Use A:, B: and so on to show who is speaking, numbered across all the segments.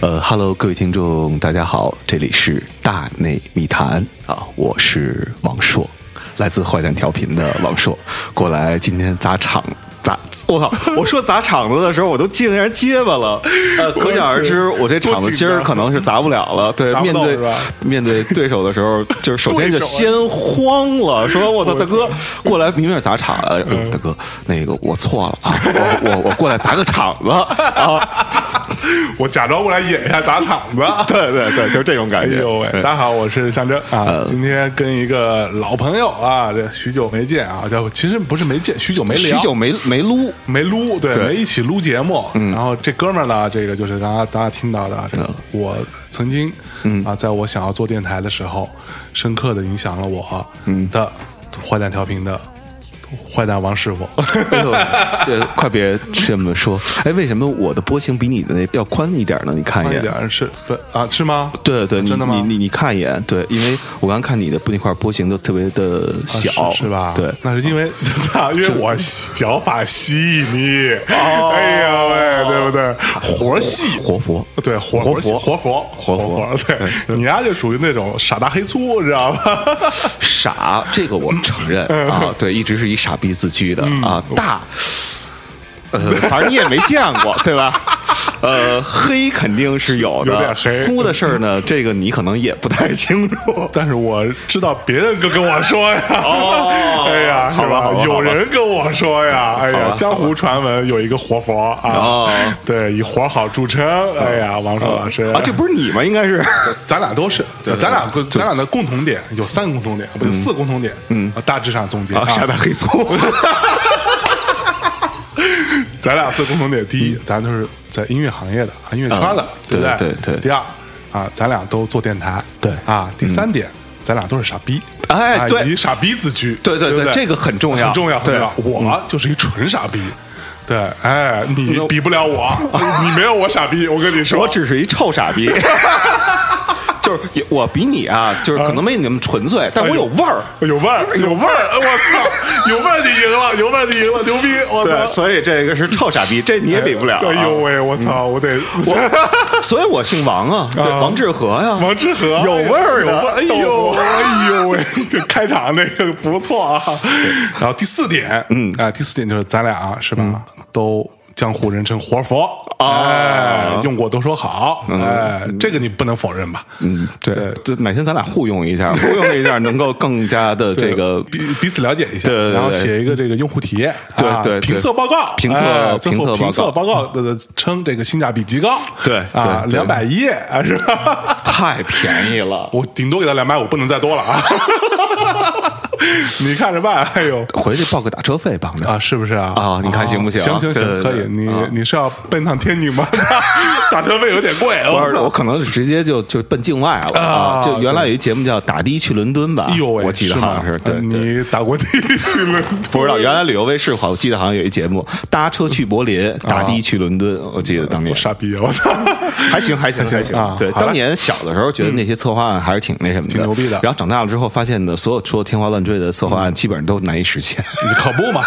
A: 呃，Hello，各位听众，大家好，这里是大内密谈啊，我是王硕，来自坏蛋调频的王硕，过来今天砸场砸，我 靠！我说砸场子的时候，我都敬人家结巴了。呃，可想而知，我这场子今儿可能是砸不了了。对，
B: 砸不
A: 面
B: 动
A: 对
B: 是吧
A: 面对对手的时 候，就是首先就
B: 对手
A: 先慌了，说啊我操，大哥过来明面砸场，呃大哥那个我错了啊，我我我过来砸个场 子啊。
B: 我假装过来演一下砸场子。
A: 对对对，就是这种
B: 哎
A: 感觉。
B: 呦喂！大
A: 对呃
B: 家好，我是象征啊。今天跟一个老朋友啊，这许久没见啊，叫其实不是没见，许久没聊，
A: 许久没没撸，
B: 没撸，对，
A: 对嗯
B: 没一起撸节目。然后这哥们儿呢，这个就是刚刚大家听到的啊，这个我曾经
A: 嗯
B: 啊，在我想要做电台的时候，深刻的影响了我
A: 嗯
B: 的坏蛋调频的坏蛋王师傅。
A: 哎呦，这快别这么说。哎，为什么我的波形比你的那要宽一点呢？你看一
B: 一
A: 眼。
B: 点是对啊，是吗？
A: 对对，你
B: 真的吗
A: 你你你看一眼，对，因为我刚看你的那块波形都特别的小，
B: 啊是是吧？
A: 对，啊
B: 那是因 为操，因为我脚法细腻。哎呀喂，对不对？活细。
A: 哦啊活佛。
B: 对，活活细
A: 活
B: 活佛，
A: 活佛嗯
B: 活佛，对你丫就属于那种傻大黑粗，知道吧？
A: 傻，这个我承认啊，对，一直是以傻逼自居的啊。大，呃，反正你也没见过，对吧？ 呃，黑肯定是有的，
B: 有点黑
A: 粗的事儿呢，这个你可能也不 太清楚。
B: 但是我知道别人跟跟我说呀，
A: 哦
B: 哎呀，
A: 好吧
B: 是
A: 好吧好吧
B: 有人跟我说呀，哎
A: 好吧
B: 呀，江湖传闻有一个活佛
A: 哦
B: 啊，对，以活好著称，哎呀，王硕老师
A: 啊，这不是你吗？应 该是。啊
B: 咱俩都是，咱俩咱俩的共同点有三个共同点，不有四个共同点，嗯，大致上总结
A: 啊，傻
B: 啊，
A: 大黑粗，
B: 咱俩四个共同点，第一，咱都是在音乐行业的，啊音乐圈的
A: 嗯，
B: 不对？
A: 对对对
B: 第二，啊，咱俩都做电台，
A: 对嗯
B: 啊，第三点，咱俩都是傻逼，
A: 哎
B: 啊
A: 对
B: 以傻逼自居，
A: 对对
B: 对不
A: 对这个很重要
B: 很重要，很
A: 对嗯
B: 重要我就是一纯傻逼。对，哎，你
A: 那
B: 比不了我， 你没有我傻逼，我跟你说，
A: 我只是一臭傻 逼。就是也我比你啊，就是可能没你那么纯粹，但我有味儿。
B: 有味儿，有味 儿，我操，有味儿你赢了，有味儿你赢了，牛逼！我
A: 对，
B: 操，
A: 所以这个是臭傻逼，这你也比不了啊。
B: 哎呦喂，我操，我得
A: 我，哎所以我姓王啊，对
B: 啊
A: 王志和呀，
B: 王之和
A: 有味儿
B: 有
A: 的
B: 味儿，哎呦，哎呦喂，这开场那个不错啊。 然后第四点，嗯啊，第四点就是咱俩啊是吧，都江湖人称活佛
A: 啊
B: 哎，用过都说好，哎，这个你不能否认吧？嗯，
A: 对，这哪天咱俩互用一下，互用一下能够更加 的这个
B: 彼彼此了解一下，
A: 对对对
B: 然后写一个这个用户体验，
A: 对
B: 啊
A: 对对
B: 评测报告，
A: 评测
B: 哎最
A: 评测
B: 后
A: 报告
B: 评测报告的称这个性价比极高，
A: 对
B: 啊，
A: 对对
B: 两百一啊是吧？
A: 太便宜了。
B: 我顶多给他两百五，不能再多了啊！ 你看着办，哎呦
A: 回去报个打车费帮着
B: 啊，是不是啊？
A: 啊你看行不行
B: 行行
A: 对
B: 行，
A: 对
B: 可
A: 对
B: 以。你
A: 啊
B: 你是要奔趟天津吗？ 打车费有点贵，哦
A: 不 是，我
B: 我操！
A: 可能直接就就奔境外了啊！
B: 啊
A: 就原来有一节目叫《打的去伦敦》吧，
B: 哎呦喂，
A: 我记得好像是
B: 是吗
A: 对，
B: 啊
A: 对
B: 你打过的去伦敦？
A: 不知道原来旅游卫视好，我记得好像有一节目，搭车去柏林，打的去伦敦，我记得当年
B: 多傻逼啊！我操！
A: 还行还行还行
B: 啊
A: 对，
B: 好了
A: 当年小的时候觉得那些策划案还是挺那什么的，
B: 挺牛逼的
A: 然后长大了之后发现呢，所有说天花乱坠的策划案基本上都难以实现。
B: 你可不嘛，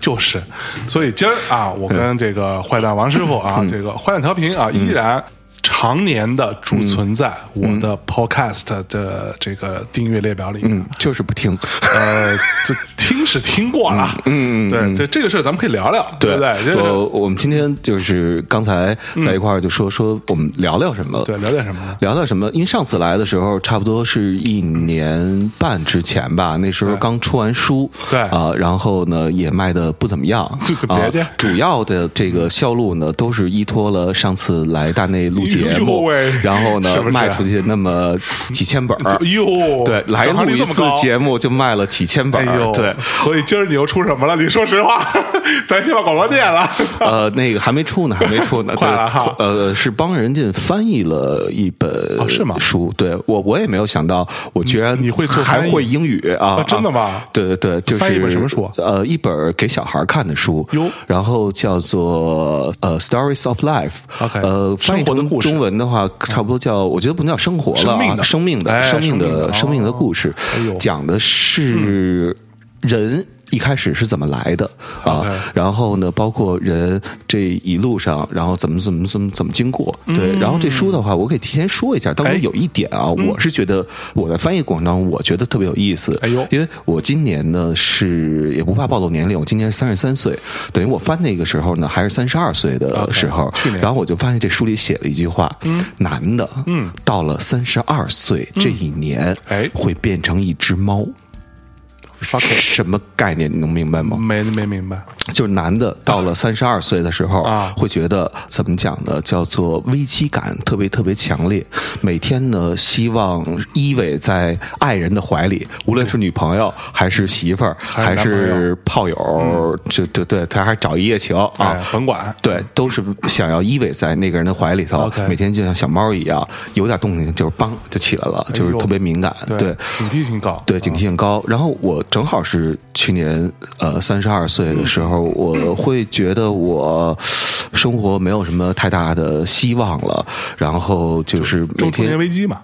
B: 就是，所以今儿啊，我跟这个坏蛋王师傅啊，
A: 嗯
B: 这个坏蛋调频啊，依然常年的驻存在我的 Podcast 的这个订阅列表里面。
A: 嗯，就是不听。
B: 呃，这听是听过了，嗯，对，这这个事儿咱们可以聊聊，对不对？这
A: 我
B: 个
A: 我们今天就是刚才在一块儿就说说我们聊聊什么，
B: 嗯对，聊点什么呢？
A: 聊聊什么？因为上次来的时候，差不多是一年半之前吧，那时候刚出完书，
B: 对
A: 啊、然后呢也卖的不怎么样，
B: 对对别
A: 啊
B: 介
A: 主要的这个销路呢，都是依托了上次来大内录节
B: 哎呦
A: 目
B: 喂，
A: 然后呢
B: 是不是
A: 卖出去那么几千本 儿
B: 哎。呦，
A: 对，来
B: 转行
A: 录
B: 率
A: 一
B: 这么
A: 次
B: 高
A: 节目就卖了几千本
B: 哎
A: 儿。
B: 呦，
A: 对，
B: 所以今儿你又出什么了？你说实话， 咱先把广告念了。
A: 呃，那个还没出呢，还没 出呢，
B: 快
A: 对
B: 了哈哦
A: 呃，是帮人家翻译了一本
B: 是吗
A: 书，对我我也没有想到，我居然
B: 你你会做翻译
A: 还会英语啊
B: 啊真的吗
A: 啊对对对，就是
B: 翻译本什么书啊
A: 呃，一本给小孩看的书
B: 哟，
A: 然后叫做呃《Stories of Life》
B: OK，
A: 呃，翻译
B: 生活的
A: 成
B: 故事
A: 中文的话，差不多叫我觉得不能叫生活了
B: 生命
A: 啊，
B: 的
A: 生命的
B: 哎
A: 生命
B: 生命
A: 的
B: 的
A: 生命的
B: 哦
A: 故事
B: 哎呦，
A: 讲的是人一开始是怎么来的啊
B: OK。
A: 然后呢，包括人这一路上，然后怎么怎么怎么怎么经过，对。
B: 嗯
A: 然后这书的话，我可以提前说一下，当
B: 哎
A: 中有一点啊，我是觉得我在翻译过程当中，我觉得特别有意思。
B: 哎呦
A: 因为我今年呢是也不怕暴露年龄，我今年三十三岁，等于我翻那个时候呢还是三十二岁的
B: OK，
A: 时候
B: 去年
A: 然后我就发现这书里写了一句话，男的，嗯，到了三十二岁这一年，
B: 嗯哎
A: 会变成一只猫。
B: Fuck
A: 什么概念？你能明白
B: it，
A: 吗？
B: 没没明白，
A: 就是男的到了三十二岁的时候，
B: 啊
A: 会觉得怎么讲呢？叫做危机感特别特别强烈，每天呢希望依偎在爱人的怀里，无论是女朋友还是媳妇儿，还
B: 嗯还是男朋嗯
A: 是炮友，这这对他还找一夜情啊
B: 哎，，甭管，
A: 对，都是想要依偎在那个人的怀里头
B: OK
A: 每天就像小猫一样，有点动静就是梆就起来了，
B: 哎
A: 就是特别敏感，对。
B: 警惕性高，
A: 对，警惕性
B: 哦
A: 高。然后我正好是去年呃三十二岁的时候，我会觉得我生活没有什么太大的希望了。然后就是每
B: 中成
A: 天
B: 年危机嘛，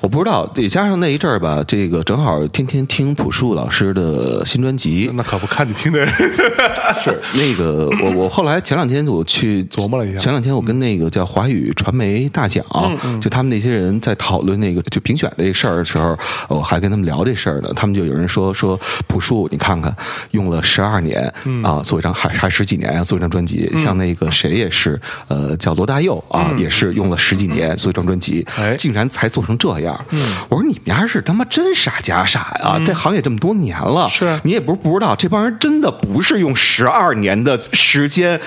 A: 我不知道，也加上那一阵儿吧，这个正好天天听朴树老师的新专辑，
B: 那可不看你听着，
A: 是那个，我我后来前两天我去
B: 琢磨了一下嗯
A: 前两天我跟那个叫华语传媒大奖，就他们那些人在讨论那个就评选这事儿的时候，我还跟他们聊这事儿呢。他们就有人说说朴树，你看看用了十二年
B: 嗯
A: 啊，做一张还还十几年啊，做一张专辑。像那个谁也是，呃，叫罗大佑啊，也是用了十几年做一张专辑
B: 嗯哎，嗯
A: 竟然才做成这样。我说你们家是他妈真傻假傻呀，这行业这么多年了，
B: 是啊
A: 你也不是不知道，这帮人真的不是用十二年的时间，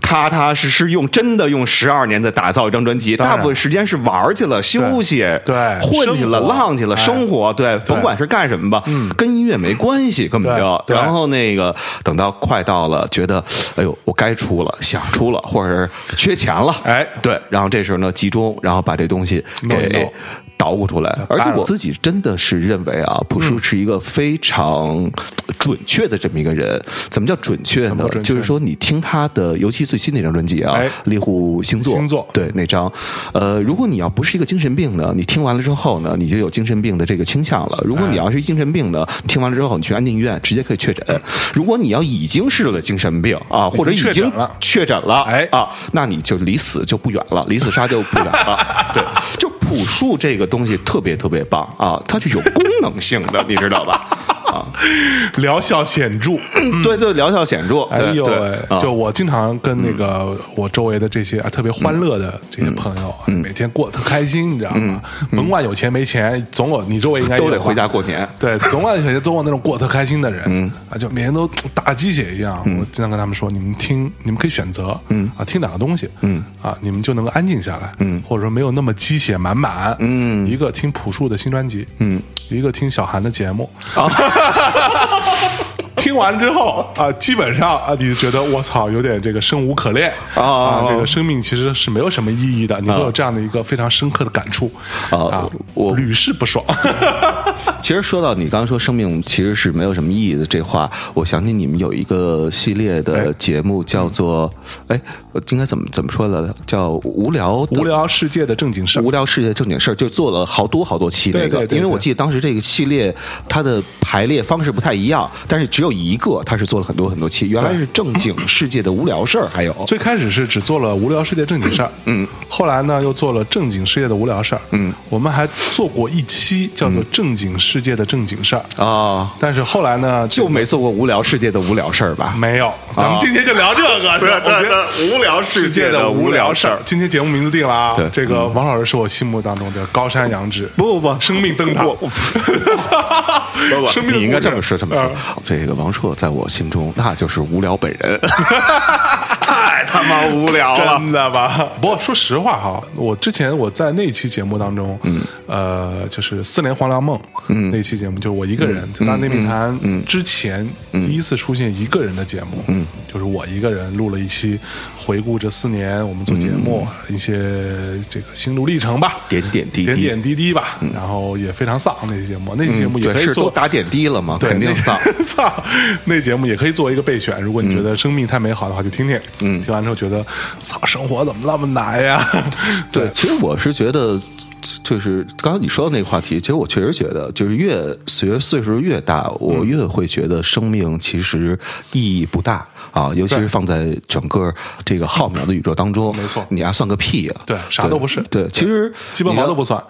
A: 踏踏实实用真的用十二年在打造一张专辑，
B: 当然
A: 大部分时间是玩去了、休息、
B: 对
A: 混去了、
B: 生活
A: 浪去了、
B: 哎嗯
A: 生活，对，甭管是干什么吧，跟音乐没关系，根本就。
B: 对对
A: 然后那个等到快到了，觉得哎呦，我该出了，想出了，或者是缺钱了，
B: 哎
A: 对，然后这时候呢，集中，然后把这东西
B: 弄一
A: 给
B: 弄
A: 捣鼓出
B: 嗯
A: 来。而且
B: 啊
A: 我自己真的是认为啊，朴树是一个非常准确的这么一个人。怎么叫准确呢
B: 么？准确
A: 就是说，你听他的，尤其最新那张专辑啊，
B: 哎
A: 猎户星座》
B: 星座
A: 对那张，呃，如果你要不是一个精神病呢，你听完了之后呢，你就有精神病的这个倾向了。如果你要是一精神病呢，听完了之后你去安定医院直接可以确诊。如果你要已经是了精神病啊，或者已
B: 哎确
A: 经
B: 诊了
A: 确诊了，
B: 哎
A: 啊，那你就离死就不远了，离自杀就不远 了。对，就朴树这个东西特别特别棒啊，它是有功能性的，你知道 吧？啊，
B: 疗效显著。
A: 对对，疗效显著。
B: 嗯哎
A: 对
B: 呦
A: 对
B: 喂！
A: 啊嗯
B: 就我经常跟那个我周围的这些啊特别欢乐的这些朋友啊，
A: 嗯
B: 每天过得特开心，你知道吗？甭管有钱没钱，总有你周围应该也
A: 都
B: 有啊
A: 得
B: 吧
A: 回家过年。
B: 对，总感觉总有那种过得特开心的人，啊，就每天都打鸡血一样。我经常跟他们说，你们听，你们可以选择，嗯啊，听两个东西，嗯啊，你们就能够安静下来，嗯，或者说没有那么鸡血满满，嗯，一个听朴树的新专辑，嗯，一个听小韩的节目，啊。 听完之后啊，基本上啊，你觉得我操，有点这个生无可恋
A: 哦哦
B: 啊，
A: 哦
B: 这个生命其实是没有什么意义的，你会有这样的一个非常深刻的感触
A: 哦
B: 啊，
A: 我
B: 屡试不爽。
A: 其实说到你刚刚说生命其实是没有什么意义的这话，我想起你们有一个系列的
B: 哎
A: 节目叫做，哎，我应该怎么怎么说来着？叫无聊的
B: 无聊世界的正经事儿
A: 无聊世界正经事儿，就做了好多好多期那个，
B: 对对对对
A: 因为我记得当时这个系列它的排列方式不太一样，但是只有一个它是做了很多很多期，原来是正经世界的无聊事儿，还有
B: 最开始是只做了无聊世界正经事儿，嗯，后来呢又做了正经世界的无聊事儿，嗯，我们还做过一期叫做正经世界的正经事儿，
A: 啊、
B: 但是后来呢
A: 就没做过无聊世界的无聊事儿吧？
B: 没有，咱们今天就聊这个，对对对，无聊世界的无聊事儿。今天节目名字定了啊
A: 对，
B: 这个王老师是我心目当中的高山仰止，
A: 不不不
B: 生命灯塔，
A: 我我不
B: 生命的
A: 你应该
B: 故事
A: 这么说，这么说。
B: 啊
A: 这个王朔在我心中那就是无聊本人。嗨，太他妈无聊了，
B: 真的吧？不过说实话哈，我之前我在那期节目当中，嗯，呃，就是《四联黄粱梦》嗯那期节目，就是我一个
A: 嗯
B: 人，就大内密谈之前第一次出现一个人的节目，嗯，就是我一个人录了一期回顾这四年我们做节目一些这个心路历程吧，
A: 嗯点点滴滴嗯
B: 点点滴滴吧，然后也非常丧那期节目，那期节目也
A: 对，
B: 可以
A: 是
B: 做
A: 都打点滴了嘛，
B: 对
A: 肯定丧。嗯
B: 那 操，那节目也可以做一个备选。如果你觉得生命太美好的话，就听听。嗯，听完之后觉得，操，生活怎么那么难呀？
A: 对，其实我是觉得，就是刚刚你说的那个话题，其实我确实觉得，就是越随岁数越大，
B: 嗯
A: 我越会觉得生命其实意义不大啊，尤其是放在整个这个浩渺的宇宙当中，
B: 没错
A: 你还算个屁呀、
B: 对啥都不是
A: 对，其实
B: 鸡巴
A: 你
B: 毛
A: 让
B: 都不算。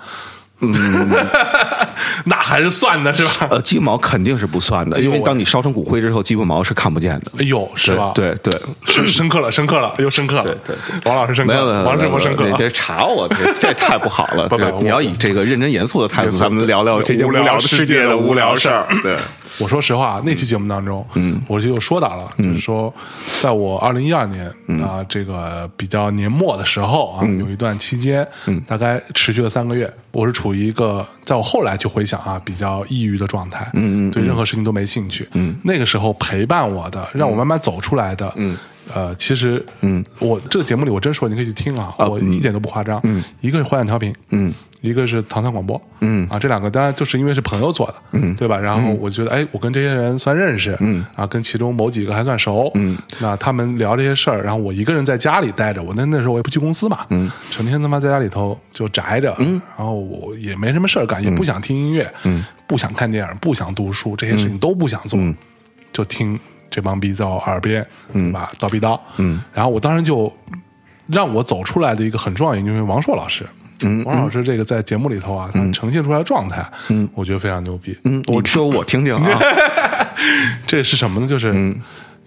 B: 那还是算的是吧？
A: 呃，鸡毛肯定是不算的，因为
B: 哎喂
A: 当你烧成骨灰之后，鸡毛毛是看不见的。
B: 哎呦，是吧？
A: 对对对
B: 深深刻了，深刻了，又深刻了。
A: 对对
B: 王老师深刻
A: 没有没
B: 了，
A: 有，
B: 王
A: 没
B: 师
A: 有
B: 傅深刻
A: 你
B: 了。
A: 别查我，这这太不好了。
B: 不不
A: 对
B: 我
A: 你要以这个认真严肃的态度，咱们聊聊这件
B: 无聊
A: 的
B: 世
A: 世
B: 界
A: 界
B: 的
A: 的
B: 无
A: 无
B: 聊
A: 聊
B: 事
A: 事
B: 儿
A: 儿。对，
B: 我说实话，那期节目当中，嗯，我就有说到了，就是说，在我二零一二年啊，这个比较年末的时候啊，有一段期间，大概持续了三个月，我是处于一个在我后来去回想啊，比较抑郁的状态，嗯嗯，对任何事情都没兴趣，嗯，那个时候陪伴我的，让我慢慢走出来的，嗯。呃，其实，嗯，我这个节目里我真说，你可以去听啊，我一点都不夸张。嗯，一个是《幻想调频》，嗯，一个是《唐探广播》，嗯，啊，这两个当然就是因为是朋友做的，嗯，对吧？然后我觉得，哎，我跟这些人算认识，嗯，啊，跟其中某几个还算熟，嗯，那他们聊这些事儿，然后我一个人在家里待着，我那那时候我也不去公司嘛，嗯，成天他妈在家里头就宅着，嗯，然后我也没什么事儿干，也不想听音乐，嗯，不想看电影，不想读书，这些事情都不想做，就听这帮逼在我耳边，嗯，吧，叨逼叨，嗯，然后我当时就让我走出来的一个很重要原因就是王朔老师。嗯，王老师这个在节目里头啊，他呈现出来的状态，嗯，我觉得非常牛逼。
A: 嗯，你说我听听 啊。
B: 这是什么呢？就是、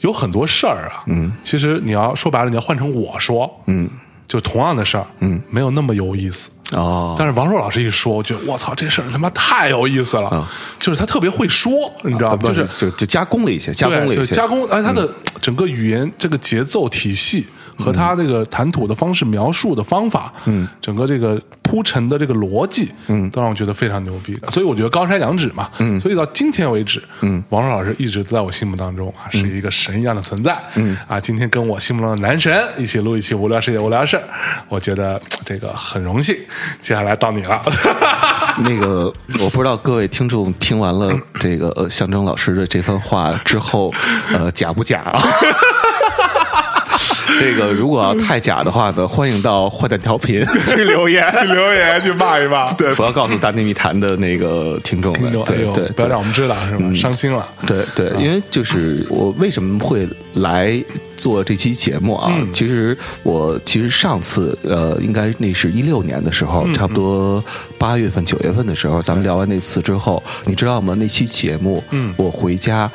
B: 有很多事儿啊，嗯，其实你要说白了，你要换成我说，嗯，就同样的事儿，嗯，没有那么有意思。
A: 哦，
B: 但是王朔老师一说，我觉得我操，这事儿他妈太有意思了，就是他特别会说，你知道吗？
A: 啊不
B: 就是
A: 就就加工了一些，加
B: 对，
A: 工了
B: 就
A: 一些，
B: 加工，哎，他的整个语言这个节奏体系和他这个谈吐的方式、描述的方法，嗯，整个这个铺陈的这个逻辑，嗯，都让我觉得非常牛逼。所以我觉得高山仰止嘛，嗯，所以到今天为止，嗯，王朔老师一直在我心目当中啊，是一个神一样的存在，嗯，啊，今天跟我心目中的男神一起录一期无聊世界无聊事儿，我觉得嘖这个很荣幸。接下来到你 了，
A: 那个，我不知道各位听众听完了这个呃象征老师的这番话之后，呃，假不假啊？ 这个如果要太假的话呢，欢迎到坏蛋调 频去留言。
B: 去留言去骂一骂，
A: 对，不要告诉大内密谈的那个听众
B: 听
A: 们
B: 众，，哎
A: 对
B: 呦
A: 对，，
B: 不要让我们知道是吧？伤心了。
A: 对对，因为就是我为什么会来做这期节目啊？其实我其实上次呃，应该那是一六年的时候，差不多八月份九月份的时候，咱们聊完那次之后，你知道吗？那期节目，嗯，我回家，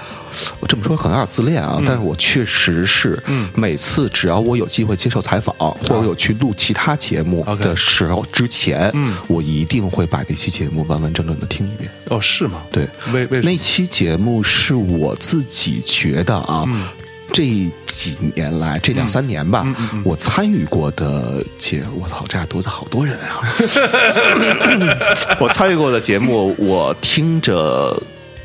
A: 我这么说可能有点自恋啊，但是我确实是，每次只要我有机会接受采访，或者有去录其他节目
B: OK
A: 的时候之前，我一定会把那期节目完完整整的听一遍。
B: 哦，是吗？
A: 对，
B: 为为什么
A: 那期节目是我自己觉得啊，
B: 嗯
A: 这几年来这两三年吧，
B: 嗯
A: 我参与过的节，我操，这俩多子好多人 啊！我参与过的节目，我听着。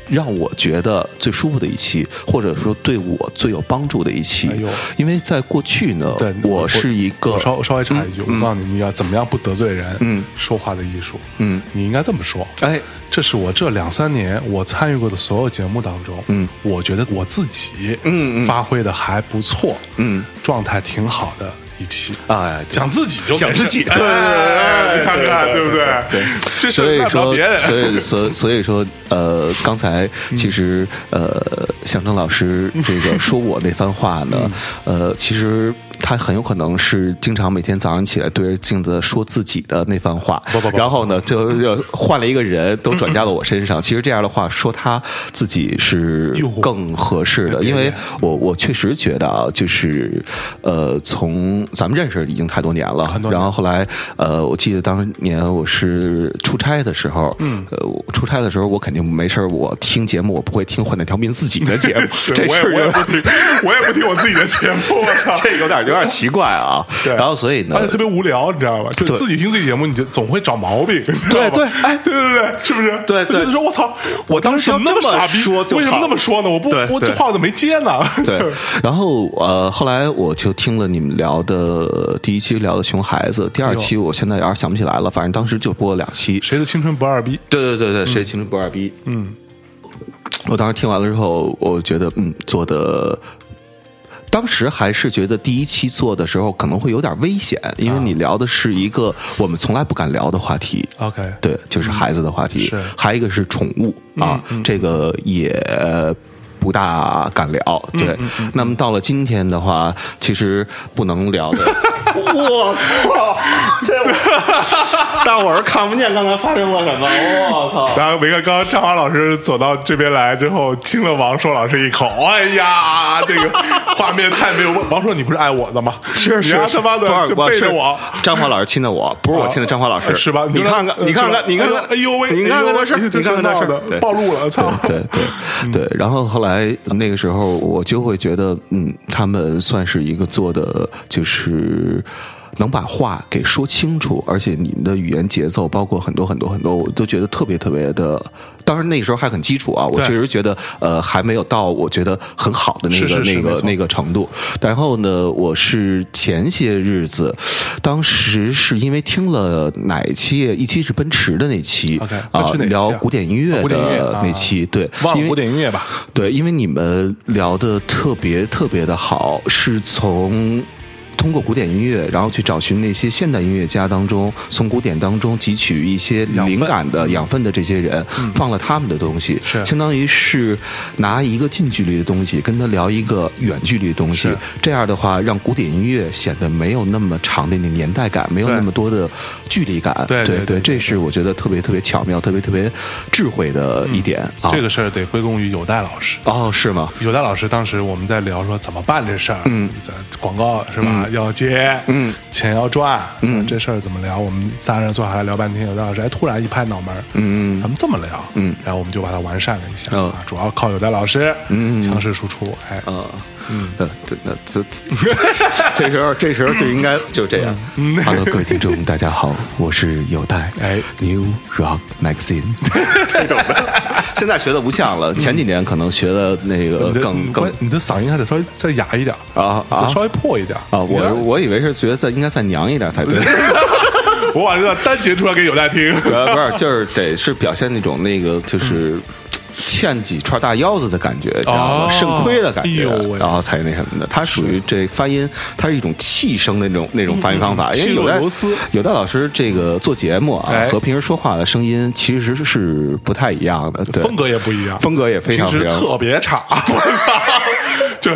A: 让我觉得最舒服的一期，或者说对我最有帮助的一期，
B: 哎呦
A: 因为在过去呢
B: 对，，
A: 我是一个嗯
B: 我稍稍微插一句，我告诉你，你要怎么样不得罪人，嗯，说话的艺术，嗯，你应该这么说，
A: 哎，
B: 这是我这两三年我参与过的所有节目当中，嗯，我觉得我自己，嗯，发挥的还不错，嗯，状态挺好的一期，
A: 哎，
B: 讲自己就没事
A: 讲自己
B: 哎哎，哎你看看对不对？对，这事
A: 所
B: 儿
A: 以
B: 赖不着
A: 说
B: 别人，，
A: 所以所所以说，呃，刚才
B: 嗯
A: 其实呃，象征老师这个说我那番话呢，
B: 嗯
A: 呃，其实他很有可能是经常每天早上起来对着镜子说自己的那番话，
B: 不不不
A: 然后呢，就就换了一个人，都转嫁到我身上。其实这样的话，说他自己是
B: 嗯哟哎
A: 更合适的，
B: 别
A: 因为
B: 别
A: 我我确实觉得啊，就是呃，从咱们认识已经太多年了，
B: 很多年
A: 然后后来呃，我记得当年我是出差的时候，嗯，呃，我出差的时候我肯定没事儿我听节目我不会听《换点调频》自己的节目，
B: 是
A: 这
B: 我
A: 事
B: 也
A: 儿
B: 我也
A: 有点
B: 不听，我也不听我自己的节目，我操
A: 这有点有有点奇怪 啊。
B: 对
A: 然后所以呢
B: 而且，特别无聊，你知道吧？就
A: 对
B: 自己听自己节目，你就总会找毛病。你知道
A: 对
B: 吧
A: 对哎
B: 对对对，是不是？
A: 对对
B: 我就说我操，
A: 我当时
B: 怎么那
A: 这么
B: 傻逼？
A: 说就
B: 为什么
A: 好
B: 那么说呢？我不，
A: 对
B: 我
A: 对
B: 这话我怎么没接呢？
A: 对， 然后呃，后来我就听了你们聊的第一期聊的熊孩子，
B: 哎
A: 第二期我现在有点想不起来了，反正当时就播了两期。
B: 谁的青春不二逼？
A: 对对对对，谁青春不二逼？嗯，我当时听完了之后，我觉得嗯做的。当时还是觉得第一期做的时候可能会有点危险，因为你聊的是一个我们从来不敢聊的话题。
B: OK
A: 对，就是孩子的话题，
B: 嗯是
A: 还有一个是宠物啊，这个也不大敢聊。对，那么到了今天的话，其实不能聊的。我靠，这 大伙儿看不见刚才发生了什么，我靠！
B: 大家没看，刚刚张华老师走到这边来之后，亲了王硕老师一口。哎呀，这个画面太没有。王硕，你不是爱我的吗？
A: 是是
B: 你丫他妈的
A: 不是
B: 就
A: 不
B: 背
A: 是
B: 着我。
A: 张华老师亲的我，不是我亲的张华老师，
B: 是吧？
A: 你
B: 说
A: 看看，
B: 呃
A: 你看看，
B: 是吧
A: 你看看，
B: 哎呦哎呦喂，
A: 你看看这事儿，
B: 哎呦喂
A: 你看看这事
B: 闹
A: 儿
B: 的，
A: 对
B: 暴露了，操！
A: 对对
B: 嗯
A: 对对，然后后来那个时候，我就会觉得，嗯，他们算是一个做的，就是能把话给说清楚，而且你们的语言节奏，包括很多很多很多，我都觉得特别特别的。当然那个时候还很基础啊，我
B: 对
A: 确实觉得，呃，还没有到我觉得很好的那个
B: 是是
A: 那
B: 是没
A: 个
B: 错
A: 那个程度。然后呢，我是前些日子，当时是因为听了哪一期，一期是奔驰的那期
B: OK，奔
A: 啊
B: 驰哪，期啊
A: 聊古典音乐
B: 古典音乐
A: 的
B: 啊
A: 那期，对，
B: 忘
A: 因
B: 了
A: 为
B: 古典音乐吧。
A: 对，因为你们聊的特别特别的好，是从。通过古典音乐，然后去找寻那些现代音乐家当中，从古典当中汲取一些
B: 养分嗯
A: 灵感的养分的这些人，放了他们的东西，
B: 是
A: 相当于是拿一个近距离的东西跟他聊一个远距离的东西
B: 是，
A: 这样的话，让古典音乐显得没有那么长的那年代感，没有
B: 对
A: 那么多的距离感。
B: 对
A: 对
B: 对对
A: 这是我觉得特别特别巧妙、特别特别智慧的一点啊。
B: 嗯这个事儿得归功于有代老师。
A: 哦，是吗？
B: 有代老师当时我们在聊说怎么办这事儿，嗯，广告是吧？要接，嗯，钱要赚，嗯，这事儿怎么聊？我们仨人坐下来聊半天，有代老师哎突然一拍脑门，嗯，咱们这么聊，嗯，然后我们就把它完善了一下，
A: 嗯
B: 啊主要靠有代老师，嗯，强势输出，哎，
A: 啊，嗯，呃，这那这这这时候这时候就应该就这样。Hello，各位听众，大家好，我是有代，
B: 哎
A: ，New Rock Magazine 这种的，现在学的不像了，前几年可能学的那个
B: 你的
A: 呃更
B: 你
A: 更
B: 关你的嗓音还得稍微再哑一点
A: 啊啊
B: 再稍微破一点
A: 啊，
B: 你
A: 我
B: 看
A: 我以为是觉得再应该再娘一点才对，
B: 我把这段单截出来给有 代听，
A: 呃不是，就是得是表现那种那个就是。欠几串大腰子的感觉，你知道吗？
B: 哦
A: 肾亏的感觉，
B: 哎呦喂
A: 然后才那什么的。它属于这发音，它是一种气声的那种那种发音方法。因为
B: 嗯气若
A: 有的
B: 游丝
A: 有的老师这个做节目啊，
B: 哎
A: 和平时说话的声音其实是不太一样的，对
B: 风格也不一样，
A: 风格也非常
B: 平时
A: 非常
B: 特别差， 我操！就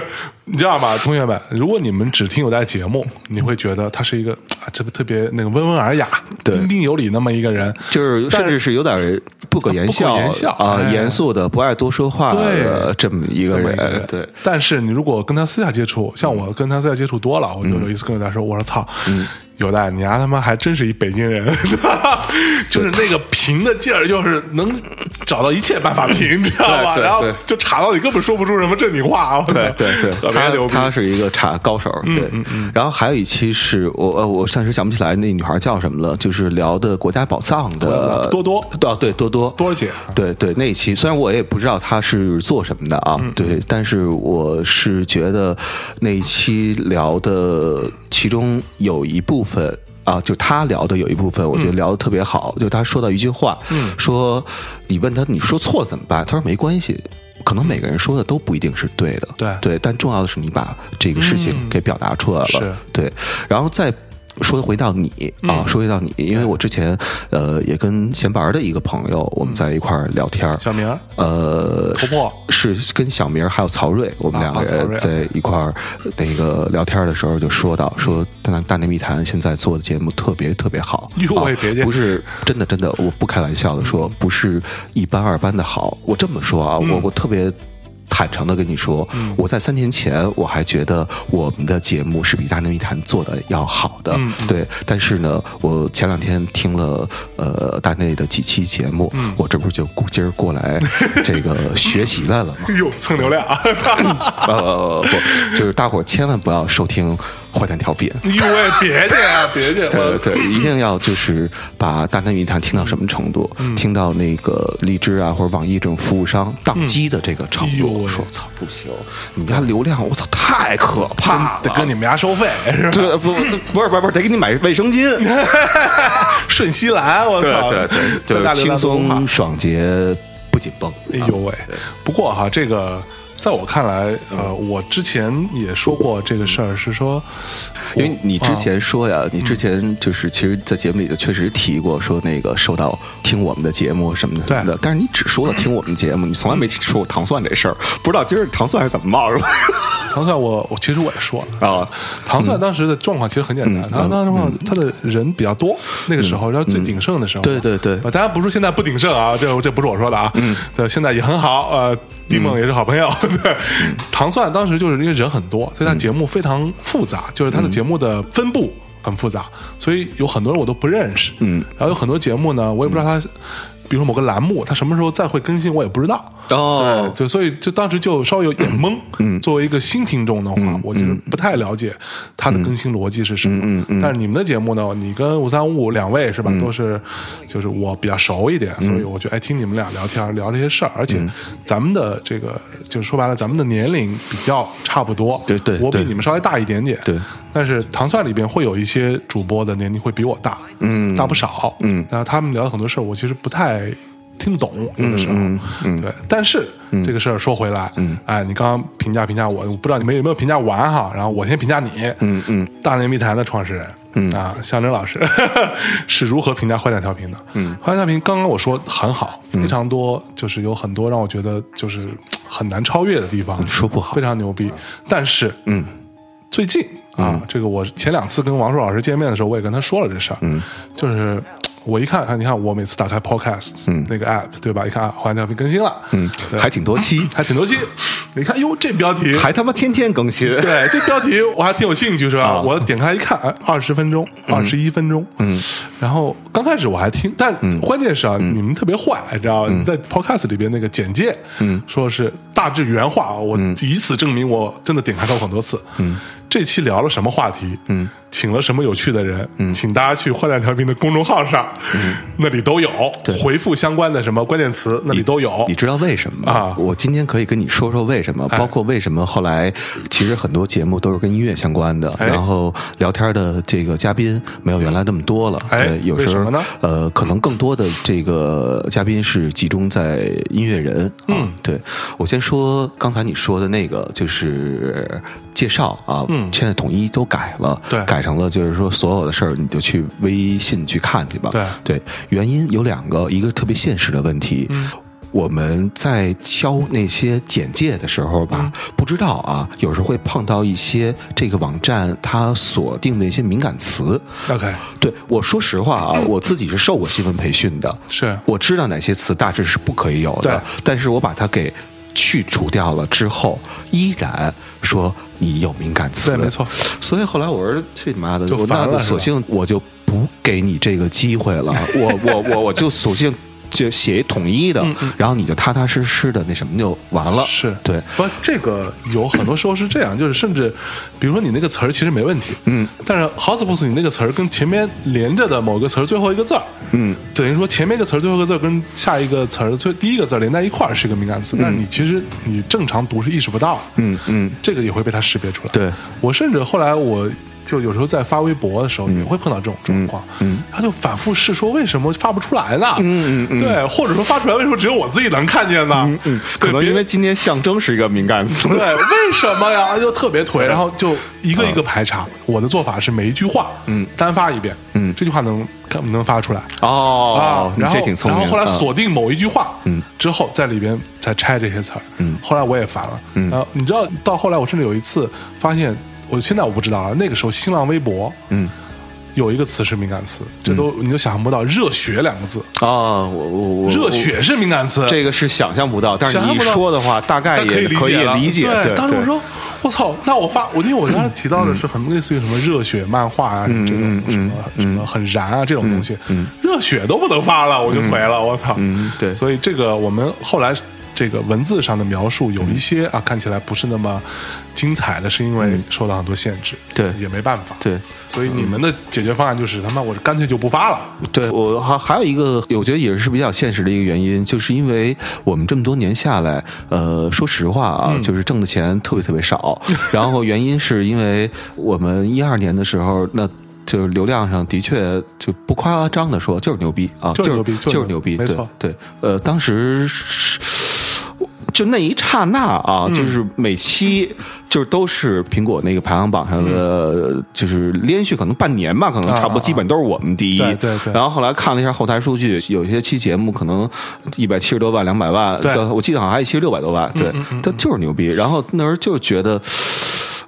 B: 你知道吗，同学们，如果你们只听有代节目，你会觉得他是一个啊，这个特别那个温文尔雅、
A: 对
B: 彬彬有礼那么一个人，
A: 就是甚至是有点不可言笑
B: 不可言笑
A: 啊，
B: 哎
A: 严肃的不爱多说话的
B: 对
A: 这么一个
B: 这么一个
A: 人
B: 人，
A: 对。嗯
B: 但是你如果跟他私下接触，像我跟他私下接触多了，我就有一次跟有代说，我说操，有代你丫、他妈还真是一北京人， 就是那个贫的劲儿，就是能找到一切办法贫，你知道吧？
A: 对对
B: 然后
A: 对
B: 就查到你根本说不出什么正经话，我操
A: 对对对，
B: 特别
A: 他
B: 牛逼。嗯
A: 他是一个查高手，对。然后还有一期是我呃，我暂时想不起来那女孩叫什么了，就是聊的国家宝藏的
B: 呃多多
A: 哦对多多
B: 多儿姐
A: 对对那一期，虽然我也不知道她是做什么的啊，
B: 嗯
A: 对，但是我是觉得那一期聊的其中有一部分。啊，就他聊的有一部分，我觉
B: 嗯
A: 得聊的特别好。就他说到一句话，说你问他你说错了怎么办？他说没关系，可能每个人说的都不一定是对的。
B: 对嗯
A: 对，但重要的是你把这个事情给表达出来了。
B: 是
A: 对，然后再。说回到你啊，说回到你，因为我之前呃也跟闲白儿的一个朋友，我们在一块儿聊天儿，
B: 小明儿
A: 呃，
B: 突破
A: 是是跟小明儿还有曹睿，我们
B: 啊
A: 两个
B: 啊曹
A: 人
B: 睿
A: 在一块儿呃那个聊天的时候就说到，说大大内密谈现在做的节目特别特别好，
B: 哟
A: 啊
B: 喂别介嗯
A: 不是真的真的，我不开玩笑的说，不是一般二般的好，我这么说啊，我我特别。坦诚的跟你说，
B: 嗯
A: 我在三年前我还觉得我们的节目是比《大内密谈》做的要好的，
B: 嗯
A: 对。但是呢，我前两天听了呃大内的几期节目，
B: 嗯
A: 我这不是就今儿过来 这个学习来 了吗？哦
B: 哟，蹭流量啊！
A: 呃，不，就是大伙儿千万不要收听坏蛋调频。
B: 哎呦喂，别介啊，别介，
A: 对对，一定要就是把大内密谈听到什么程度，
B: 嗯
A: 听到那个荔枝啊或者网易这种服务商宕机的这个程
B: 哎呦
A: 度，
B: 喂
A: 我说操不行，你们家流量我操太可怕了，
B: 得跟你们家收费是吧？
A: 对不不是不是不是得给你买卫生巾，
B: 瞬息兰，我
A: 对
B: 操，
A: 对 对，
B: 三大
A: 就是轻
B: 流量都不怕
A: 松爽洁不紧绷。
B: 哎呦喂！不过哈，这个在我看来，呃，我之前也说过这个事儿，是说，
A: 因为你之前说呀，你
B: 嗯
A: 之前就是其实，在节目里头确实提过说那个受到听我们的节目什么的
B: 对
A: 什么的，但是你只说了听我们节目，你从来没说过糖蒜这事儿，不知道今儿糖蒜是怎么冒出来
B: 糖蒜我我其实我也说了
A: 的。啊？
B: 糖蒜当时的状况其实很简单，
A: 嗯
B: 他当时话他的人比较多，那个时候然后最鼎盛的时候嘛，
A: 对对嗯对
B: 啊当然不是现在不鼎盛啊，这这不是我说的啊，对，现在也很好，呃，
A: 嗯
B: 迪梦也是好朋友， 对，糖蒜当时就是因为人很多，所以他
A: 嗯
B: 节目非常复杂，就是他的节目的分布。很复杂，所以有很多人我都不认识，嗯，然后有很多节目呢，我也不知道他，比如说某个栏目，他什么时候再会更新，我也不知道，
A: 哦，
B: 对，所以就当时就稍微有点懵。嗯，作为一个新听众的话，我就是不太了解它的更新逻辑是什么。嗯嗯但是你们的节目呢，你跟五三五两位是吧，都是就是我比较熟一点，所以我就爱听你们俩聊天聊这些事儿。而且咱们的这个就是说白了，咱们的年龄比较差不多。
A: 对对
B: 我比
A: 对
B: 你们稍微大一点点。
A: 对。
B: 但是糖蒜里边会有一些主播的年龄会比我大，嗯，大不少，嗯，然后他们聊的很多事儿，我其实不太听得懂，有的时候，嗯，对。但是、这个事儿说回来，嗯，哎，你刚刚评价评价我，我不知道你们有没有评价完哈，然后我先评价你，嗯嗯，大内密谈的创始人。嗯啊，向真老师 是如何评价坏蛋调频的？嗯，坏蛋调频刚刚我说很好，非常多，就是有很多让我觉得就是很难超越的地方，
A: 说不好
B: 非常牛逼。但是，嗯，最近啊，这个我前两次跟王硕老师见面的时候，我也跟他说了这事儿。嗯，就是我一看，啊你看我每次打开 Podcast、那个 app，对吧？一看啊，华调频更新了，嗯，
A: 还挺多 期，
B: 还挺多期。你看，哟，这标题，
A: 还他妈天天更新。
B: 对，这标题我还挺有兴趣，是吧？
A: 啊
B: 我点开一看，二十分钟，二十一分钟，嗯，然后刚开始我还听，但关键是啊，你们特别坏，你知道，你在 Podcast 里边那个简介，嗯，说是大致原话，啊我以此证明我真的点开过很多次，嗯。这期聊了什么话题？嗯，请了什么有趣的人？嗯，请大家去“坏蛋调频”的公众号上，那里都有回复相关的什么关键词，那里都有。
A: 你知道为什么吗？
B: 啊哎
A: 我今天可以跟你说说为什么，包括为什么后来其实很多节目都是跟音乐相关的，
B: 哎
A: 然后聊天的这个嘉宾没有原来那么多了。
B: 哎
A: 呃有
B: 为
A: 时
B: 什么
A: 候
B: 呢
A: 呃，可能更多的这个嘉宾是集中在音乐人。嗯，对我先说刚才你说的那个就是介绍啊，嗯，现在统一都改了，
B: 对
A: 改成了就是说所有的事儿你就去微信去看去吧。
B: 对
A: 对，原因有两个，一个特别现实的问题。
B: 嗯
A: 我们在敲那些简介的时候吧，
B: 嗯
A: 不知道啊，有时候会碰到一些这个网站它锁定的一些敏感词。
B: OK，
A: 对我说实话啊，我自己是受过新闻培训的，
B: 是
A: 我知道哪些词大致是不可以有的
B: 对，
A: 但是我把它给去除掉了之后，依然说你有敏感词，
B: 对，没错。
A: 所以后来我说去你妈的，
B: 就
A: 我
B: 烦
A: 那
B: 了
A: 就是
B: 吧
A: 索性我就不给你这个机会 了，我我我我就索性就写一统一的，然后你就踏踏实实的那什么就完了。
B: 嗯是
A: 对，
B: 不，这个有很多时候是这样，就是甚至，比如说你那个词儿其实没问题，嗯，但是好死不死你那个词儿跟前面连着的某个词儿最后一个字儿，嗯，等于说前面一个词儿最后一个字儿跟下一个词儿最第一个字儿连在一块儿是一个敏感词，但是你其实你正常读是意识不到，嗯嗯，这个也会被它识别出来。
A: 对
B: 我甚至后来我。就有时候在发微博的时候，也会碰到这种状况，嗯，他就反复试说为什么发不出来呢？嗯嗯嗯，对，或者说发出来为什么只有我自己能看见呢？嗯嗯，
A: 可能因为今天象征是一个敏感词。
B: 对，为什么呀？就特别颓，然后就一个一个
A: 嗯
B: 排查。我的做法是每一句话，嗯，单发一遍，嗯，这句话能看能发出来
A: 哦
B: 啊，。
A: 你
B: 然后
A: 这挺聪明。
B: 然后后来
A: 啊
B: 锁定某一句话，嗯，之后在里边再拆这些词儿，嗯，后来我也烦了，嗯，然后你知道到后来我甚至有一次发现，我现在我不知道啊，那个时候新浪微博，嗯。有一个词是敏感词，这都
A: 嗯
B: 你都想象不到，热血两个字，
A: 啊，我我我
B: 热。血是敏感词，
A: 我这个是想象不到，但是
B: 想
A: 你
B: 象
A: 一
B: 不到
A: 说的话，大概
B: 那
A: 也可以
B: 了
A: 理解。
B: 对，当时我
A: 对
B: 说，我操，那我发，我因为我当时提到的是很类似于什么热血漫画啊，
A: 嗯
B: 这种什么什么很燃啊这种东西，热血都不能发了，我就没了，我操
A: 嗯，对
B: 所以这个我们后来。这个文字上的描述有
A: 嗯
B: 一些啊看起来不是那么精彩的，是因为受到很多限制，
A: 嗯对
B: 也没办法，
A: 对，
B: 所以你们的解决方案就是他妈我干脆就不发了，
A: 对我还还有一个，我觉得也是比较现实的一个原因，就是因为我们这么多年下来，呃，说实话啊，
B: 嗯
A: 就是挣的钱特别特别 少。然后原因是因为我们一二年的时候，那就是流量上的确就不夸张的说，就是牛逼啊，
B: 就是
A: 是
B: 牛逼
A: 就
B: 就是
A: 是牛逼，
B: 没错
A: 对，对呃，当时是。就那一刹那啊，
B: 嗯
A: 就是每期就是都是苹果那个排行榜上的，就是连续可能半年吧，可能差不
B: 嗯啊啊
A: 多，基本都是我们第一。
B: 对对对
A: 然后后来看了一下后台数据，有一些期节目可能一百七十多万、两百万，
B: 对嗯
A: 我记得好像还有一期六百多万，对，但就是牛逼。然后那时候就觉得。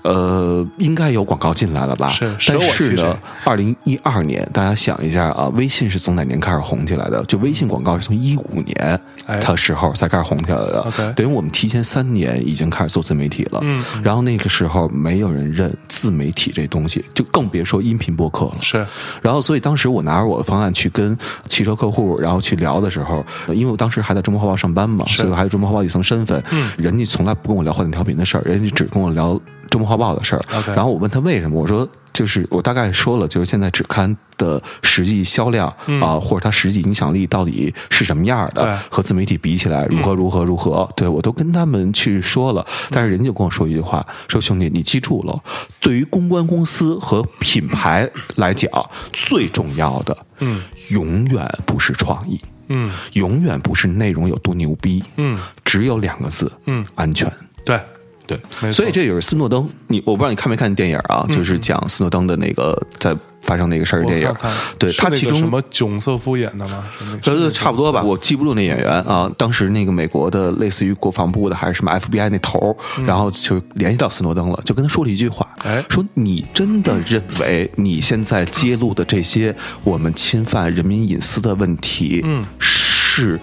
A: 呃，应该有广告进来了吧？
B: 是舍
A: 但
B: 我
A: 是
B: 其谁
A: 呢，二零一二年，大家想一下啊，微信是从哪年开始红起来的？就微信广告是从一五年
B: 嗯哎
A: 它时候才开始红起来的。
B: OK
A: 等于我们提前三年已经开始做自媒体了。嗯，然后那个时候没有人认自媒体这东西，就更别说音频播客了。
B: 是
A: 然后，所以当时我拿着我的方案去跟汽车客户，然后去聊的时候，呃因为我当时还在中国画报上班嘛，所以我还有中国画报一层身份，人家从来不跟我聊换电调频的事儿，人家只跟我聊中国画报的事儿。
B: OK
A: 然后我问他为什么，我说就是我大概说了，就是现在只看。的实际销量啊、或者它实际影响力到底是什么样
B: 嗯对嗯
A: 的，和自媒体比起来如何如何如何，对我都跟他们去说了，但是人家就跟我说一句话，说兄弟，你记住了，对于公关公司和品牌来讲，最重要的，嗯，永远不是创意，
B: 嗯，
A: 永远不是内容有多牛逼，
B: 嗯，
A: 只有两个字，嗯，安全。
B: 对，
A: 对
B: 没，错嗯
A: 所以这也是斯诺登。你我不知道你看没看电影啊，就是讲斯诺登的那个在发生那个事儿的
B: 我
A: 电影
B: 看看，
A: 对
B: 是
A: 他
B: 那
A: 其
B: 个
A: 中
B: 什么囧瑟夫演的吗？是那个
A: 对对，差不多吧，我记不住那演员啊。当时那个美国的类似于国防部的还是什么 FBI 那头儿，然后就联系到斯诺登了，就跟他说了一句话
B: 哎，
A: 说你真的认为你现在揭露的这些我们侵犯人民隐私的问题，嗯，是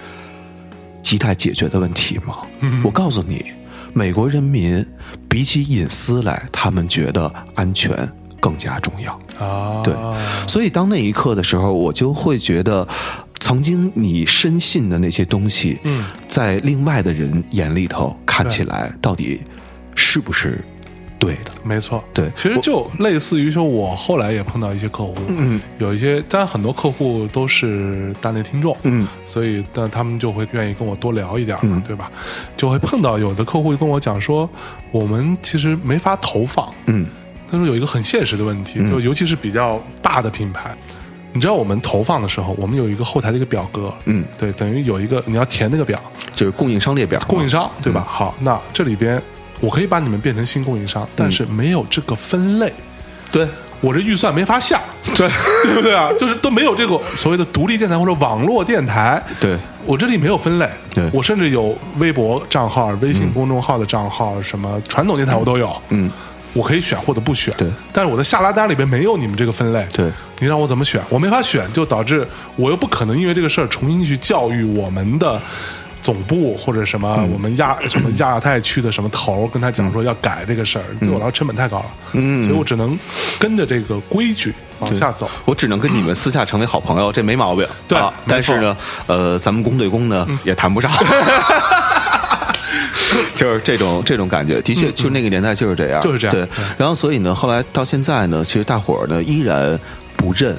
A: 亟待解决的问题吗？我告诉你，美国人民比起隐私来，他们觉得安全更加重要。
B: 啊，
A: 对所以当那一刻的时候，我就会觉得，曾经你深信的那些东西，
B: 嗯，
A: 在另外的人眼里头看起来到底是不是对的？
B: 没错，
A: 对
B: 其实就类似于说，我后来也碰到一些客户，嗯，有一些，但很多客户都是大内听众，
A: 嗯，
B: 所以但他们就会愿意跟我多聊一点嘛，对吧？就会碰到有的客户就跟我讲说，我们其实没法投放，
A: 嗯
B: 他说有一个很现实的问题，就尤其是比较大的品牌，你知道我们投放的时候，我们有一个后台的一个表格，
A: 嗯，
B: 对，等于有一个你要填那个表，
A: 就是供应商列表嘛，
B: 供应商
A: 嗯
B: 对吧？好，那这里边我可以把你们变成新供应商，但是没有这个分类。
A: 对
B: 我这预算没法下，
A: 对
B: 对不对啊？就是都没有这个所谓的独立电台或者网络电台，
A: 对
B: 我这里没有分类，
A: 对
B: 我甚至有微博账号、微信公众号的账号，什么传统电台我都有，
A: 嗯，
B: 我可以选或者不选，
A: 对
B: 但是我的下拉单里边没有你们这个分类，
A: 对，
B: 你让我怎么选？我没法选，就导致我又不可能因为这个事儿重新去教育我们的。总部或者什么，
A: 嗯
B: 我们亚什么亚太区的什么头儿跟他讲说要改这个事儿，对我来说成本太高了，嗯，所以我只能跟着这个规矩往 下走。
A: 我只能跟你们私下成为好朋友，这没毛病。
B: 对
A: 啊
B: 没
A: 但
B: 错嗯
A: 是呢，呃，咱们公对公呢、也谈不 上。就是这种这种感觉，的确，就是那个年代就是这样，
B: 嗯就是这样
A: 对
B: 对，
A: 然后所以呢，后来到现在呢，其实大伙儿呢依然不认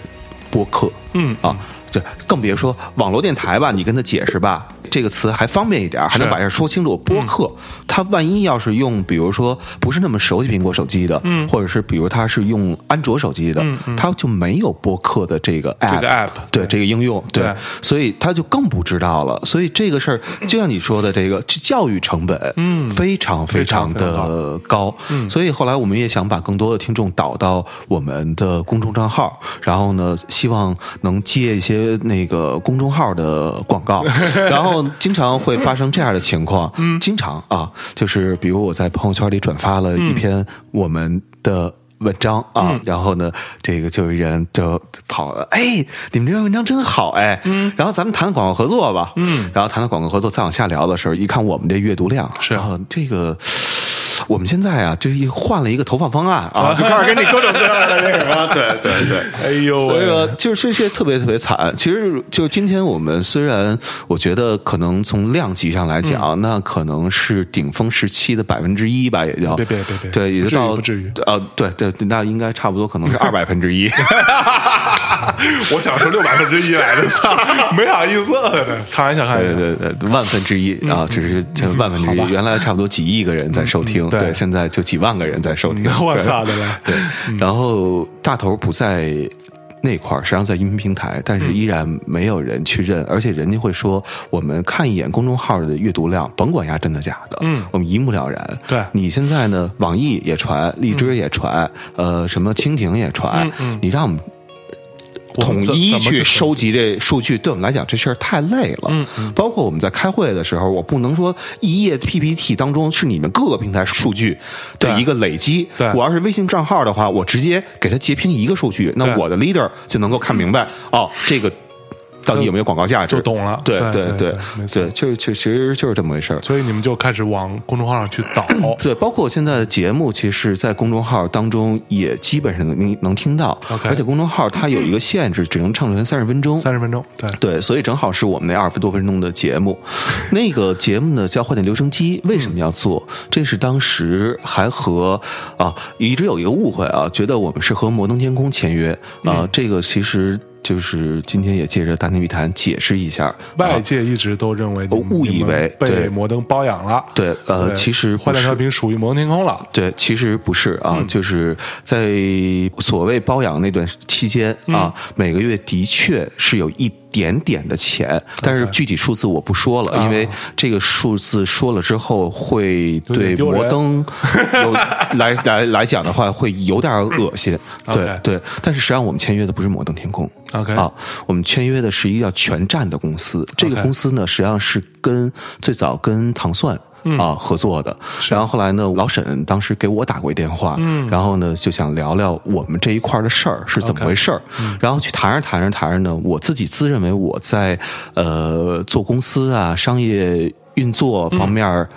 A: 播客，
B: 嗯
A: 啊，对，更别说网络电台吧，你跟他解释吧，这个词还方便一点儿，还能把这说清楚。播客，他万一要是用，比如说不是那么熟悉苹果手机的，嗯，或者是比如他是用安卓手机的，他就没有播客的这个 app，
B: 这个 app，
A: 对这个应用，对
B: 对
A: 所以他就更不知道了。所以这个事儿，就像你说的，这个这教育成本，嗯，非常非常
B: 非常非常
A: 的高。所以后来我们也想把更多的听众导到我们的公众账号，然后呢，希望能接一些那个公众号的广 告。然后经常会发生这样的情况，嗯，经常啊，就是比如我在朋友圈里转发了一篇我们的。文章啊，然后呢，这个就有人就跑了，哎，你们这篇文章真好哎，嗯，然后咱们谈谈广告合作吧，嗯，然后谈谈广告合作，再往下聊的时候，一看我们这阅读量，
B: 是
A: 然后这个我们现在啊，就是一换了一个投放方案啊，就开 始给你各种各样的那个啊，对对对，
B: 哎呦喂
A: 所以 说就是这些特别特别惨。其实就今天我们虽然我觉得可能从量级上来讲，
B: 嗯
A: 那可能是顶峰时期的百分之一吧，也就
B: 别别别别
A: 对，也
B: 不
A: 就
B: 至于
A: 到
B: 不至于
A: 呃，对对，那应该差不多可能是二百分之 一。
B: 我想说六百分之一来的，操，没啥意思呢。开玩笑，开玩笑。
A: 对对对，万分之
B: 嗯
A: 一啊，只是这万分之
B: 好吧嗯
A: 一。原来差不多几亿个人在收听，
B: 对嗯
A: 对，现在就几万个人在收听。
B: 我
A: 对
B: 操的了
A: 对，然后大头不在那块儿，实际上在音频平台，但是依然没有人去认，而且人家会说，我们看一眼公众号的阅读量，甭管它真的假的，嗯，我们一目了然。
B: 对
A: 你现在呢，网易也传，荔枝也传，呃，什么蜻蜓也传，你让我们。
B: 我
A: 统
B: 们怎
A: 一
B: 怎么去嗯
A: 去
B: 分析
A: 收集这数据，对我们来讲这事儿太累了。包括我们在开会的时候，我不能说一页 PPT 当中是你们各个平台数据的
B: 对
A: 一个累积。
B: 对
A: 我要是微信账号的话，我直接给它截屏一个数据，那
B: 对
A: 我的 leader 就能够看明白哦，这个到底有没有广告价值，
B: 就懂了
A: 对
B: 对对
A: 对
B: 对没，错
A: 对，就是就其实就是这么回事儿。
B: 所以你们就开始往公众号上去倒，
A: 对，包括现在的节目，其实，在公众号当中也基本上能能听到
B: OK
A: 而且公众号它有一个限制，只能上传三十分钟。
B: 三十分钟，对，
A: 对，所以正好是我们那二十多分钟的节目，那个节目呢叫《换点留声机》，为什么要做？这是当时还和啊一直有一个误会啊，觉得我们是和摩登天空签约啊，这个其实就是今天也借着大内密谈解释一下，啊
B: 外界一直都认为你们
A: 哦误以为
B: 你们
A: 对
B: 被摩登包养了，
A: 对呃其实不
B: 坏蛋
A: 是
B: 调频属于摩登天空了，
A: 对，其实不是啊，
B: 嗯
A: 就是在所谓包养那段期间
B: 嗯
A: 啊，每个月的确是有一点点的钱，但是具体数字我不说
B: 啊
A: 了，因为这个数字说了之后会
B: 有点
A: 对
B: 丢人
A: 摩 登有来来来讲的话会有点恶心。对
B: 嗯 OK
A: 对，但是实际上我们签约的不是摩登天空
B: OK
A: 啊，我们签约的是一个叫全站的公司，这个
B: OK
A: 公司呢实际上是跟最早跟糖蒜。啊，合作的。然后后来呢，老沈当时给我打过一电话，然后呢就想聊聊我们这一块儿的事儿是怎么回事儿。然后去谈着谈着谈着呢，我自己自认为我在呃做公司啊、商业运作方面儿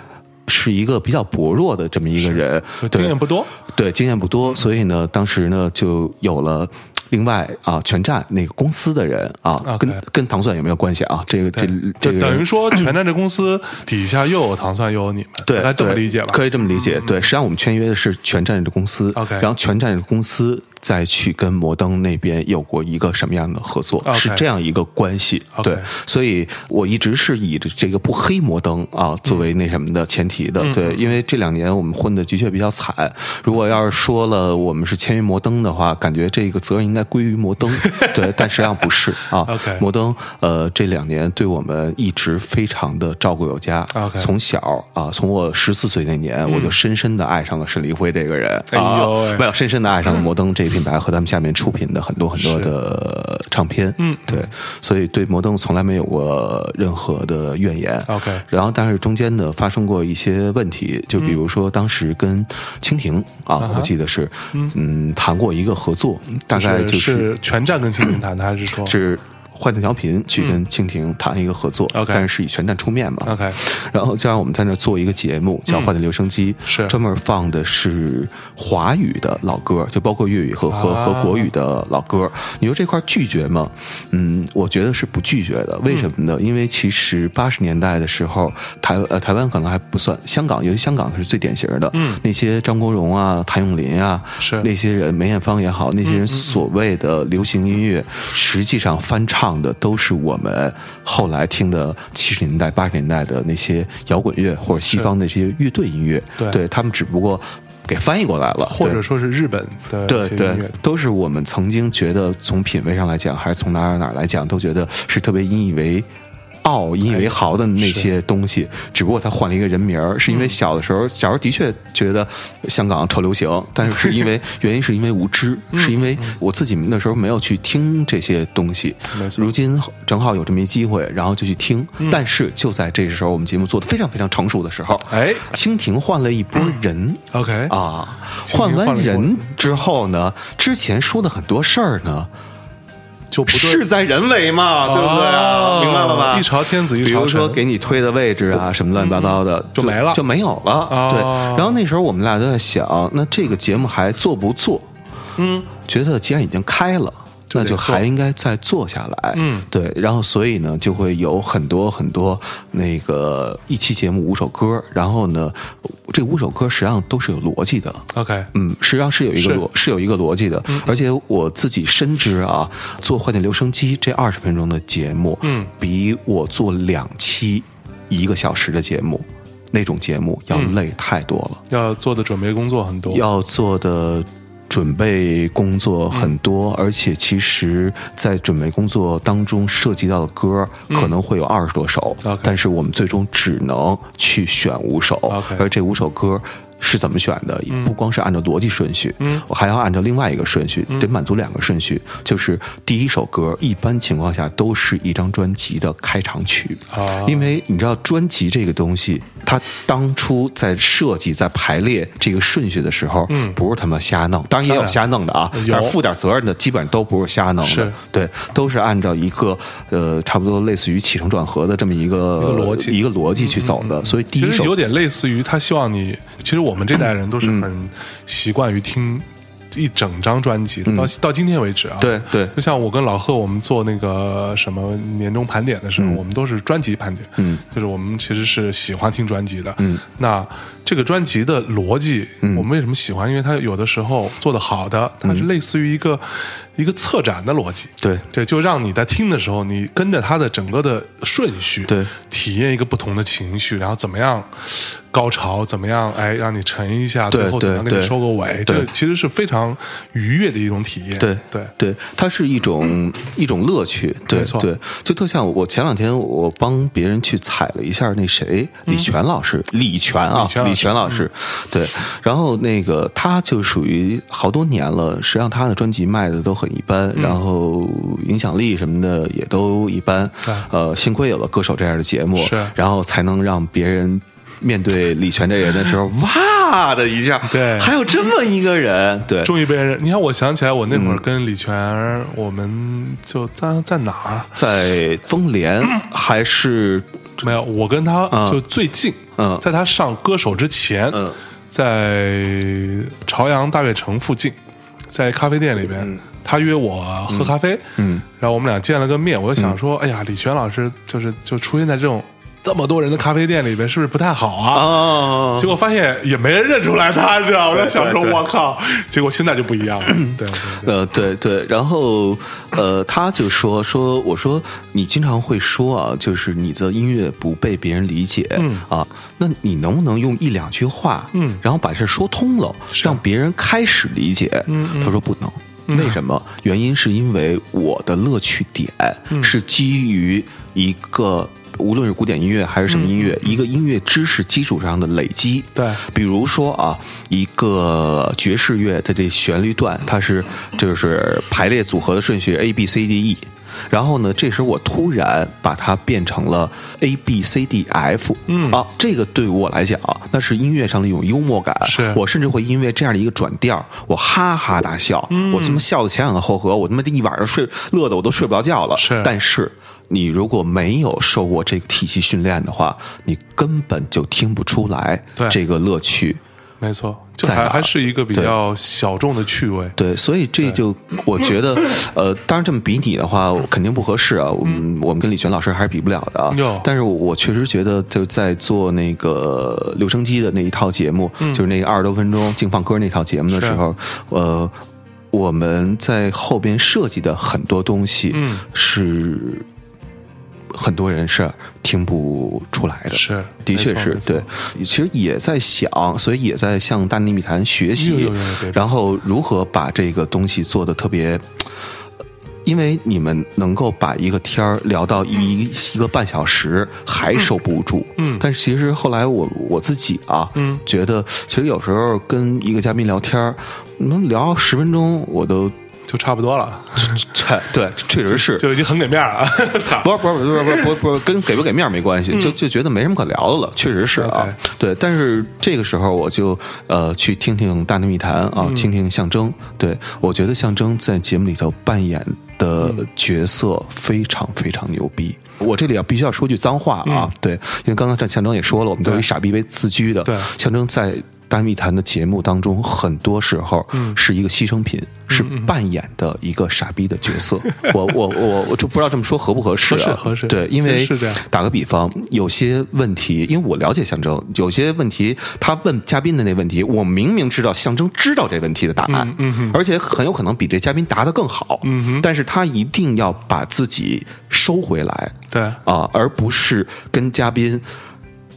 A: 是一个比较薄弱的这么一个人，
B: 就
A: 对
B: 经验不多，
A: 对，经验不多，所以呢，当时呢就有了。另外啊，全站那个公司的人啊，
B: OK
A: 跟跟糖蒜也没有关系啊。这个这这
B: 就
A: 个
B: 等于
A: 人
B: 说全站这公司底下又有糖蒜又有你们，
A: 对
B: 大概，这么
A: 对
B: 理解吧？嗯
A: 可以这么理解。对，实际上我们签约的是全站的公司
B: OK
A: 然后全站的公司再去跟摩登那边有过一个什么样的合作
B: OK
A: 是这样一个关系。
B: OK
A: 对，所以我一直是以这个不黑摩登
B: 嗯
A: 啊作为那什么的前提的。对，因为这两年我们混的的确比较惨。如果要是说了我们是签约摩登的话，感觉这个责任应该归于摩 登。对，但实际上不是啊。
B: OK
A: 摩登呃这两年对我们一直非常的照顾有加。
B: OK 嗯
A: 从小啊，从我十四岁那年，我就深深的爱上了沈黎辉这个人，
B: 哎呦
A: 啊
B: 喂，
A: 没有深深的爱上了摩登这个品牌和他们下面出品的很多很多的唱片，嗯，对，所以对摩登从来没有过任何的怨言
B: OK
A: 然后，但是中间呢发生过一些问题，就比如说当时跟蜻蜓啊，我记得是嗯谈过一个合作，大概就是
B: 是全站跟蜻蜓谈的，还是说
A: 是坏蛋调频去跟蜻蜓谈一个合作，
B: 嗯 OK
A: 但是是以全站出面嘛
B: OK
A: 然后加上我们在那儿做一个节目叫《坏的留声机》，
B: 嗯是
A: 专门放的是华语的老歌，就包括粤语和和和
B: 啊
A: 国语的老歌。你说这块拒绝吗？嗯，我觉得是不拒绝的。为什么呢？因为其实八十年代的时候，台呃台湾可能还不算，香港尤其香港是最典型的。嗯，那些张国荣啊、谭咏麟啊，
B: 是
A: 那些人梅艳芳也好，那些人所谓的流行音乐，实际上翻唱的都是我们后来听的七十年代、八十年代的那些摇滚乐或者西方的这些乐队音乐，
B: 对
A: 他们只不过给翻译过来了，
B: 或
A: 对
B: 者说是日本的
A: 对
B: 一些
A: 对
B: 音乐，
A: 都是我们曾经觉得从品味上来讲，还是从哪儿哪儿来讲，都觉得是特别引以为傲、引以为豪的那些东西。只不过他换了一个人名儿，是因为
B: 嗯
A: 小的时候，小时候的确觉得香港臭流行，但是是因为原因是因为无 知，
B: 嗯
A: 是因为我自己那时候没有去听这些东西。
B: 没错嗯
A: 如今正好有这么一机会，然后就去听。但是就在这时候，我们节目做的非常非常成熟的时候，
B: 哎
A: 蜻蜓换了一波人。
B: ，OK
A: 啊，
B: 蜻蜓
A: 换
B: 哎换
A: 完
B: 了一波
A: 人之后呢，之前说的很多事儿呢，
B: 就不对
A: 事在人为嘛，对不对啊？
B: 哦
A: 明白了吧？
B: 一朝天子一朝
A: 比如说
B: 臣
A: 给你推的位置啊，什么乱七八糟的，
B: 嗯就没了
A: 就没有了。
B: 哦
A: 对，然后那时候我们俩都在想，那这个节目还做不做？
B: 嗯，
A: 觉得既然已经开了。
B: 得
A: 那就还应该再做下来，
B: 嗯，
A: 对，然后所以呢，就会有很多很多那个一期节目五首歌，然后呢，这五首歌实际上都是有逻辑的，
B: OK，
A: 嗯，实际上是有一个
B: 是嗯
A: 逻是有一个逻辑的，而且我自己深知啊，做《坏蛋留声机》这二十分钟的节目，
B: 嗯，
A: 比我做两期一个小时的节目那种节目要累太多了，
B: 要做的准备工作很多，
A: 要做的。准备工作很多，
B: 嗯
A: 而且其实，在准备工作当中涉及到的歌可能会有二十多首，
B: 嗯 OK
A: 但是我们最终只能去选五首
B: OK
A: 而这五首歌是怎么选的？
B: 嗯
A: 不光是按照逻辑顺序，嗯，我还要按照另外一个顺序，
B: 嗯
A: 得满足两个顺序。就是第一首歌，一般情况下都是一张专辑的开场曲，
B: 哦
A: 因为你知道专辑这个东西，它当初在设计、在排列这个顺序的时候，嗯，不是他妈瞎弄，当然也有
B: 当然
A: 瞎弄的啊，
B: 有
A: 但是负点责任的基本上都不是瞎弄的，
B: 是
A: 对，都是按照一个呃，差不多类似于起承转合的这么一个
B: 一个逻辑嗯
A: 一个逻辑去走的。所以第一
B: 其实
A: 首嗯
B: 有点类似于他希望你，其实我们这代人都是很习惯于听一整张专辑的，到到今天为止啊，
A: 嗯对对
B: 就像我跟老贺，我们做那个什么年终盘点的
A: 嗯
B: 时候，我们都是专辑盘点，嗯，就是我们其实是喜欢听专辑的，嗯，那这个专辑的逻辑，
A: 嗯
B: 我们为什么喜欢？因为它有的时候做的好的，它是类似于一个、一个策展的逻辑，
A: 对
B: 对，就让你在听的时候，你跟着它的整个的顺序，
A: 对，
B: 体验一个不同的情绪，然后怎么样高潮，怎么样哎让你沉一下，
A: 对
B: 最后怎么样
A: 对
B: 给你
A: 对
B: 收个尾，
A: 对
B: 这其实是非常愉悦的一种体验，
A: 对
B: 对，
A: 对，它是一种一种乐趣，对
B: 没错
A: 对，就特像我前两天我帮别人去采了一下那谁李泉老师，李泉啊
B: 嗯李泉，老师嗯
A: 李泉老师，对，然后那个他就属于好多年了，实际上他的专辑卖的都很一般，
B: 嗯
A: 然后影响力什么的也都一般
B: 对，
A: 呃，幸亏有了歌手这样的节目
B: 是，
A: 然后才能让别人。面对李泉这人的时 候，哇的一下，
B: 对
A: 还有这么一个人，对，
B: 终于被人，你看，我想起来，我那
A: 嗯
B: 会儿跟李泉，我们就在在哪儿？
A: 在丰 联还是
B: 没有，我跟他
A: 嗯
B: 就最近，
A: 嗯
B: 在他上歌手之前，
A: 嗯
B: 在朝阳大悦城附近，在咖啡店里
A: 嗯
B: 边，他约我喝咖啡，嗯，然后我们俩见了个面，我就
A: 嗯
B: 想说，哎呀，李泉老师就是就出现在这种这么多人的咖啡店里边，是不是不太好啊？
A: 哦
B: 结果发现也没人认出来他，你知道吗？我就想说，
A: 对对
B: 我靠！结果现在就不一样了，对对对，
A: 呃，对对，然后呃，他就说说，我说你经常会说啊，就是你的音乐不被别人理解，
B: 嗯
A: 啊，那你能不能用一两句话，
B: 嗯
A: 然后把事儿说通了，让别人开始理解？
B: 嗯
A: 他说不能。为什么？原因是因为我的乐趣点
B: 嗯
A: 是基于一个，无论是古典音乐还是什么音乐，一个音乐知识基础上的累积。
B: 嗯对
A: 比如说啊，一个爵士乐的这旋律段，它是就是排列组合的顺序 A B C D E，然后呢，这时候我突然把它变成了 A B C D F，嗯啊，这个对于我来讲啊，那是音乐上的一种幽默感，
B: 是
A: 我甚至会因为这样的一个转调，我哈哈大笑，
B: 嗯
A: 我他妈笑的前仰后合，我他妈这一晚上睡乐的我都睡不着觉了，
B: 是
A: 但是。你如果没有受过这个体系训练的话，你根本就听不出来
B: 对
A: 这个乐趣。
B: 没错，就
A: 在哪
B: 还
A: 儿
B: 还是一个比
A: 对
B: 较小众的趣味，
A: 对，所以这就我觉 得，呃，当然这么比你的话，我肯定不合适啊。我们、我们跟李泉老师还是比不了的啊
B: 嗯哟。
A: 但是我我确实觉得，就在做那个留声机的那一套节目，
B: 嗯
A: 就是那个二十多分钟净放歌那套节目的时候，呃，我们在后边设计的很多东西
B: 嗯
A: 是很多人是听不出来的。
B: 是
A: 的确
B: 没错
A: 是
B: 没错
A: 对，其实也在想，所以也在向大内密谈学
B: 呦呦
A: 习
B: 呦别，
A: 然后如何把这个东西做的特别。因为你们能够把一个天儿聊到一、一个半小时还收不住，
B: 嗯
A: 但是其实后来我我自己啊，
B: 嗯
A: 觉得其实有时候跟一个嘉宾聊天儿，能聊十分钟我都，
B: 就差不多了。
A: 对，确实是，
B: 就已经很给面儿了。啊 操
A: 不是不是不是不是不是 不是跟给不给面儿没关系，就就觉得没什么可聊的了，确实是啊
B: 嗯 OK，
A: 对。但是这个时候我就呃去
B: 嗯
A: 听听《大内密谈》啊，听听象征。对我觉得象征在节目里头扮演的
B: 嗯
A: 角色非常非常牛逼。我这里啊，必须要说句脏话啊，对，因为刚刚象征也说了，我们都以
B: 嗯对
A: 傻逼为自居的。
B: 对
A: 象征在大密谈的节目当中，很多时候
B: 嗯
A: 是一个牺牲品，是扮演的一个傻逼的角色。我我我我就不知道这么说合不合适、啊，
B: 合适合适
A: 对，因为
B: 是是这样
A: 打个比方，有些问题，因为我了解象征，有些问题他问嘉宾的那问题，我明明知道象征知道这问题的答案，嗯而且很有可能比这嘉宾答的更好，嗯但是他一定要把自己收回来，
B: 对
A: 啊，而不是跟嘉宾。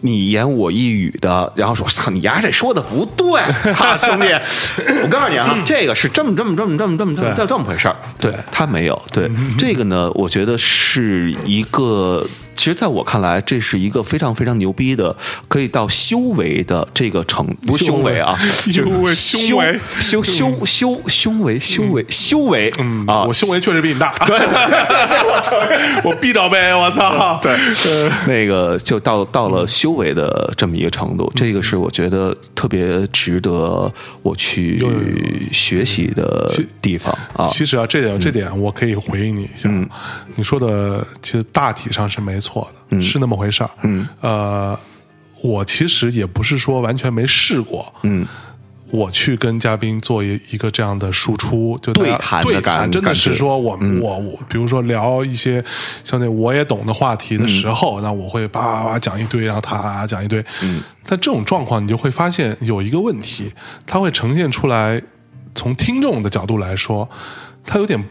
A: 你言我一语的，然后说：“操你丫这说的不对，操兄 弟！我告诉你啊，这个是这么这么这么这么这么这么
B: 对
A: 这么回事儿。”对
B: 对嗯
A: 他没有。对这个呢，我觉得是一个，其实在我看来，这是一个非常非常牛逼的，可以到修为的这个程，不是
B: 修
A: 胸围啊，
B: 为
A: 就是
B: 修为
A: 修
B: 胸
A: 修修
B: 围
A: 修胸围修围修为
B: 嗯
A: 啊，
B: 我胸围确实比你大，对，我承认，我闭着呗，我操，对，
A: 那个就到到了修为的这么一个程
B: 嗯
A: 度，这个是我觉得特别值得我
B: 有有
A: 去学习的
B: 其
A: 地方啊。
B: 其实啊，嗯这点这点我可以回应你一下。你说的其实大体上是没错的，是那么回事儿。嗯，呃，我其实也不是说完全没试过。嗯。我去跟嘉宾做一一个这样的输出，就大家
A: 对谈的
B: 对
A: 感
B: 谈，真的
A: 感
B: 是
A: 觉嗯
B: 说我、我我，比如说聊一些像那我也懂的话题的时候，
A: 嗯
B: 那我会叭叭叭讲一堆，然后他讲一堆。嗯，但这种状况你就会发现有一个问题，它会呈现出来。从听众的角度来说，他有点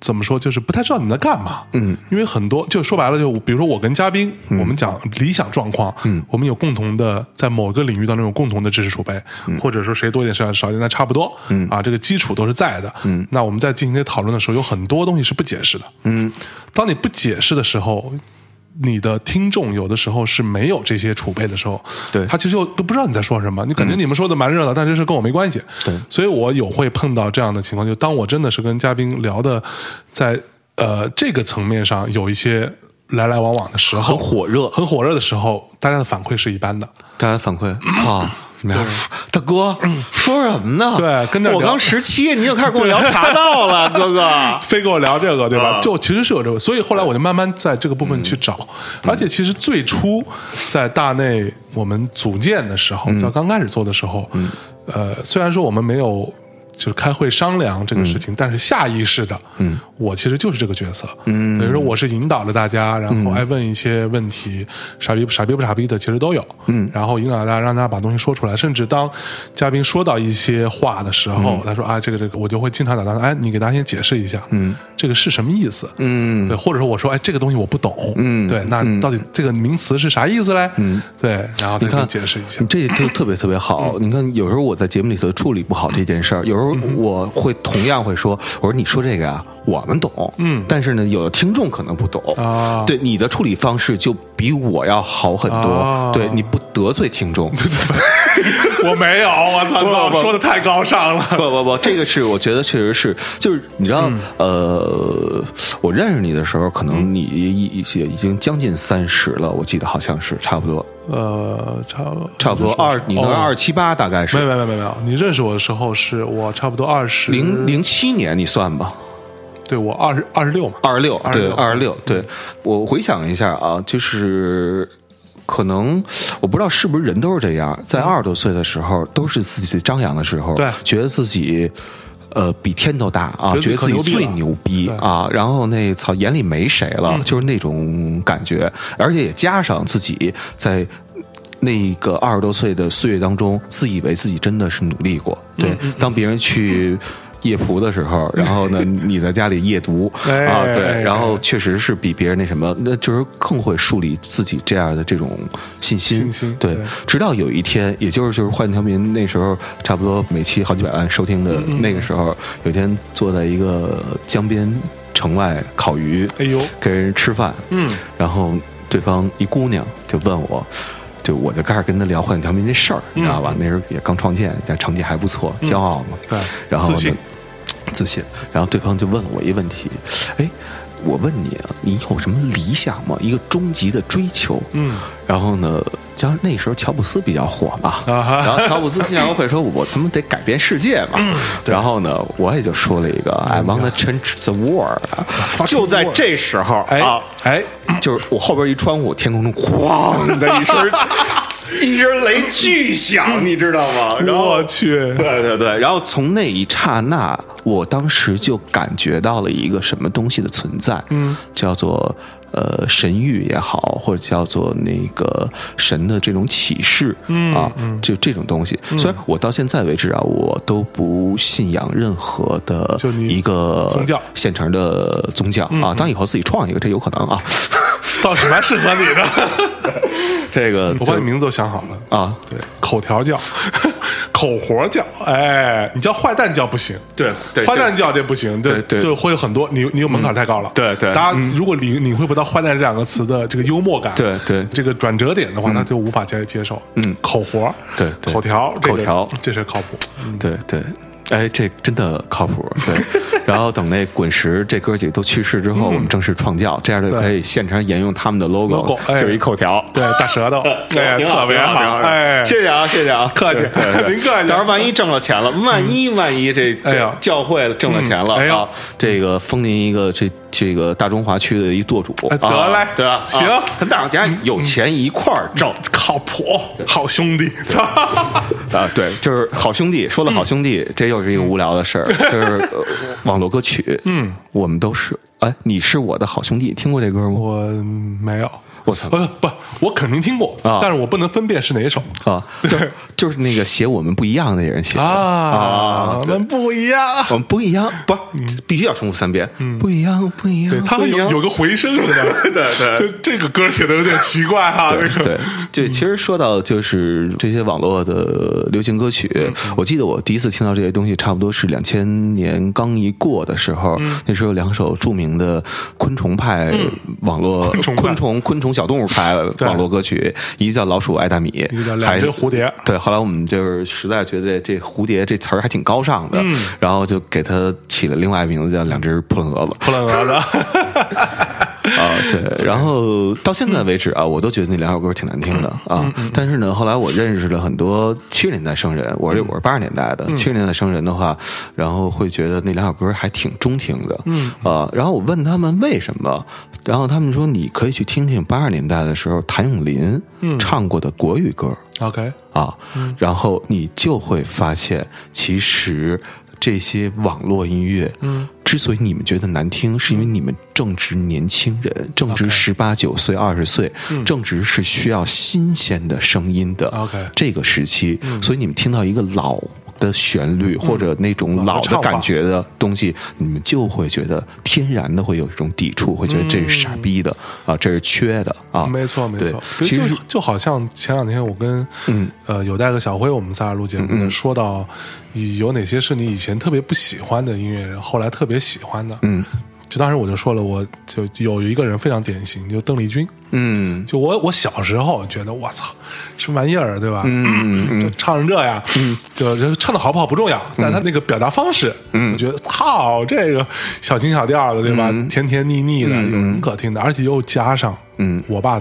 B: 怎么说，就是不太知道你们在干嘛。嗯，因为很多就说白了，就比如说我跟嘉宾，我们讲理想状况，嗯，我们有共同的在某个领域当中有共同的知识储备，或者说谁多一点，谁少一点，那差不多。嗯啊，这个基础都是在的。嗯，那我们在进行这讨论的时候，有很多东西是不解释的。嗯，当你不解释的时候。你的听众有的时候是没有这些储备的时候，
A: 对
B: 他其实又都不知道你在说什么，你感觉你们说的蛮热闹，但这事跟我没关系。
A: 对
B: 所以我有会碰到这样的情况，就当我真的是跟嘉宾聊的在呃这个层面上有一些来来往往的时
A: 很
B: 候，
A: 火热，
B: 很火热的时候，大家的反馈是一般的。
A: 大家反馈，
B: 嗯
A: 操！你们俩说大哥说什么呢？
B: 对跟这儿
A: 我
B: 聊
A: 刚十七，你就开始跟我聊茶道了，哥哥。
B: 非跟我聊这个，对吧？就其实是有这个，所以后来我就慢慢在这个部分去找，而且其实最初在大内我们组建的时候，在刚开始做的时候，呃，虽然说我们没有。就是开会商量这个事情，但是下意识的，嗯，我其实就是这个角色，嗯，等于说我是引导着大家，然后爱问一些问题，傻逼傻逼不傻逼的其实都有，嗯，然后引导大家让大家把东西说出来，甚至当嘉宾说到一些话的时候，
A: 嗯
B: 他说啊这个这个，我就会经常打断，哎，你给大家先解释一下，嗯，这个是什么意思，嗯，对，或者说我说哎这个东西我不懂，嗯，对，那到底这个名词是啥意思嘞？嗯，对，然后
A: 你
B: 你
A: 看，
B: 解释一下
A: 你，这 特特别特别好。
B: 嗯
A: 你看，有时候我在节目里头处理不好这件事儿，有时候我会同样会说，我说你说这个呀、我们懂，嗯，但是呢，有的听众可能不懂
B: 啊
A: 对，你的处理方式就比我要好很多，
B: 啊
A: 对，你不得罪听 众。
B: 我没有，我操，
A: 不不
B: 我说的太高尚了，
A: 不不不，这个是我觉得确实是，就是你知道，
B: 嗯
A: 呃，我认识你的时候，可能你已也已经将近三十了，我记得好像是差不多，
B: 呃，差不多
A: 差不多二，你能
B: 哦
A: 二七八大概是
B: 没有没有没有没有，你认识我的时候是我差不多二十
A: 零，零七年，你算吧，
B: 对我二十二十六嘛，
A: 二十六，对，
B: 26
A: 二十六，对我回想一下啊，就是可能我不知道是不是人都是这样，在二十多岁的时候，都是自己张扬的时候，
B: 对
A: 觉得自己。呃，比天都大啊，觉
B: 觉
A: 得
B: 得
A: 自
B: 自己
A: 己
B: 可
A: 最
B: 牛逼了
A: 牛逼
B: 对
A: 啊，然后那操眼里没谁了，就是那种感觉，而且也加上自己在那个二十多岁的岁月当中，自以为自己真的是努力过。
B: 嗯
A: 对，当别人去夜蒲的时候，然后呢，你在家里夜读
B: 哎
A: 啊，
B: 哎哎
A: 对，然后确实是比别人那什么，那就是更会树立自己这样的这种信心。
B: 信心
A: 对
B: 对，
A: 直到有一天，也就是就是《幻影调频》那时候，差不多每期好几百万收听的
B: 嗯
A: 那个时候，有一天坐在一个江边城外烤鱼，
B: 哎呦，
A: 跟人吃饭，
B: 嗯，
A: 然后对方一姑娘就问我，就我就开始跟她聊幻影调频这事儿，你知道吧？那时候也刚创建，但成绩还不错，骄傲嘛。
B: 嗯对
A: 然后呢
B: 自信
A: 自信，然后对方就问了我一问题，哎，我问你啊，你有什么理想吗？一个终极的追求？
B: 嗯，
A: 然后呢，加那时候乔布斯比较火吧，
B: 啊哈
A: 然后乔布斯经常会说：“我他妈得改变世界嘛。然后呢，我也就说了一个 “I want to change the world”，就啊在这时候
B: 哎
A: 啊，
B: 哎，
A: 就是我后边一窗户，天空中哐的一声， 一声雷巨响，你知道吗？然后
B: 我去，
A: 对对对，然后从那一刹那，我当时就感觉到了一个什么东西的存在，嗯，叫做呃神谕也好，或者叫做那个神的这种启示，嗯啊，就这种东西。
B: 嗯
A: 虽然我到现在为止啊，我都不信仰任何的
B: 就你
A: 一个
B: 宗教嗯
A: 现成的宗教啊，当然以后自己创一个，这有可能 啊。
B: 倒是蛮适合你的。
A: 这个
B: 我把你名字都想好了，
A: 啊，
B: 对，口条教， 口活教，哎，你叫坏蛋教不行，
A: 对对
B: 坏蛋教这不行，
A: 对对
B: 就会有很多，你你有门槛太高了，
A: 对对嗯
B: 大家如果领领会不到“坏蛋”这两个词的这个幽默感，
A: 对对嗯
B: 这个转折点的话，他就无法接接受，嗯，口活，
A: 对对
B: 口条，
A: 口条
B: 这是靠谱，嗯
A: 对对，哎，这真的靠谱。对，然后等那滚石这哥几个都去世之后，我们正式创教，这样就可以现场沿用他们的嗯 logo，,
B: logo，哎
A: 哦就是一口条。
B: 对，大舌头，哎，
A: 挺
B: 特别
A: 挺挺
B: 哎，
A: 谢谢啊，谢谢啊，
B: 客气
A: 对对 对嗯
B: 您客气
A: 到时候万一挣了钱了，万一万一这
B: 哎
A: 这
B: 呀
A: 教会挣了钱了
B: 嗯哎呀
A: 啊，这个封您一个这这个大中华区的一舵主
B: 哎，得
A: 啊
B: 嘞
A: 对吧？
B: 行
A: 啊大家有钱一块儿挣。
B: 靠谱，好兄弟，
A: 啊，对， 就是好兄弟。说了好兄弟，这又是一个无聊的事儿，就是呃网络歌曲。嗯，我们都是，哎，你是我的好兄弟，听过这歌吗？
B: 我没有，
A: 我操
B: 不不，我肯定听过，
A: 啊
B: 但是我不能分辨是哪首
A: 啊，就是 就是那个写我们不一样那人写的，
B: 啊，我们不一样。
A: 我们不一样，不是必须要重复三遍，不一样，不一样，
B: 对，他
A: 不
B: 们
A: 一
B: 有
A: 样
B: 有个回声似的，
A: 对
B: 对 这这个歌写的有点奇怪哈，这个
A: 对，对，
B: 嗯
A: 其实说到就是这些网络的流行歌曲，
B: 嗯
A: 我记得我第一次听到这些东西，差不多是两千年刚一过的时候，
B: 嗯
A: 那时候有两首著名的昆虫派网络、
B: 昆虫派
A: 昆虫昆虫小动物 派网络歌曲，一个叫《老鼠爱大米》，
B: 一个叫两
A: 还
B: 只蝴蝶
A: 对，后来我们就是实在觉得这蝴蝶这词儿还挺高尚的，
B: 嗯
A: 然后就给它起了另外一名字叫两只扑棱蛾子。
B: 扑棱蛾子，
A: 啊，对，然后到现在为止啊，我都觉得那两首歌挺难听的啊。但是呢，后来我认识了很多七十年代生人，我是我是八十年代的，七十年代生人的话，然后会觉得那两首歌还挺中听的，嗯啊。然后我问他们为什么，然后他们说你可以去听听八十年代的时候谭咏麟唱过的国语歌，
B: OK，
A: 啊，然后你就会发现，其实这些网络音乐，嗯，之所以你们觉得难听，是因为你们正值年轻人，正值十八九岁、二十岁，正值是需要新鲜的声音的
B: OK
A: 这个时期，所以你们听到一个老。的旋律或者那种老的感觉嗯的东西，你们就会觉得天然的会有一种抵触，会觉得这是傻逼的啊，这是缺的啊，
B: 没错没
A: 对
B: 错，
A: 其实
B: 就就好像前两天我跟嗯呃有代和小辉我们仨录节
A: 嗯
B: 目，说到以有哪些是你以前特别不喜欢的音乐人，后来特别喜欢的，嗯，就当时我就说了，我就有一个人非常典型，就邓丽君，
A: 嗯，
B: 就我我小时候觉得我操，什么玩意儿，对吧？嗯嗯，就嗯唱成这样，就就唱的好不好不重要，但是他那个表达方式，嗯，我觉得操，这个小情小调的，对吧？甜甜腻腻的，有什么可听的？而且又加上，嗯，我爸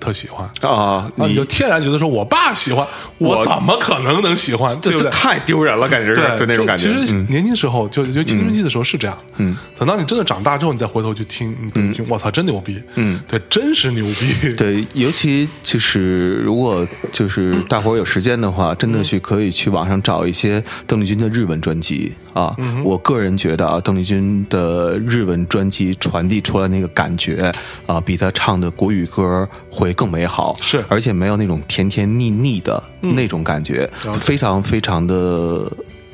B: 特喜欢。
A: 啊，
B: 啊，你就天然觉得说，我爸喜欢，我
A: 我
B: 怎么可能能喜欢？啊对
A: 这
B: 不
A: 这
B: 对？
A: 太丢人了，感觉
B: 对，
A: 是就那种感觉。
B: 其实
A: 嗯
B: 年轻时候，就就青春期的时候是这样。嗯，等到你真的长大之后，你再回头去听，你就我操，真牛逼！嗯，对，真是牛逼！
A: 对，尤其就是如果就是大伙儿有时间的话，真的去可以去网上找一些邓丽君的日文专辑啊。
B: 嗯
A: 我个人觉得啊，邓丽君的日文专辑传递出来那个感觉啊，比她唱的国语歌会更美好，
B: 是嗯
A: 而且没有那种甜甜腻腻的那种感觉，非常非常的。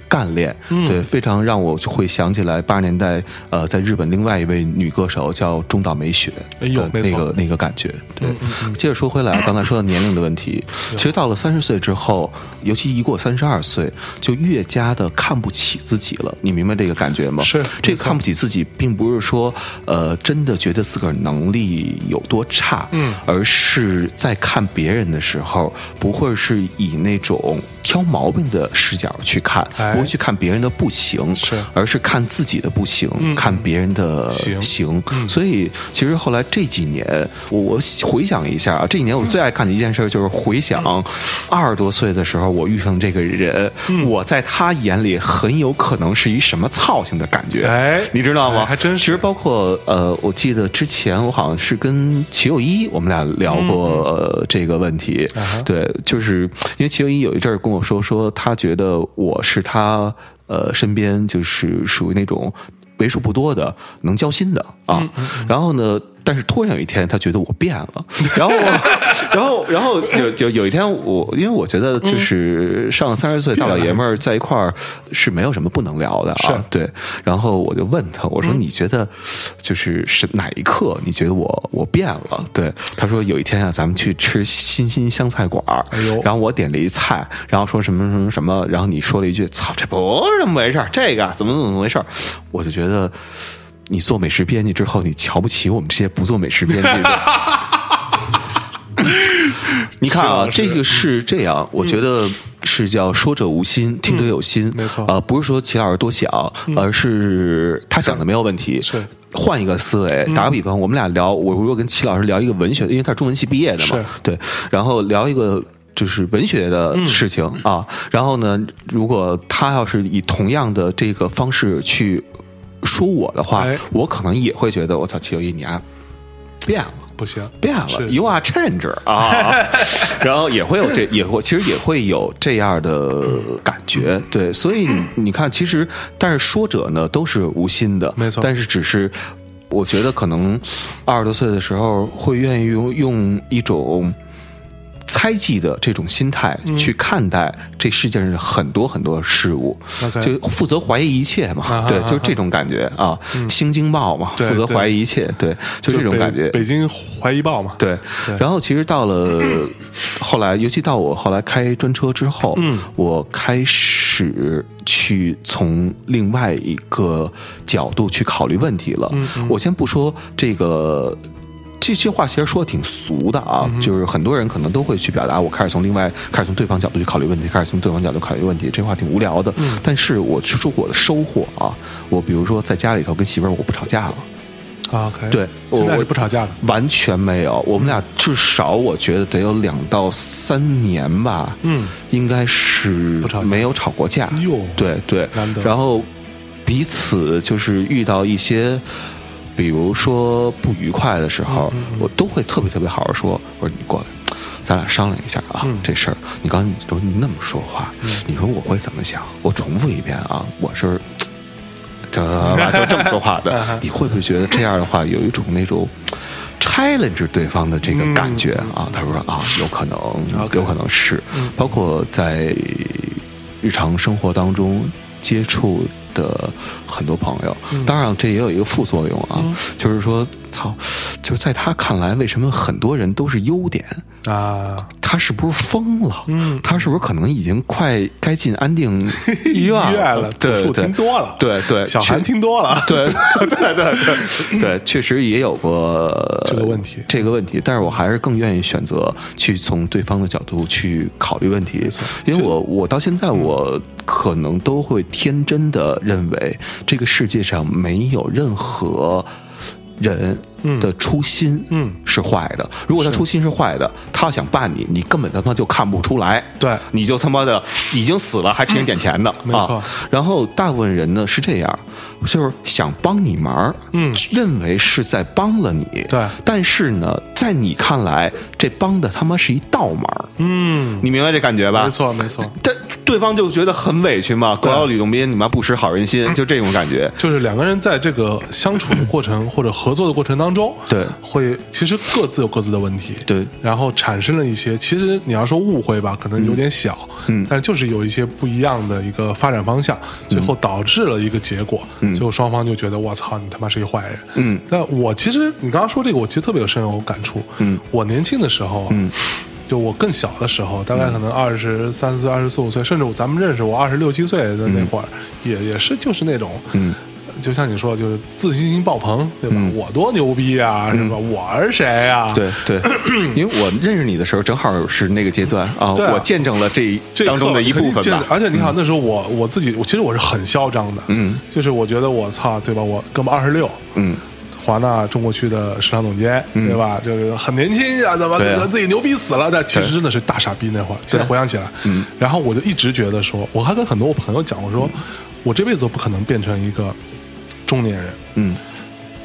A: 干练，
B: 嗯
A: 对，非常让我会想起来八十年代，呃，在日本另外一位女歌手叫中岛美雪，
B: 哎呦
A: 的
B: 没
A: 那
B: 错
A: 个那个感觉。
B: 嗯
A: 对，接着说回来，刚才说到年龄的问题，其实到了三十岁之后，尤其一过三十二岁，就越加的看不起自己了。你明白这个感觉吗？
B: 是
A: 这个
B: 没错
A: 看不起自己，并不是说呃真的觉得自个儿能力有多差，
B: 嗯，
A: 而是在看别人的时候，不会是以那种挑毛病的视角去看，
B: 哎
A: 不会去看别人的不行，
B: 是嗯
A: 而是看自己的不行，看别人的
B: 行
A: 行。所以其实后来这几年，我我回想一下啊，这几年我最爱干的一件事就是回想二十多岁的时候我遇上这个人，我在他眼里很有可能是一什么操性的感觉，
B: 哎
A: 你知道吗？
B: 哎还真是
A: 其实包括呃，我记得之前我好像是跟齐友一我们俩聊
B: 嗯
A: 过、呃这个问题，
B: 啊
A: 对，就是因为齐友一有一阵儿跟我说，说他觉得我是他呃身边就是属于那种为数不多的能交心的啊，
B: 嗯
A: 然后呢。但是突然有一天，他觉得我变 了，然后我，然后，然后有有有一天我，因为我觉得
B: 嗯
A: 就是上了三十岁大老爷们儿在一块儿是没有什么不能聊的啊，
B: 是
A: 对，然后我就问他，我说你觉得就是是哪一刻你觉得我我变了？对，他说有一天啊，咱们去吃新新湘菜馆儿，
B: 哎呦
A: 然后我点了一菜，然后说什么什么什么，然后你说了一句“操，这不是这么回事儿，这个怎么怎么回事儿”，我就觉得你做美食编辑之后，你瞧不起我们这些不做美食编辑的。 你看啊，
B: 是
A: 这
B: 是
A: 个是这 样，我觉得是叫说者无心，听者有心，
B: 没错
A: 呃，不是说齐老师多想，而是他想的没有问题，
B: 是
A: 换一个思维。打个比方，我们俩聊，我如果跟齐老师聊一个文学，因为他是中文系毕业的嘛
B: 是，嗯
A: 对，然后聊一个。就是文学的事情、啊，然后呢，如果他要是以同样的这个方式去说我的话，
B: 哎
A: 我可能也会觉得我操，齐友一你啊变了。
B: 不行，
A: 变了
B: 是
A: ，You are change 啊， 然后也会有这，也会其实也会有这样的感觉，对，所以你你看，其实但是说者呢都是无心的，
B: 没错
A: 但是只是我觉得可能二十多岁的时候会愿意用用一种。猜忌的这种心态去看待这世界上的很多很多事物，
B: OK
A: 就负责怀疑一切嘛，
B: 啊哈
A: 对，
B: 啊哈
A: 就是这种感觉啊，新京报嘛，
B: 对
A: 负责
B: 对
A: 怀疑一切，对，就这种
B: 北
A: 感觉。
B: 北京怀疑报嘛，
A: 对，然后其实到了 后来，尤其到我后来开专车之后，我开始去从另外一个角度去考虑问题了。我先不说这个。这些话其实说的挺俗的啊，就是很多人可能都会去表达，我开始从另外开始从对方角度去考虑问题，开始从对方角度考虑问题，这话挺无聊的。但是我是说我的收获啊，我比如说在家里头跟媳妇儿我不吵架了，
B: 啊，OK，
A: 对我
B: 现在
A: 我
B: 是不吵架的，
A: 完全没有，我们俩至少我觉得得有两到三年吧，
B: 嗯，
A: 应该是
B: 不吵架
A: 没有吵过架。
B: 哟
A: 对对
B: 难得，
A: 然后彼此就是遇到一些，比如说不愉快的时候，
B: 嗯
A: 我都会特别特别好好说，我说你过来。咱俩商量一下
B: 嗯
A: 啊，这事儿。你刚才你说你那么说话，你说我会怎么想？我重复一遍啊，我是这就这么说话
B: 嗯
A: 的，你会不会觉得这样的话有一种那种 challenge 对方的这个感觉
B: 嗯
A: 啊？他说啊，有可能，有可能是，包括在日常生活当中接触的很多朋友，
B: 嗯
A: 当然这也有一个副作用啊，就是说，操，就是在他看来，为什么很多人都是优点？
B: 啊，
A: 他是不是疯了？
B: 嗯
A: 他是不是可能已经快该进安定医院了？
B: 医院了
A: 对
B: 手术
A: 对
B: 听多了
A: 对对，
B: 小
A: 确
B: 韩听多 了，
A: 对对对对 对，确实也有过
B: 这个问题
A: 这个问题，但是我还是更愿意选择去从对方的角度去考虑问题，因为我我到现在我可能都会天真的认为这个世界上没有任何。人的初心
B: 嗯
A: 是坏的，如果他初心是坏的，他要想办你，你根本他妈就看不出来，
B: 对
A: 你就他妈的已经死了，还吃人点钱呢，
B: 没错
A: 啊然后大部分人呢是这样，就是想帮你忙，嗯，认为是在帮了你，
B: 对
A: 但是呢，在你看来，这帮的他妈是一倒忙，
B: 嗯，
A: 你明白这感觉吧？
B: 没。错没错，
A: 但对方就觉得很委屈嘛，狗咬吕洞宾，你妈不识好人 心，就这种感觉。
B: 就是两个人在这个相处的过程或者合作的过程当中，
A: 对
B: 会其实各自有各自的问题，
A: 对
B: 然后产生了一些，其实你要说误会吧，可能有点小，嗯，但是就是有一些不一样的一个发展方向，最后导致了一个结果，嗯，最后双方就觉得我操，你他妈是一坏人，嗯，但我其实你刚刚说这个，我其实特别有深有感触，嗯，我年轻的时候啊，嗯。就我更小的时候，大概可能二十三岁、二十四五岁，甚至我咱们认识我二十六七岁的那会儿，也也是就是那种，嗯，嗯就像你说，就是自信心爆棚，对吧？我多牛逼啊，是吧？我是谁啊呀？
A: 对对， 因为我认识你的时候，正好是那个阶段啊，
B: 对啊
A: 我见证了这
B: 这
A: 当中的一部分
B: 刻
A: 吧。
B: 而且你看那时候我我自己，我其实我是很嚣张的，
A: 嗯，
B: 就是我觉得我操，对吧？我哥们二十六，
A: 嗯，
B: 华纳中国区的市场总监，对吧？这个很年轻啊，怎么
A: 对啊
B: 自己牛逼死了？但其实真的是大傻逼那会儿，现在回想起来，嗯，然后我就一直觉得说，我还跟很多我朋友讲，我说我这辈子都不可能变成一个中年人，
A: 嗯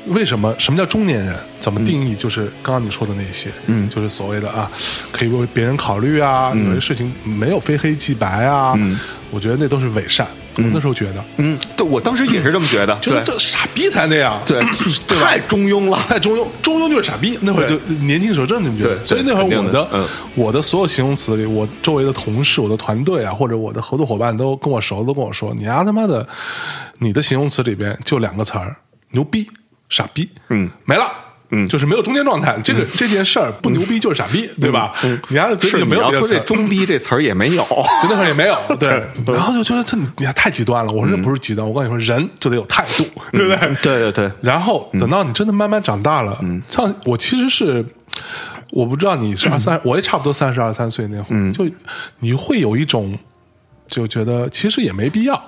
B: 为什么？什么叫中年人？怎么定义？就是刚刚你说的那些，
A: 嗯
B: 就是所谓的啊，可以为别人考虑啊，有些事情没有非黑即白啊，
A: 嗯
B: 我觉得那都是伪善。我那时候觉得，
A: 嗯，对，我当时也是这么觉得，
B: 就是
A: 对
B: 这傻逼才那样，
A: 对，太中庸了。
B: 太中庸，中庸就是傻逼。那会儿就呃
A: 对
B: 年轻时候真的这么觉
A: 对
B: 得，
A: 对
B: 所以那会儿我
A: 肯定的嗯
B: 的我的所有形容词里，我周围的同事、我的团队啊，或者我的合作伙伴都跟我熟，都跟我说：“你丫、他妈的，你的形容词里边就两个词儿，牛逼、傻逼，
A: 嗯，
B: 没了。”
A: 嗯
B: 就是没有中间状态，这个这件事儿不牛逼就是傻逼，对吧？你丫的嘴里
A: 嗯是
B: 就
A: 你
B: 没有
A: 要
B: 别的
A: 说
B: 词
A: 这
B: 儿
A: “中嗯逼”这词儿也没有，
B: 就那会儿也没 有，对。然后就觉得这你还太极端了，我说这不是极端，我告诉你说，人就得有态度，
A: 嗯
B: 对不对？
A: 对对对嗯
B: 然后等到你真的慢慢长大了，像我其实是，我不知道你是二三，我也差不多三十二三岁那会
A: 嗯
B: 儿，就你会有一种就觉得其实也没必要。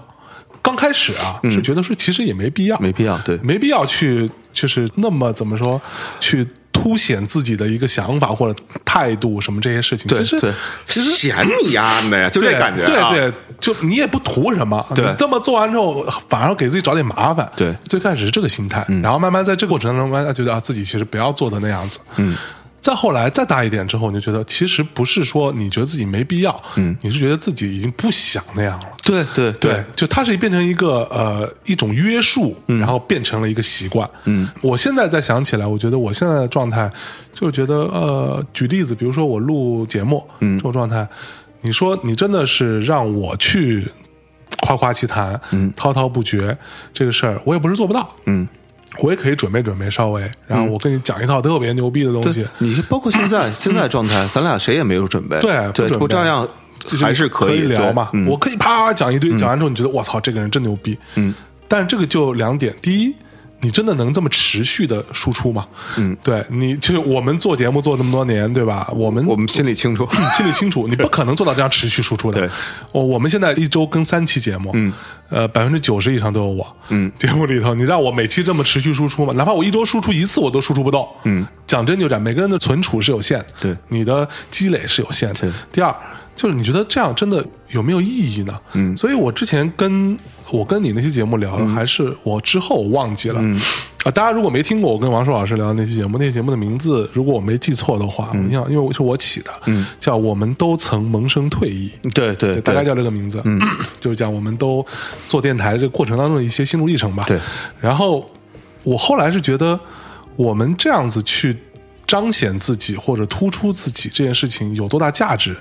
B: 刚开始啊，是觉得说其实也没必要，
A: 嗯没必要对
B: 没必要去就是那么怎么说去。凸显自己的一个想法或者态度什么这些事情，
A: 对
B: 其实
A: 对，
B: 其实
A: 嫌你丫的呀，就这
B: 对
A: 感觉啊，
B: 对对，就你也不图什么，
A: 对
B: 你这么做完之后，反而给自己找点麻烦。
A: 对嗯
B: 最开始是这个心态，然后慢慢在这个过程当中，慢慢觉得啊，自己其实不要做的那样子。嗯。再后来再大一点之后，你就觉得其实不是说你觉得自己没必要，嗯，你是觉得自己已经不想那样了。
A: 对对对，
B: 就它是变成一个呃一种约束，然后变成了一个习惯。嗯，我现在再想起来，我觉得我现在的状态就是觉得呃，举例子，比如说我录节目，嗯，这种状态，你说你真的是让我去夸夸其谈，嗯，滔滔不绝这个事儿，我也不是做不到，
A: 嗯。
B: 我也可以准备准备，稍微，然后我跟你讲一套特别牛逼的东西，
A: 对，你包括现 在现在状态，咱俩谁也没有准备，
B: 对
A: 对，
B: 不准备
A: 我照样
B: 这就
A: 还是
B: 可
A: 以
B: 聊嘛。
A: 对嗯
B: 我可以啪啪讲一堆，讲完之后你觉得我操，这个人真牛逼。嗯，但是这个就两点，第一。你真的能这么持续的输出吗？嗯，对你，就是我们做节目做这么多年，对吧？我们
A: 我们心里清楚，
B: 你心里清楚，你不可能做到这样持续输出的
A: 对。
B: 我我们现在一周更三期节目，嗯，呃，百分之九十以上都有我。嗯，节目里头，你让我每期这么持续输出嘛？哪怕我一周输出一次，我都输出不到。嗯，讲真就讲，每个人的存储是有限的，
A: 对
B: 你的积累是有限的
A: 对。
B: 第二。就是你觉得这样真的有没有意义呢？嗯，所以我之前跟我跟你那期节目聊，还是我之后忘记了。嗯，啊，大家如果没听过我跟王硕老师聊的那期节目，那期节目的名字如果我没记错的话，你想，因为我是我起的，嗯，叫“我们都曾萌生退役”，
A: 对对
B: 对，大概叫这个名字，嗯，就是讲我们都做电台这个过程当中的一些心路历程吧。
A: 对，
B: 然后我后来是觉得，我们这样子去彰显自己或者突出自己这件事情有多大价值？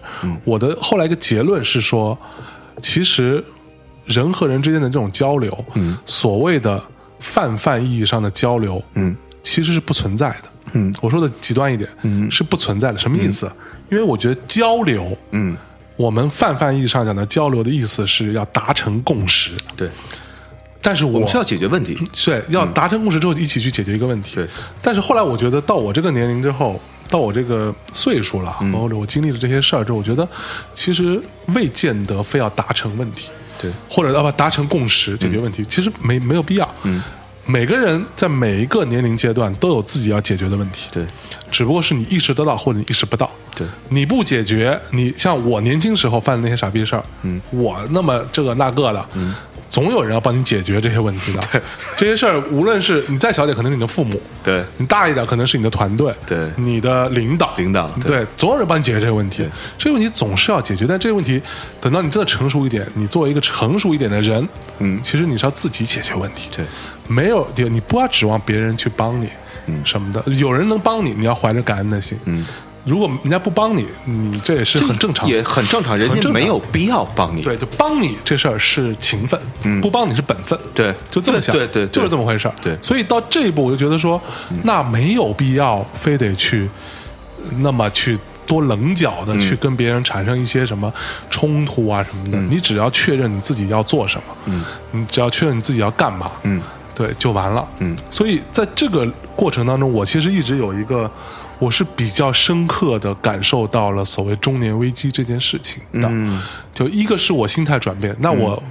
B: 我的后来一个结论是说，其实人和人之间的这种交流，嗯，所谓的泛泛意义上的交流，嗯，其实是不存在的。嗯，我说的极端一点，嗯，是不存在的。什么意思？因为我觉得交流，嗯，我们泛泛意义上讲的交流的意思是要达成共识，
A: 对，
B: 但是
A: 我
B: 我
A: 们需要解决问题，
B: 对，要达成共识之后一起去解决一个问题。
A: 嗯对
B: 但是后来我觉得到我这个年龄之后，到我这个岁数了，
A: 嗯
B: 包括我经历了这些事儿之后，我觉得其实未见得非要达成问题，
A: 对，嗯
B: 或者要啊不达成共识解决问题，其实没没有必要。嗯，每个人在每一个年龄阶段都有自己要解决的问题。
A: 对，
B: 只不过是你意识得到或者你意识不到。
A: 对
B: 你不解决，你像我年轻时候犯的那些傻逼事儿，嗯，我那么这个那个的，嗯，总有人要帮你解决这些问题的。这些事儿，无论是你再小点，可能是你的父母，
A: 对
B: 你大一点，可能是你的团队，
A: 对
B: 你的领导，
A: 领导对
B: 对，哎总有人帮你解决这个问题。这个问题总是要解决，但这个问题等到你真的成熟一点，你作为一个成熟一点的人，嗯，其实你是要自己解决问题。
A: 对，
B: 没有你你不要指望别人去帮你，嗯，什么的，有人能帮你，你要怀着感恩的心，嗯。如果人家不帮你，你这也是很正常的，
A: 也很正常，人
B: 很
A: 家
B: 正常
A: 没有必要帮你，
B: 对，就帮你这事儿是情分，不帮你是本分，
A: 对
B: 就这么想，
A: 对对对对
B: 就是这么回事儿。
A: 对嗯
B: 所以到这一步，我就觉得说，那没有必要非得去那么去多棱角
A: 嗯
B: 的去跟别人产生一些什么冲突啊什么的。你只要确认你自己要做什么，嗯，你只要确认你自己要干嘛，
A: 嗯。
B: 对，就完了。
A: 嗯，
B: 所以在这个过程当中，我其实一直有一个，我是比较深刻的感受到了所谓中年危机这件事情的。
A: 嗯，
B: 就一个是我心态转变，那我、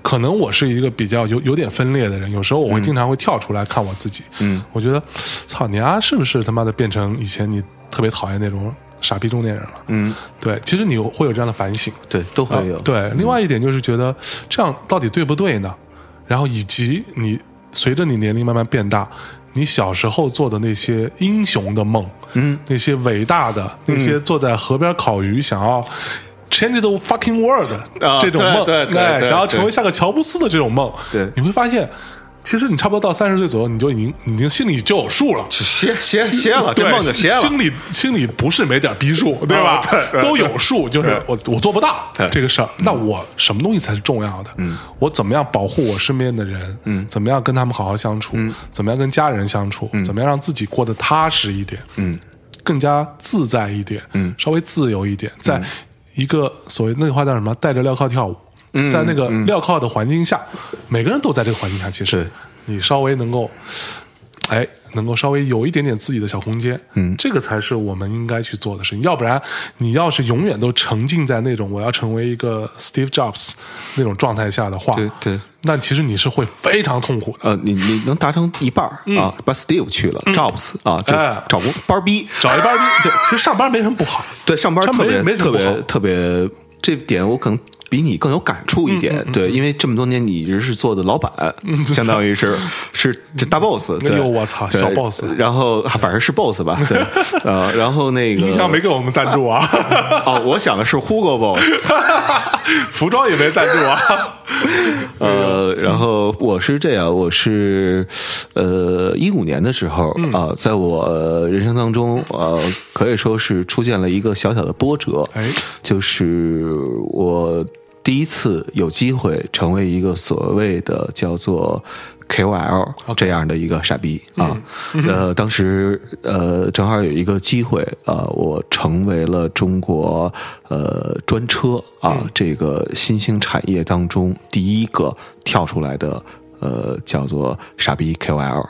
B: 可能我是一个比较有有点分裂的人，有时候我会经常会跳出来看我自己。
A: 嗯，
B: 我觉得，操你啊，是不是他妈的变成以前你特别讨厌那种傻逼中年人了？
A: 嗯，
B: 对，其实你会有这样的反省。
A: 对，都会有。
B: 啊对，另外一点就是觉得这样到底对不对呢？然后以及你随着你年龄慢慢变大，你小时候做的那些英雄的梦，
A: 嗯，
B: 那些伟大的，那些坐在河边烤鱼想要。Change the fucking world
A: 啊
B: 这种梦，
A: 对对对
B: 哎
A: 对
B: 想要
A: 对
B: 成为像个乔布斯的这种梦，
A: 对
B: 你会发现，其实你差不多到三十岁左右，你就已经你已经心里就有数了，
A: 歇歇歇了，这
B: 对
A: 梦就歇了。啊
B: 心里心里不是没点逼数，对吧？
A: 对对对
B: 都有数，就是我我做不到
A: 对
B: 这个事儿。那我什么东西才是重要的？嗯，我怎么样保护我身边的人？嗯，怎么样跟他们好好相处？嗯，怎么样跟家人相处？嗯，怎么样让自己过得踏实一点？嗯，更加自在一点？嗯，稍微自由一点，
A: 嗯
B: 在一个所谓那句话叫什么？带着镣铐跳舞。
A: 嗯
B: 在那个镣铐的环境下，每个人都在这个环境下。其
A: 对
B: 实，你稍微能够哎，能够稍微有一点点自己的小空间，嗯，这个才是我们应该去做的事情。要不然，你要是永远都沉浸在那种我要成为一个 Steve Jobs 那种状态下的话，
A: 对对，
B: 那其实你是会非常痛苦的。
A: 呃，你你能达成一半儿啊，把 Steve 去了，Jobs 啊，就
B: 嗯哎
A: 找工班儿逼，
B: 找一班，对，其实上班没什么不好，
A: 对，上班
B: 上
A: 特
B: 班
A: 别
B: 没没什
A: 特
B: 么不
A: 别
B: 好
A: 特别，这点我可能比你更有感触一点。
B: 嗯
A: 对，因为这么多年你一直是做的老板，相当于 是是这大 boss 对。
B: 哎呦嗯我操
A: 对
B: 小 boss
A: 然后啊反正是 boss 吧， 对，呃，然后那个
B: 音箱没给我们赞助 啊，
A: 哦，我想的是 Hugo Boss，
B: 服装也没赞助啊，
A: 呃，然后我是这样，我是呃一五年的时候
B: 嗯
A: 啊、在我呃人生当中呃可以说是出现了一个小小的波折，
B: 哎
A: 就是我第一次有机会成为一个所谓的叫做 KOL 这样的一个傻逼啊。
B: 嗯
A: 呃，当时呃正好有一个机会啊、呃，我成为了中国呃专车啊、
B: 嗯
A: 这个新兴产业当中第一个跳出来的。呃，叫做傻逼 KOL 啊，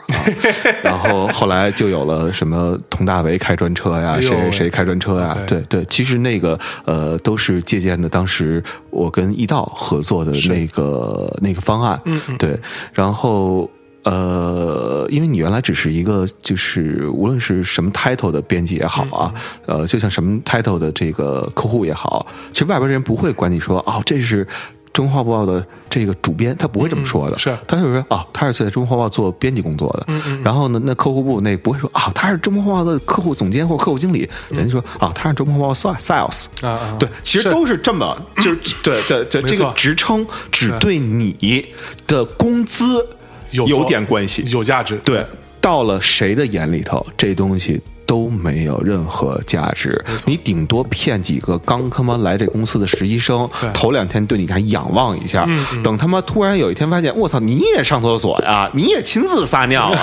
A: 然后后来就有了什么佟大为开专车呀，
B: 哎呦
A: 谁
B: 喂
A: 谁开专车呀，
B: 对
A: 对对，其实那个呃，都是借鉴的当时我跟易道合作的那个那个方案，嗯对，然后。呃，因为你原来只是一个，就是无论是什么 title 的编辑也好啊，呃，就像什么 title 的这个客户也好，其实外边人不会管你说哦，这是中华报的这个主编，他不会这么说的，
B: 嗯是
A: 他就是说啊，他是在中国画报做编辑工作的。
B: 嗯
A: 然后呢，那客户部那不会说啊，他是中国画报的客户总监或客户经理，人家说啊，他是中国画报 sales sales。
B: 嗯啊啊
A: 对，其实
B: 是
A: 都是这么，就是对对对，
B: 没
A: 这个
B: 错
A: 职称只对你的工资
B: 有
A: 有点关系。
B: 有价值，
A: 对，到了谁的眼里头，这东西都没有任何价值。你顶多骗几个刚他妈来这公司的实习生
B: 对，嗯
A: 头两天对你还仰望一下，等他妈突然有一天发现，我操，你也上厕所呀，你也亲自撒尿啊，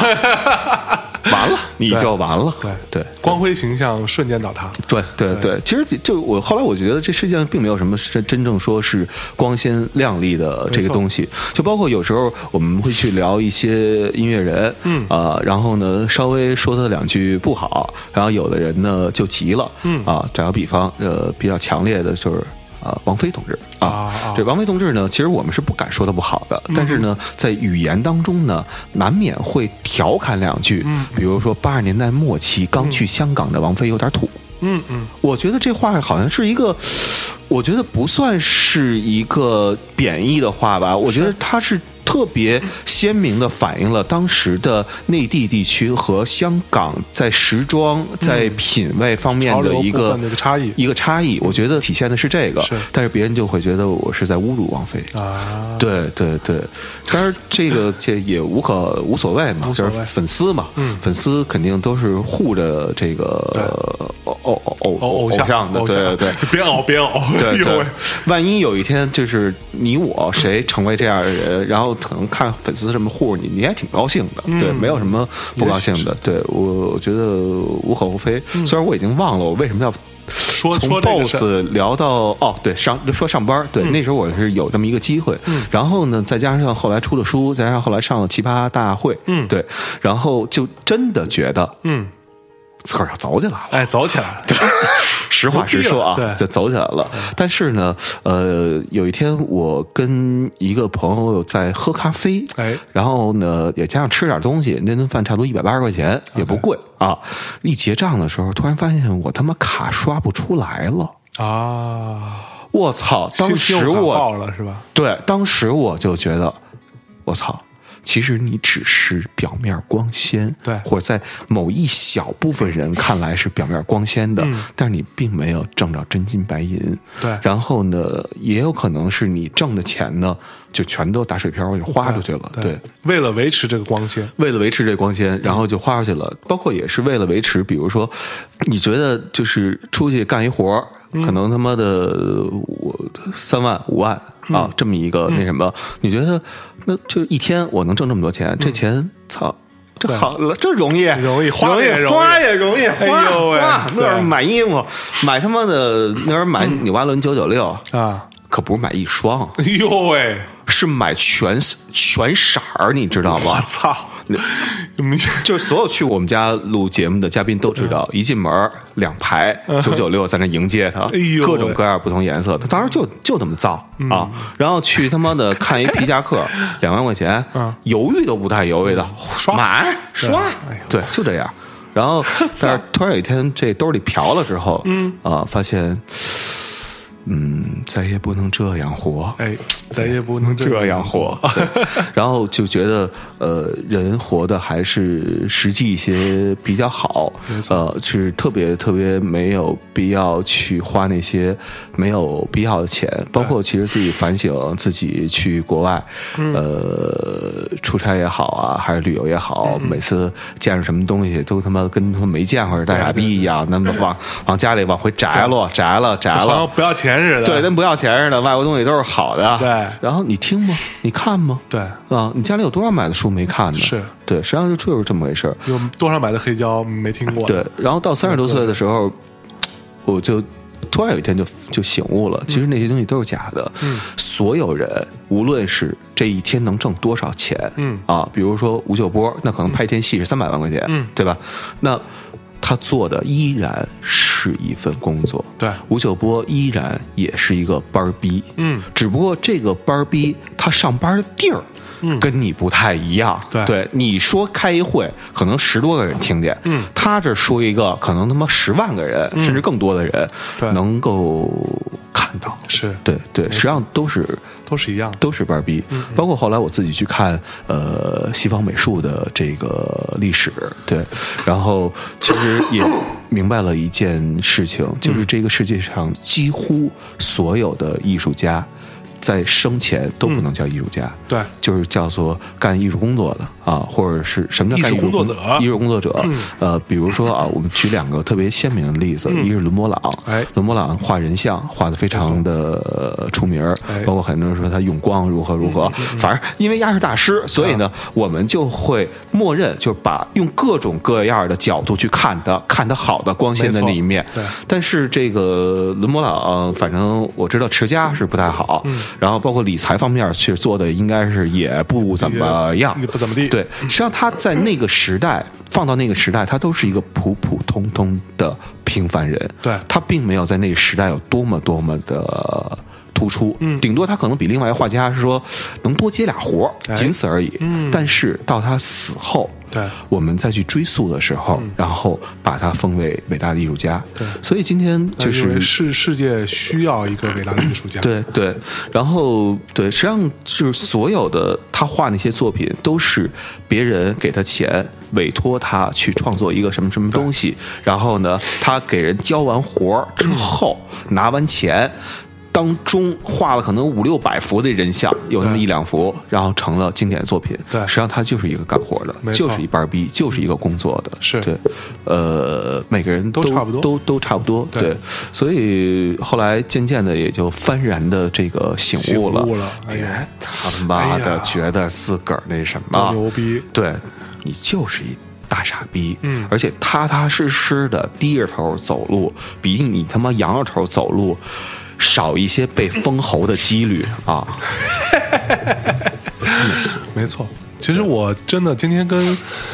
A: 完了，你就完了。
B: 对
A: 对。
B: 光辉形象瞬间倒塌，
A: 对对对，其实就我后来我觉得这世界上并没有什么真真正说是光鲜亮丽的这个东西，就包括有时候我们会去聊一些音乐人，嗯啊、然后呢稍微说他两句不好，然后有的人呢就急了，嗯啊，打个比方，呃，比较强烈的就是。啊，王菲同志啊嗯
B: 啊，啊
A: 这王菲同志呢，其实我们是不敢说她不好的，但是呢，在语言当中呢，难免会调侃两句，比如说八十年代末期刚去香港的王菲有点土，
B: 嗯嗯，
A: 我觉得这话好像是一个，我觉得不算是一个贬义的话吧。我觉得它是特别鲜明的反映了当时的内地地区和香港在时装、在品味方面
B: 潮
A: 的
B: 流
A: 一
B: 部
A: 个
B: 分的一个差异
A: 一个差异。我觉得体现的是这个，
B: 是
A: 但是别人就会觉得我是在侮辱王菲。
B: 啊，
A: 对对对，当然这个这也无可无所谓嘛，
B: 无所
A: 就
B: 谓
A: 是粉丝嘛，
B: 嗯
A: 粉丝肯定都是护着这个
B: 对
A: 偶偶偶
B: 哦偶偶
A: 像的，
B: 偶
A: 对 对
B: 像
A: 对。，
B: 别熬别熬，哎
A: 对
B: 呦
A: 对
B: 喂，
A: 万一有一天就是你我谁成为这样的人，然后可能看粉丝这么护着你，你还挺高兴的，
B: 嗯
A: 对，没有什
B: 嗯
A: 么不高兴的。对我，我觉得无可厚非。虽然我已经忘了我为什么要
B: 说
A: 从
B: 说这个事嗯
A: boss 聊到哦，对上就说上班儿，对、那时候我是有这么一个机会，然后呢，再加上后来出了书，再加上后来上了奇葩大会，
B: 嗯
A: 对，然后就真的觉得
B: 嗯，
A: 自个儿要走起来了。
B: 哎，走起来了，
A: 实话实说
B: 不必了
A: 啊，
B: 对嗯
A: 就走起来了。但是呢，呃，有一天我跟一个朋友在喝咖啡，
B: 哎
A: 然后呢也加上吃点东西，那顿饭差不多一百八十块钱，也不贵啊。一结账的时候，突然发现我他妈卡刷不出来了，
B: 啊，
A: 我操！当
B: 信
A: 时
B: 用卡
A: 我
B: 爆了是吧？
A: 对，当时我就觉得，我操！其实你只是表面光鲜，
B: 对
A: 或者在某一小部分人看来是表面光鲜的，但是你并没有挣着真金白银。
B: 对
A: 然后呢，也有可能是你挣的钱呢，就全都打水漂，就花出去了。对，
B: 为了维持这个光鲜，
A: 为了维持这光鲜，然后就花出去了。包括也是为了维持，比如说，你觉得就是出去干一活儿，
B: 嗯
A: 可能他妈的呃我三万五万
B: 嗯
A: 啊，这么一个那什么，你觉得那就是一天我能挣这么多钱？这钱操！这好了，这容易，
B: 嗯容易花也容易
A: 花也容易，
B: 哎
A: 花
B: 呦喂
A: 花那会儿
B: 对嗯
A: 买衣服，买他妈的那会儿买纽巴伦九九六，
B: 啊，
A: 可不是买一双，
B: 哎呦喂，
A: 是买全全色儿，你知道吗
B: 我？操！你们这
A: 就是所有去我们家录节目的嘉宾都知道，一进门儿两排九九六在那迎接他
B: 嗯 哎，呦嗯
A: 各种各样不同颜色，他当时就就这么造啊。然后去他妈 的看一皮夹克，两万块钱，犹豫都不带犹豫的，
B: 嗯刷
A: 买刷
B: 哎呦，
A: 对，就这样。然 后，但是突然有一天，这兜里瓢了之后，嗯啊，发现，嗯，再也不能这样活，
B: 哎，咱也不能
A: 这样活，然后就觉得呃，人活的还是实际一些比较好，呃，是特别特别没有必要去花那些没有必要的钱，包括其实自己反省自己去国外，嗯呃，出差也好啊，还是旅游也好，每次见着什么东西都他妈跟他妈没见过似的，大傻逼一样，那么往往家里往回摘落，摘了摘
B: 好
A: 了，
B: 像不要钱似的，
A: 对，跟不要钱似的，外国东西都是好的。
B: 对
A: 然后你听吗？你看吗？
B: 对
A: 啊，你家里有多少买的书没看呢？
B: 是
A: 对，实际上就就是这么回事儿。
B: 有多少买的黑胶没听过？
A: 对，然后到三十多岁的时候，我就突然有一天就就醒悟
B: 嗯
A: 了，其实那些东西都是假的。嗯，所有人无论是这一天能挣多少钱，
B: 嗯
A: 啊，比如说吴秀波，那可能拍一天戏是三百万块钱，
B: 嗯
A: 对吧？那他做的依然是一份工作，
B: 对
A: 吴秀波依然也是一个班儿逼，
B: 嗯，
A: 只不过这个班儿逼他上班的地儿，嗯，跟你不太一样，
B: 对
A: 你说开一会，可能十多个人听见，嗯，他这说一个，可能他妈十万个人，甚至更多的人，
B: 嗯对
A: 能够看到，
B: 是
A: 对对，实际上都是
B: 都是一样的。
A: 都是班儿逼，
B: 嗯
A: 包括后来我自己去看呃西方美术的这个历史，对，然后其实也明白了一件事情，
B: 嗯
A: 就是这个世界上几乎所有的艺术家在生前都不能叫艺术家，
B: 嗯对
A: 就是叫做干艺术工作的啊，或者是什么叫干
B: 艺术工作者嗯
A: 艺术工作者，呃，比如说啊，我们举两个特别鲜明的例子，一个是伦勃朗，
B: 嗯哎
A: 伦勃朗画人像画的非常的呃出名儿
B: 哎，嗯
A: 包括很多人说他用光如何如何，反正因为亚是大师，所以呢，我们就会默认就是把用各种各样的角度去看他，看他好的光鲜的
B: 没错
A: 那一面
B: 对。
A: 但是这个伦勃朗，反正我知道持家是不太好，
B: 嗯
A: 然后包括理财方面去做的应该是也不怎么样，
B: 也不怎么地
A: 对，实际上他在那个时代，放到那个时代，他都是一个普普通通的平凡人。
B: 对
A: 他并没有在那个时代有多么多么的突出，嗯，顶多他可能比另外一个画家是说能多接俩活儿，
B: 哎
A: 仅此而已。嗯，但是到他死后，
B: 对嗯
A: 我们再去追溯的时候，然后把他封为伟大的艺术家。
B: 对
A: 所以今天就
B: 因为
A: 是
B: 世世界需要一个伟大的艺术家。
A: 对对，然后对，实际上就是所有的他画那些作品都是别人给他钱，委托他去创作一个什么什么东西，然后呢，他给人交完活儿
B: 嗯
A: 之后、拿完钱。当中画了可能五六百幅的人像，有那么
B: 对
A: 一两幅，然后成了经典作品。
B: 对
A: 实际上他就是一个干活的，
B: 没
A: 就
B: 错
A: 是一班儿逼，就是一个工作的。
B: 是
A: 对，呃，每个人
B: 都差不多
A: 都都差不多。
B: 对
A: 对，所以后来渐渐的也就幡然的这个醒悟了，
B: 醒悟了哎呀
A: 他妈
B: 哎
A: 的
B: 呀
A: 觉得自个儿那什
B: 多
A: 么
B: 牛逼
A: 对你就是一大傻逼，
B: 嗯
A: 而且踏踏实实的低着头走路，比你他妈仰着头走路少一些被封喉的几率啊！
B: 没错。其实我真的今天跟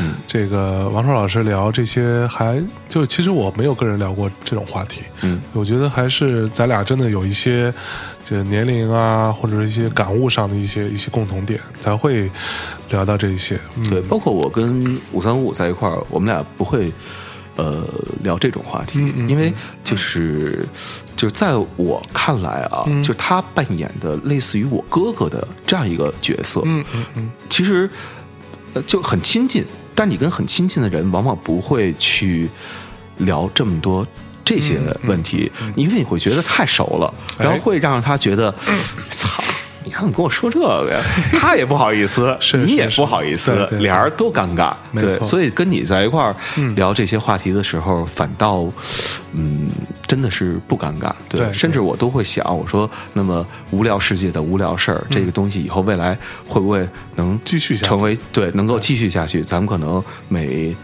A: 嗯
B: 这个王硕老师聊这些还，就其实我没有跟人聊过这种话题。嗯，我觉得还是咱俩真的有一些这年龄啊，或者一些感悟上的一些一些共同点，才会聊到这一些。嗯，
A: 对，包括我跟五三五在一块儿，我们俩不会呃聊这种话题，
B: 嗯
A: 因为就是就是在我看来啊，
B: 嗯
A: 就他扮演的类似于我哥哥的这样一个角色，
B: 嗯嗯嗯，
A: 其实呃就很亲近，但你跟很亲近的人往往不会去聊这么多。这些问题，因为你会觉得太熟了，然后
B: 嗯哎嗯
A: 会让他觉得，操、你还怎么跟我说这个呀？他也不好意思，
B: 是
A: 你
B: 是
A: 也
B: 是
A: 不好意思，
B: 对对
A: 俩人都尴尬。
B: 没
A: 对，
B: 错
A: 所以跟你在一块儿
B: 嗯
A: 聊这些话题的时候，反倒，嗯，真的是不尴尬。对，
B: 对对
A: 甚至我都会想，我说，那么无聊世界的无聊事儿，这个东西以后未来会不会能
B: 嗯继续下去
A: 成为对能够继续下去？咱们可能每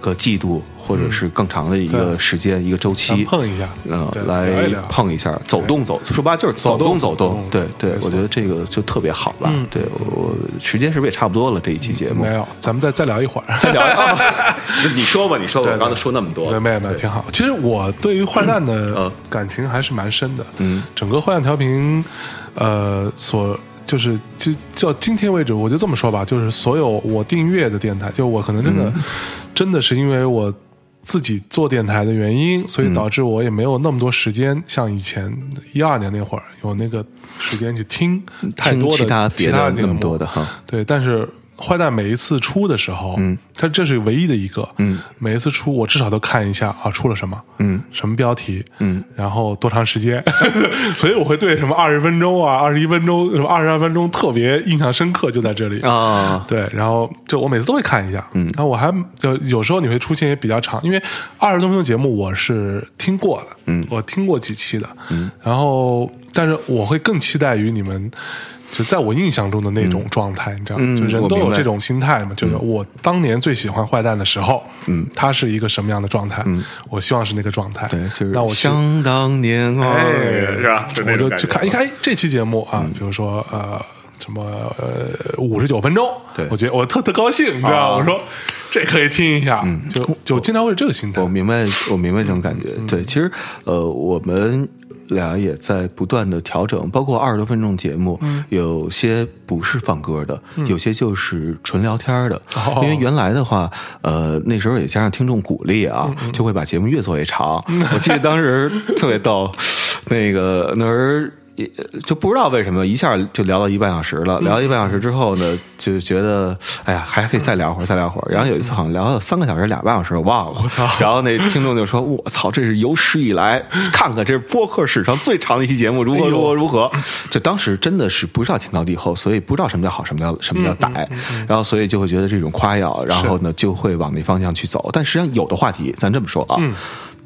A: 个季度或者是更长的一个
B: 对
A: 时间、一个周
B: 咱
A: 期
B: 们。碰一下，
A: 嗯
B: 对，聊
A: 来
B: 一聊
A: 碰一下，走动走，说白了就是走
B: 走动
A: 走
B: 走
A: 动
B: 动。
A: 对对
B: 没，错
A: 我觉得这个就特别好了
B: 嗯。
A: 对我时间是不是也差不多了？这一期节目
B: 没有，咱们再再聊一会儿。
A: 再聊一聊， 你说吧，你说吧，
B: 对
A: 我刚才说那么多，
B: 对，没有没有，挺好。其实我对于坏蛋的
A: 嗯
B: 感情还是蛮深的。
A: 嗯，
B: 整个坏蛋调频，呃，所就是就到今天为止，我就这么说吧，就是所有我订阅的电台，就我可能真的、真的是因为我。自己做电台的原因，所以导致我也没有那么多时间，像以前一二年那会儿有那个时间去听太多的
A: 听其他别的
B: 其节目
A: 那么多的哈。
B: 对，但是坏蛋每一次出的时候，嗯，它这是唯一的一个，嗯，每一次出我至少都看一下啊，出了什么，嗯，什么标题，嗯，然后多长时间， 所以我会对什么二十分钟啊、二十一分钟、什么二十二分钟特别印象深刻，就在这里
A: 啊，
B: 对，然后就我每次都会看一下，嗯，然后我还就有时候你会出现也比较长，因为二十多分钟节目我是听过的，嗯，我听过几期的，嗯，然后但是我会更期待于你们。就在我印象中的那种状态，你知道吗？
A: 嗯
B: 就人
A: 我
B: 都
A: 明
B: 有
A: 白嗯
B: 这种心态嘛。就是我当年最喜欢坏蛋的时候，嗯，他是一个什么样的状态？嗯，我希望是那个状态。
A: 对，就是
B: 那我去
A: 想当年啊，
B: 哎，
A: 是吧？就那
B: 我
A: 种
B: 就
A: 感觉
B: 去
A: 啊嗯
B: 看一看，哎，这期节目啊，比如说呃，什么呃五十九分钟，
A: 对啊
B: 我觉得我特特高兴，你知道吗？我说这可以听一下，就就经常会有这个心态
A: 嗯我。明白，我明白这种感觉。对，其实呃，我们俩也在不断的调整，包括二十多分钟节目，有些不是放歌的，有些就是纯聊天的。
B: 哦
A: 因为原来的话，呃，那时候也加上听众鼓励啊，就会把节目越做越长。我记得当时特别逗，那个那儿。也就不知道为什么一下就聊到一半小时了，聊到一半小时之后呢，就觉得哎呀还可以再聊会儿，再聊会儿。然后有一次好像聊到三个小时，俩半小时，我忘了。我操！ 然后那听众就说：“我操，这是有史以来看看这是播客史上最长的一期节目，
B: 哎
A: 如何如何如何。”就当时真的是不知道天高地厚，所以不知道什么叫好，什么叫什么叫
B: 嗯
A: 歹，然后所以就会觉得这种夸耀，然后呢就会往那方向去走。但实际上有的话题，咱这么说啊，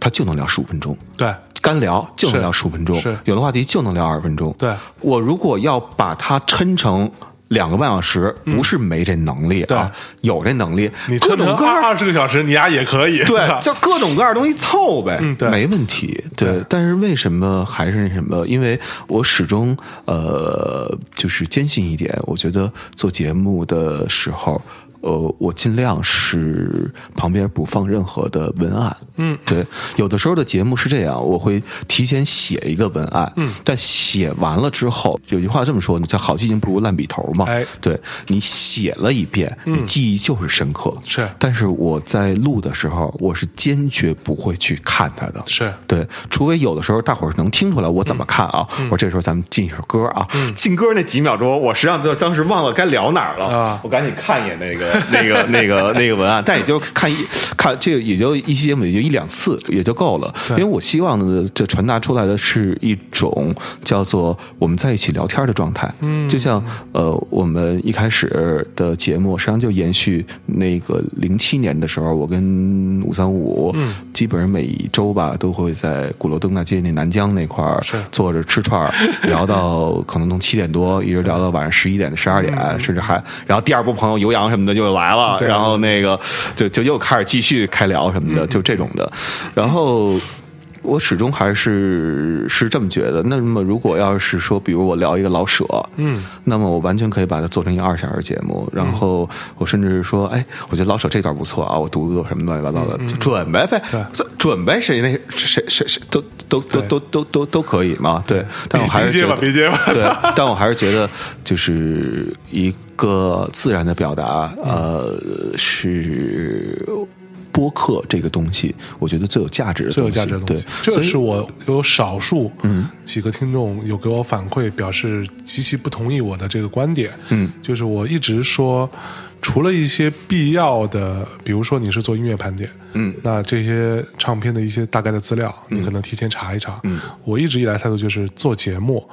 A: 它就能聊十五分钟。
B: 嗯对，
A: 干聊就能
B: 是
A: 聊十五分钟
B: 是，
A: 有的话题就能聊二十分钟。
B: 对
A: 我如果要把它抻成两个半小时，不是没这能力啊，有这能力，
B: 嗯你
A: 各
B: 这
A: 种
B: 能
A: 各
B: 二
A: 样
B: 二十个小时，你丫也可 以。
A: 对，就各种各样的东西凑呗，
B: 嗯对
A: 没问题。对，
B: 对
A: 但是为什么还是那什么？因为我始终呃，就是坚信一点，我觉得做节目的时候。呃，我尽量是旁边不放任何的文案。嗯，对，有的时候的节目是这样，我会提前写一个文案。嗯，但写完了之后，有句话这么说，叫“好记性不如烂笔头”嘛。
B: 哎
A: 对你写了一遍，你记忆就是深刻。
B: 是
A: 但是我在录的时候，我是坚决不会去看它的。
B: 是
A: 对，除非有的时候大伙儿能听出来我怎么看啊。我这时候咱们进一首歌啊，进歌那几秒钟，我实际上就当时忘了该聊哪儿了，
B: 啊
A: 我赶紧看一眼那个 那个那个那个文案，但也就看一看这个也就一期节目也就一两次也就够了，因为我希望呢，这传达出来的是一种叫做我们在一起聊天的状态，嗯，就像呃我们一开始的节目实际上就延续那个零七年的时候，我跟五三五，
B: 嗯
A: 基本上每一周吧都会在鼓楼东大街那南疆那块儿
B: 是
A: 坐着吃串儿，聊到可能从七点多一直聊到晚上十一点、十二点，甚至还然后第二波朋友游洋什么的就来了，
B: 嗯对
A: 然后那个就就又开始继续开聊什么的，就这种的。然后我始终还是是这么觉得。那么如果要是说，比如我聊一个老舍，嗯，那么我完全可以把它做成一个二小时节目。然后我甚至说，哎，我觉得老舍这段不错啊，我读读什么乱七八糟的，就准备呗，准准备谁那谁谁谁都都都都都都都可以嘛。对，但我还是
B: 别
A: 觉
B: 结
A: 得
B: 巴，别结巴。
A: 对， 但我还是觉得就是一个自然的表达，呃，
B: 嗯
A: 是播客这个东西，我觉得最有价值的
B: 最
A: 东
B: 有
A: 西，
B: 价值的东西
A: 对，，
B: 这
A: 所
B: 也
A: 以嗯
B: 是我有少数几个听众有给我反馈，表示极其不同意我的这个观点。
A: 嗯，
B: 就是我一直说，除了一些必要的，比如说你是做音乐盘点，
A: 嗯
B: 那这些唱片的一些大概的资料，你可能提前查一查。
A: 嗯，
B: 我一直以来态度就是做节目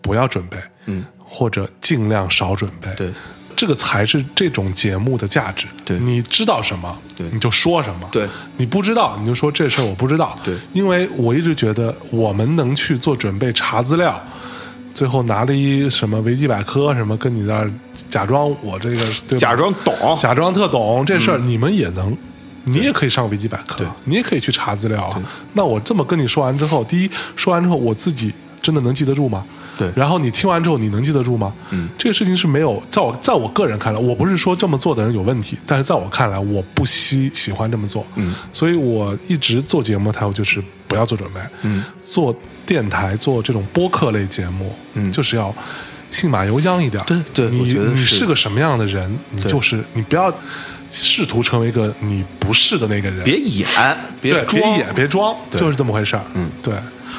B: 不要准备，
A: 嗯，
B: 或者尽量少准备。
A: 对。
B: 这个才是这种节目的价值。
A: 对
B: 你知道什么，
A: 对
B: 你就说什么。
A: 对，
B: 你不知道你就说这事儿我不知道。
A: 对
B: 因为我一直觉得我们能去做准备查资料，最后拿了一什么维基百科什么，跟你那儿假装我这个对吧
A: 假装懂，嗯
B: 假装特懂这事儿，你们也能。你也可以上维基百科，你也可以去查资料啊。那我这么跟你说完之后，第一，说完之后我自己真的能记得住吗？
A: 对
B: 然后你听完之后，你能记得住吗？嗯，这个事情是没有，在我在我个人看来，我不是说这么做的人有问题，但是在我看来，我不喜喜欢这么做。嗯，所以我一直做节目，态度就是不要做准备。嗯，做电台做这种播客类节目，嗯，就是要信马由缰一点。
A: 对对
B: 你
A: 我觉得
B: 你
A: 是
B: 是个什么样的人，你
A: 对
B: 就是你不要试图成为一个你不是的那个人，
A: 别演，别
B: 对
A: 装，
B: 别演别装，
A: 对
B: 就是这么回事儿。嗯，对，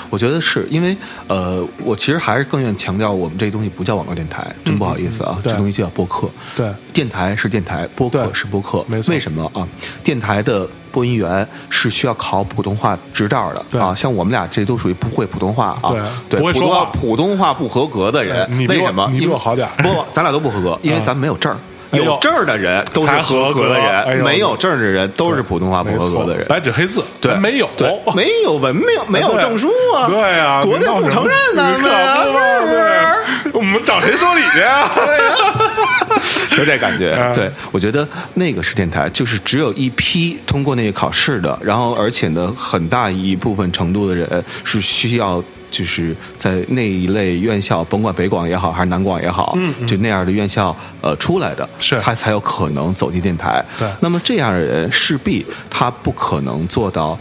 A: 我觉得是因为，呃，我其实还是更愿意强调，我们这东西不叫网络电台，真不好意思啊，
B: 嗯对
A: 这东西就叫播客。
B: 对
A: 电台是电台，播客
B: 对
A: 是播客，
B: 没错
A: 为什么啊？电台的播音员是需要考普通话执照的
B: 对
A: 啊，像我们俩这都属于不会普通话啊，
B: 对
A: 对，
B: 不会
A: 普通
B: 说
A: 话
B: 话
A: 普通话不合格的人
B: 哎，你比
A: 为
B: 我
A: 什么？
B: 你比
A: 因为
B: 我好点儿嗯
A: 不，咱俩都不合格，因为咱们没有证儿。
B: 哎呦
A: 有证儿的人都是
B: 才
A: 合
B: 合格
A: 格的人，
B: 哎呦
A: 没有证儿的人都是普通话不
B: 没
A: 合
B: 错
A: 格的人。
B: 白纸黑字，
A: 对，
B: 还没有，哦
A: 对，没有文凭，没有
B: 对
A: 证书啊，
B: 对啊，
A: 国家
B: 那
A: 不
B: 闹什
A: 承
B: 么
A: 认咱
B: 可
A: 们啊，
B: 不嘛对，我们找谁说理去啊？
A: 就这感觉。对，我觉得那个是电台，就是只有一批通过那个考试的，然后而且呢，很大一部分程度的人是需要。就是在那一类院校，甭管北广也好，还是南广也好，就那样的院校，呃，出来的，
B: 嗯是
A: 他才有可能走进电台。
B: 对
A: 那么这样的人势必他不可能做到。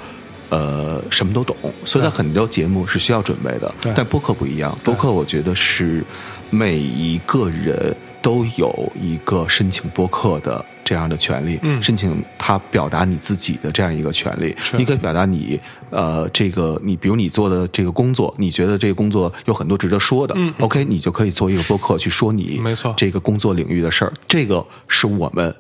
A: 呃，什么都懂，所以他很多节目是需要准备的
B: 对。
A: 但播客不一样，播客我觉得是每一个人都有一个申请播客的这样的权利，
B: 嗯
A: 申请他表达你自己的这样一个权利。你可以表达你呃这个你比如你做的这个工作，你觉得这个工作有很多值得说的、o k 你就可以做一个播客去说你
B: 嗯没错
A: 这个工作领域的事儿，这个是我们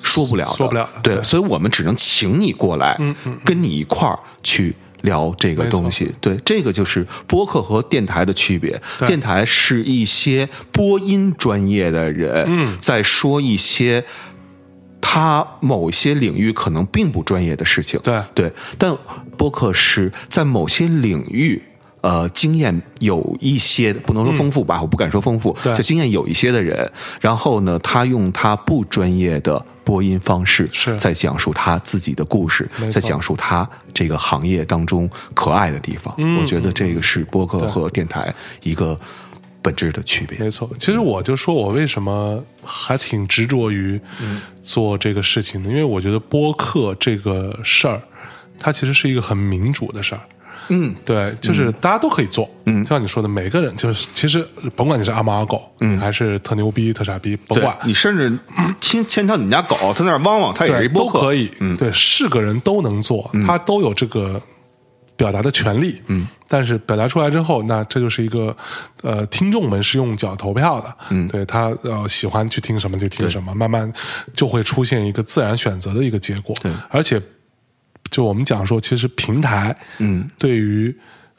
A: 说不了的，
B: 说不了的
A: 对，
B: 对嗯
A: 所以我们只能请你过来，跟你一块儿去聊这个东西。对，这个就是播客和电台的区别。
B: 对
A: 电台是一些播音专业的人、在说一些。他某些领域可能并不专业的事情，
B: 对
A: 对，但播客是在某些领域，呃，经验有一些，不能说丰富吧，我不敢说丰富，
B: 嗯对
A: 就经验有一些的人，然后呢，他用他不专业的播音方式，
B: 是
A: 在讲述他自己的故事
B: 没，错
A: 在讲述他这个行业当中可爱的地方。
B: 嗯
A: 我觉得这个是播客和电台一个本质的区别。
B: 没错，其实我就说我为什么还挺执着于做这个事情呢？因为我觉得播客这个事儿，它其实是一个很民主的事儿。
A: 嗯，
B: 对，就是大家都可以做，嗯，就像你说的，每个人就是其实甭管你是阿猫阿狗，嗯，还是特牛逼、特傻逼，甭
A: 对
B: 管
A: 你甚至 牵牵扯你们家狗，它在那儿汪汪，它也是一
B: 对，
A: 播
B: 都
A: 客，嗯
B: 可以，对，是个人都能做，他都有这个表达的权利，嗯，但是表达出来之后，那这就是一个呃，听众们是用脚投票的，嗯，对他呃喜欢去听什么就听什么，慢慢就会出现一个自然选择的一个结果，
A: 对
B: 而且就我们讲说，其实平台，嗯，对于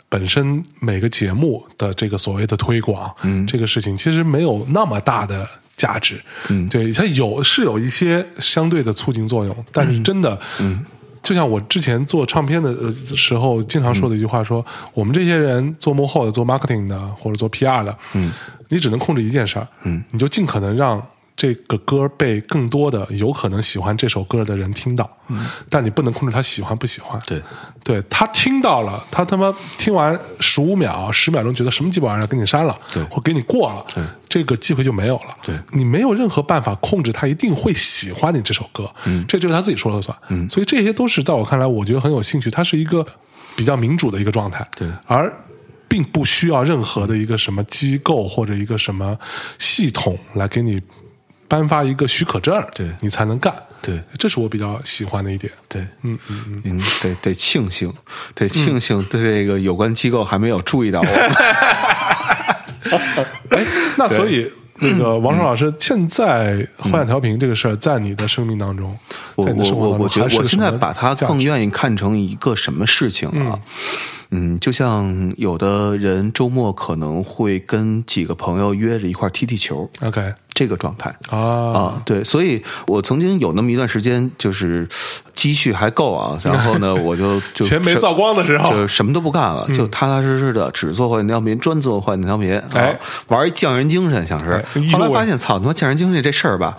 B: 本身每个节目的这个所谓的推广，嗯，这个事情其实没有那么大的价值，嗯，对，它有是有一些相对的促进作用，但是真的，嗯。就像我之前做唱片的呃时候，经常说的一句话说，我们这些人做幕后的、做 marketing 的或者做 PR 的，嗯，你只能控制一件事儿，嗯，你就尽可能让这个歌被更多的有可能喜欢这首歌的人听到，但你不能控制他喜欢不喜欢。
A: 对，
B: 对他听到了，他他妈听完十五秒、十秒钟，觉得什么鸡巴玩意儿，给你删了，
A: 对
B: 或给你过了，
A: 对
B: 这个机会就没有了。
A: 对
B: 你没有任何办法控制他一定会喜欢你这首歌，嗯，这就是他自己说了算。嗯，所以这些都是在我看来，我觉得很有兴趣，它是一个比较民主的一个状态。
A: 对
B: 而并不需要任何的一个什么机构或者一个什么系统来给你颁发一个许可证，
A: 对
B: 你才能干。
A: 对，
B: 这是我比较喜欢的一点。
A: 对，嗯嗯嗯，得得庆幸，得庆
B: 嗯
A: 幸，对这个有关机构还没有注意到我 们。
B: 哎，那所以那个
A: 嗯
B: 王硕老师，现在幻想调频这个事儿，在你的生命当中，
A: 我
B: 在你的
A: 我
B: 生活
A: 嗯我
B: 当中，
A: 我觉
B: 还
A: 得
B: 是
A: 我
B: 个
A: 现
B: 什
A: 在
B: 么
A: 把它
B: 价值
A: 更愿意看成一个什么事情啊？嗯，就像有的人周末可能会跟几个朋友约着一块儿踢踢球，
B: OK
A: 这个状态。
B: 啊，
A: 啊，对，所以我曾经有那么一段时间，就是积蓄还够 啊，然后呢，我就就
B: 钱没
A: 这
B: 造光的时候嗯
A: 就，是什么都不干了，就踏踏实实的只做坏尿频，专做坏尿频，
B: 哎
A: 啊，玩一匠人精神，像是
B: 哎。
A: 后
B: 哎
A: 来
B: 呦
A: 发现，操他妈匠人精神这事儿吧，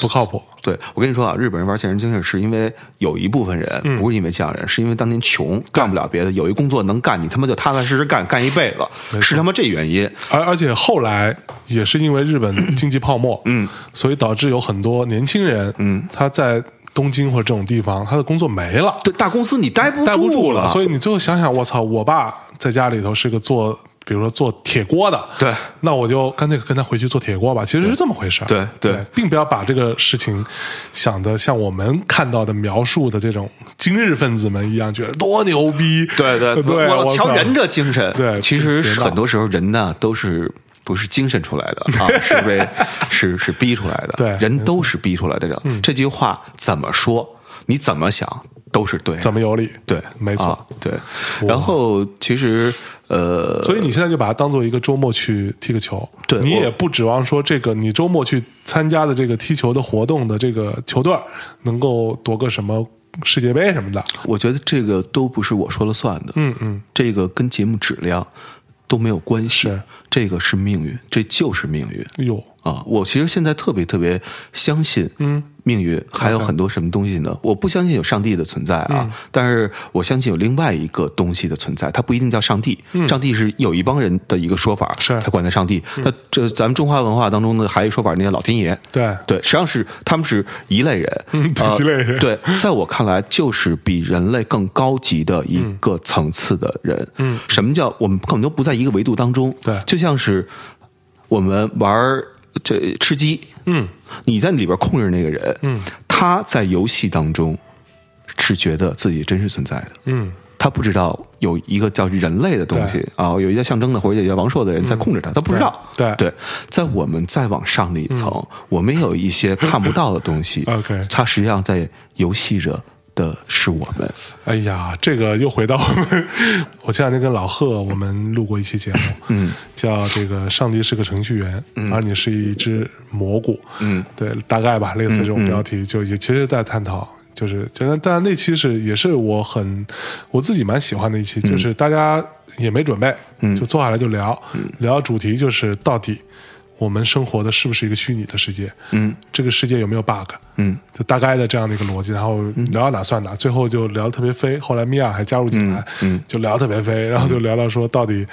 B: 不靠谱。
A: 对我跟你说啊，日本人玩匠人精神是因为有一部分
B: 嗯
A: 人不是因为匠人，是因为当年穷干不了别的，有一工作能干，你他妈就踏踏实实干，干一辈子，是他妈这原因。
B: 而而且后来也是因为日本经济泡沫，嗯，所以导致有很多年轻人，嗯，他在东京或者这种地方，他的工作没了，
A: 对，大公司你待不
B: 待不住
A: 了，
B: 所以你最后想想，我操，我爸在家里头是个做，比如说做铁锅的，
A: 对
B: 那我就干脆跟他回去做铁锅吧，其实是这么回事儿，
A: 对对
B: 并不要把这个事情想的像我们看到的描述的这种今日分子们一样，觉得多牛逼，
A: 对对，
B: 对，
A: 我我瞧
B: 操
A: 人这精神。
B: 对
A: 其实是
B: 别闹
A: 很多时候人呢都是。不是精神出来的 啊，是被是是逼出来的。
B: 对嗯
A: 人都是逼出来的。这句话怎么说，你怎么想都是对的。
B: 怎么有理？
A: 对，
B: 没错。
A: 啊对。然后其实呃，
B: 所以你现在就把它当做一个周末去踢个球，
A: 对
B: 你
A: 我
B: 也不指望说这个你周末去参加的这个踢球的活动的这个球队儿能够夺个什么世界杯什么的，
A: 我觉得这个都不是我说了算的，
B: 嗯嗯，
A: 这个跟节目质量都没有关系
B: 是，
A: 这个是命运，这就是命运
B: 哎呦，
A: 啊！我其实现在特别特别相信，嗯，命运还有很多什么东西呢？我不相信有上帝的存在啊，但是我相信有另外一个东西的存在，它不一定叫上帝，上帝是有一帮人的一个说法，
B: 是
A: 他管它上帝。那这咱们中华文化当中呢，还有一说法，那叫老天爷，
B: 对
A: 对，实际上是他们是一类 人，
B: 嗯对
A: 呃
B: 一类人
A: 对，在我看来，就是比人类更高级的一个层次的人。嗯，什么叫我们根本都不在一个维度当中？
B: 对
A: 就像是我们玩儿这吃鸡，
B: 嗯，
A: 你在里边控制那个人，嗯，他在游戏当中是觉得自己真实存在的，
B: 嗯，
A: 他不知道有一个叫人类的东西啊，有一个象征的或者叫王朔的人在控制他，他不知道。
B: 嗯对嗯
A: 对，在我们再往上的一层，我们有一些看不到的东西
B: OK
A: 它实际上在游戏着的是我们。
B: 哎呀，这个又回到我们，我前两天跟老贺我们录过一期节目，嗯，叫这个上帝是个程序员，嗯，而你是一只蘑菇，嗯，对，大概吧，类似这种标题，就也其实在探讨。就是，就但但那期是也是我很我自己蛮喜欢的一期，就是大家也没准备，嗯，就坐下来就聊，聊主题就是到底我们生活的是不是一个虚拟的世界？嗯，这个世界有没有 bug？嗯，就大概的这样的一个逻辑，然后聊到哪算哪，最后就聊得特别飞。后来米娅还加入进来，嗯，就聊得特别飞，然后就聊到说，到底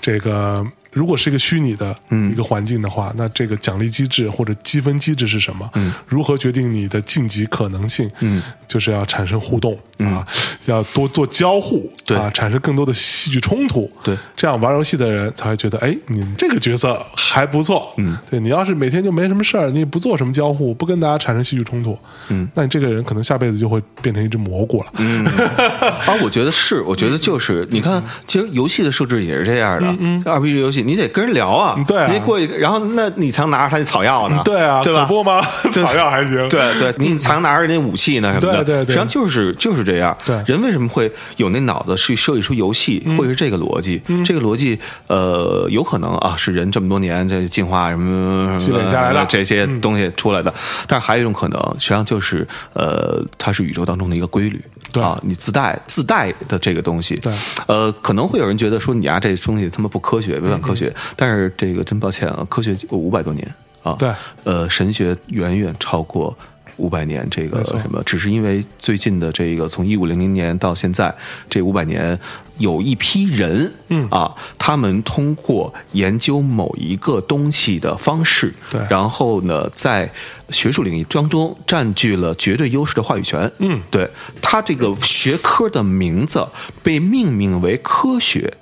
B: 这个如果是一个虚拟的一个环境的话，那这个奖励机制或者积分机制是什么？嗯，如何决定你的晋级可能性？嗯，就是要产生互动啊，要多做交互，
A: 对
B: 啊，产生更多的戏剧冲突，
A: 对
B: 这样玩游戏的人才会觉得，哎，你这个角色还不错。嗯，对你要是每天就没什么事儿，你也不做什么交互，不跟大家产生戏剧冲突，嗯，那你这个人可能下辈子就会变成一只蘑菇了。嗯，
A: 啊，我觉得是，我觉得就是，你看，其实游戏的设置也是这样的。RPG 游戏你得跟人聊啊，
B: 嗯对啊
A: 你得过去，然后那你才能拿着他那草药呢，
B: 对啊，
A: 对吧？
B: 可不 吗？
A: 就
B: 草药还行。
A: 对对，你才能拿着那武器呢什么的。
B: 嗯对对对
A: 实际上就是就是这样。
B: 对嗯
A: 人为什么会有那脑子去设计出游戏，会是这个逻辑？这个逻辑，呃，有可能啊，是人这么多年这进化什么呃
B: 积累下来的嗯
A: 这些东西出来的。但是还有一种可能，实际上就是呃，它是宇宙当中的一个规律。
B: 对
A: 啊，你自带自带的这个东西，
B: 对
A: 呃，可能会有人
B: 嗯
A: 觉得说你啊这东西他妈不科学，违反科学，但是这个真抱歉啊，科学五百多年啊。
B: 对，
A: 呃，神学远远超过五百年这个
B: 没错
A: 什么，只是因为最近的这个从一五零零年到现在这五百年，有一批人，嗯啊，他们通过研究某一个东西的方式，
B: 对
A: 然后呢，在学术领域当中占据了绝对优势的话语权，
B: 嗯
A: 对，它这个学科的名字被命名为科学，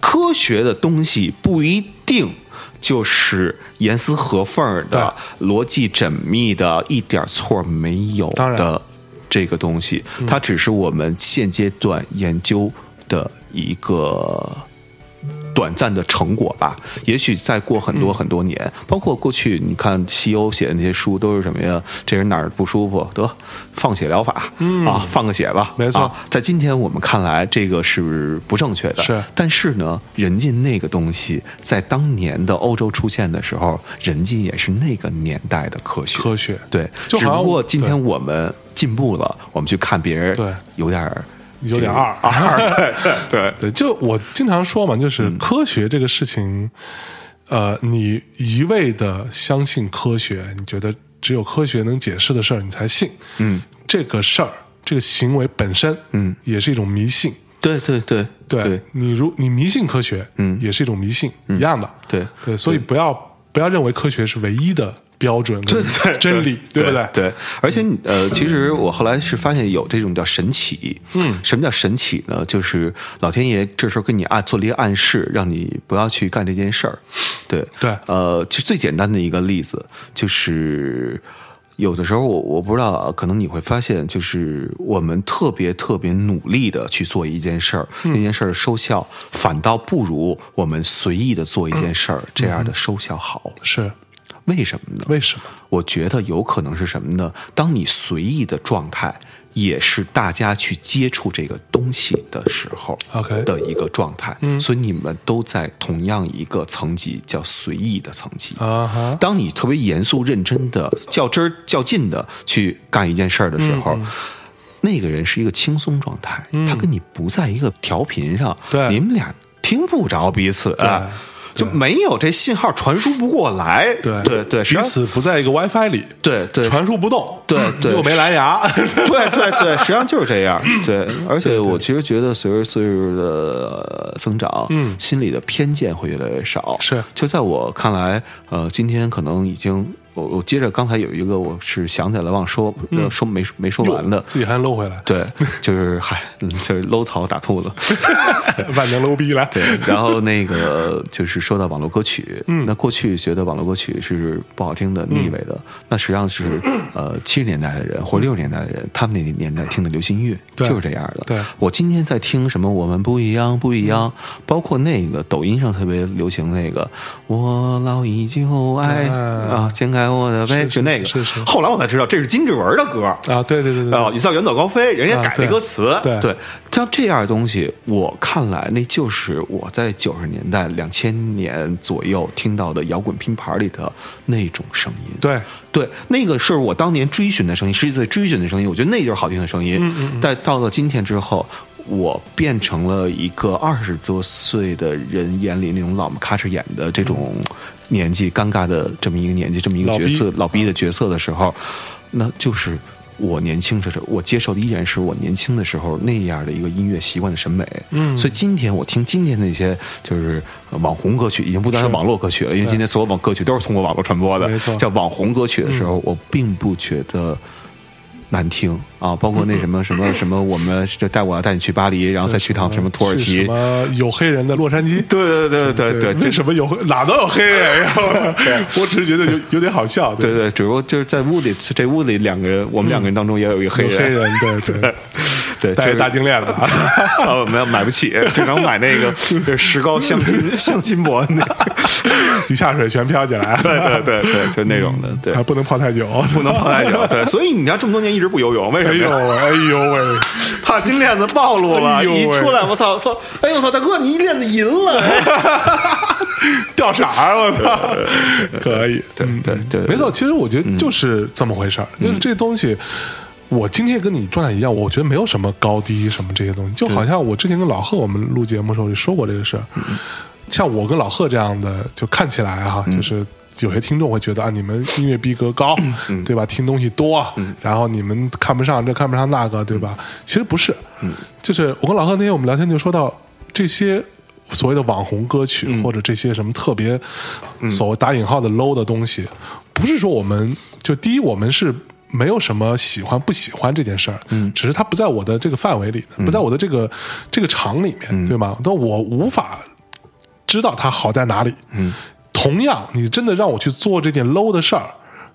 A: 科学的东西不一定。就是严丝合缝儿的、逻辑缜密的，一点儿错儿没有
B: 当然嗯
A: 的这个东西，它只是我们现阶段研究的一个短暂的成果吧。也许再过很
B: 嗯
A: 多很多年，包括过去你看西欧写的那些书都是什么呀？这人哪儿不舒服，得放血疗法、啊，放个血吧。
B: 嗯没错
A: 啊在今天我们看来，这个是不正确的。
B: 是
A: 但是呢，人家那个东西在当年的欧洲出现的时候，人家也是那个年代的科学。
B: 科学
A: 对，
B: 就
A: 只
B: 好像
A: 不过
B: 我
A: 今
B: 对
A: 天我们进步了，我们去看别人，
B: 对
A: 有点儿
B: 有点二
A: 二，对对对，
B: 对，就我经常说嘛，就是科学这个事情，呃，你一味的相信科学，你觉得只有科学能解释的事儿你才信，嗯，这个事儿，这个行为本身，嗯，也是一种迷信。
A: 对对对
B: 对
A: 对
B: 你如你迷信科学，嗯，也是一种迷信，一样的。
A: 对
B: 对，所以不要不要认为科学是唯一的标准 跟真理，对不对？
A: 对，而且你呃，其实我后来是发现有这种叫神启。嗯，什么叫神启呢？就是老天爷这时候跟你暗做了一个暗示，让你不要去干这件事儿。对
B: 对
A: 呃，其实最简单的一个例子就是。有的时候我我不知道啊，可能你会发现，就是我们特别特别努力的去做一件事儿，
B: 嗯
A: 那件事儿的收效反倒不如我们随意的做一件事儿、这样的收效好。
B: 是
A: 为什么呢？
B: 为什么？
A: 我觉得有可能是什么呢？当你随意的状态，也是大家去接触这个东西的时候
B: OK 嗯
A: 的一个状态。所以你们都在同样一个层级，叫随意的层级。
B: 啊哈，
A: 当你特别严肃认真的、较真儿较劲的去干一件事儿的时候。
B: 嗯
A: 那个人是一个轻松状态，他跟你不在一个调频上，
B: 对
A: 你们俩听不着彼此，哎就
B: 对
A: 没有这信号传输不过来，
B: 对
A: 对对，实际
B: 彼
A: 上
B: 此不在一个 WiFi 里，
A: 对对
B: 传输不动，
A: 对
B: 嗯
A: 对
B: 又没蓝牙，
A: 对对对，实际上就是这样。嗯对，而且我其实觉得，随着岁数的呃增长，嗯，心里的偏见会越来越少。
B: 是
A: 就在我看来，呃，今天可能已经，我我接着刚才有一个，我是想起来忘说、呃说没没说 完 的
B: 哟，自己还搂回来，
A: 对，就是嗨，嗯就是搂草打兔子。
B: 万能搂逼来，对
A: 然后那个就是说到网络歌曲，
B: 嗯
A: 那过去觉得网络歌曲是不好听的、腻味的，
B: 嗯
A: 那实际上 是呃七十年代的人或六十年代的人，他们那年代听的流行音乐
B: 对
A: 就是这样的。
B: 对
A: 我今天在听什么？我们不一样，不一样，
B: 嗯
A: 包括那个抖音上特别流行那个我老依旧爱
B: 啊
A: 啊，掀开我的
B: 是
A: 被，
B: 是
A: 就那个。
B: 是是
A: 后来我才知道这是金志文的歌啊
B: 啊，对对对对对，
A: 啊，你像远走高飞，人家
B: 啊
A: 改了
B: 对
A: 歌词，
B: 对
A: 像这样的东西，我看来那就是我在九十年代、两千年左右听到的摇滚拼盘里的那种声音，
B: 对
A: 对，那个是我当年追寻的声音，十几岁追寻的声音，我觉得那就是好听的声音。
B: 嗯
A: 但到了今天之后。我变成了一个二十多岁的人眼里那种老么咔哧眼的这种年纪，尴尬的这么一个年纪，这么一个
B: 老
A: 角
B: 逼
A: 色，老逼的角色的时候，那就是我年轻的时候，我接受的依然是我年轻的时候那样的一个音乐习惯的审美。嗯，所以今天我听今天那些就是呃网红歌曲，已经不单是网络歌曲了，因为今天所有网歌曲都是通过网络传播的，
B: 没错嗯
A: 叫网红歌曲的时候，我并不觉得。难听啊，包括那什么什 么什么，我们这带我带你去巴黎，然后再去趟什么土耳
B: 是
A: 其
B: 什，么有黑人的洛杉矶，
A: 对对对对对，这
B: 为什么有哪都有黑人呀？ 我只是觉得有有点好笑，
A: 对对，只不过就是在屋里，这屋里两个人，我们两个人当中也有一个黑
B: 有黑
A: 人，
B: 人，对对，
A: 对，
B: 戴
A: 就
B: 着
A: 是
B: 大金链子啊，
A: 啊，没有买不起，只能买那个就是石膏镶金镶金箔那个。
B: 一下水全飘起来，啊
A: 对对对对，就那种的， 对
B: 还，不能泡太久，
A: 不能泡太久。对，所以你看这么多年一直不游泳，为什
B: 哎
A: 么
B: 呦
A: 呀？
B: 喂，哎呦喂，
A: 怕金链子暴露了，
B: 哎呦喂
A: 一出来我操操，哎呦我操，大哥你一链子银了。
B: 掉色儿，我操， 可以，嗯
A: 对对对，
B: 没错，其实我觉得就是这么回事儿，就是这东西。我今天跟你状态一样，我觉得没有什么高低什么这些东西，就好像我之前跟老贺我们录节目的时候就说过这个事儿。像我跟老贺这样的，就看起来哈、就是有些听众会觉得啊，你们音乐逼格高，对吧？听东西多，然后你们看不上这看不上那个，对吧？其实不是，就是我跟老贺那天我们聊天就说到这些。所谓的网红歌曲、或者这些什么特别所谓打引号的 low 的东西，不是说我们就第一我们是没有什么喜欢不喜欢这件事儿，嗯，只是它不在我的这个范围里，不在我的这个这个场里面，对吗？但我无法知道它好在哪里。嗯，同样，你真的让我去做这件 low 的事儿。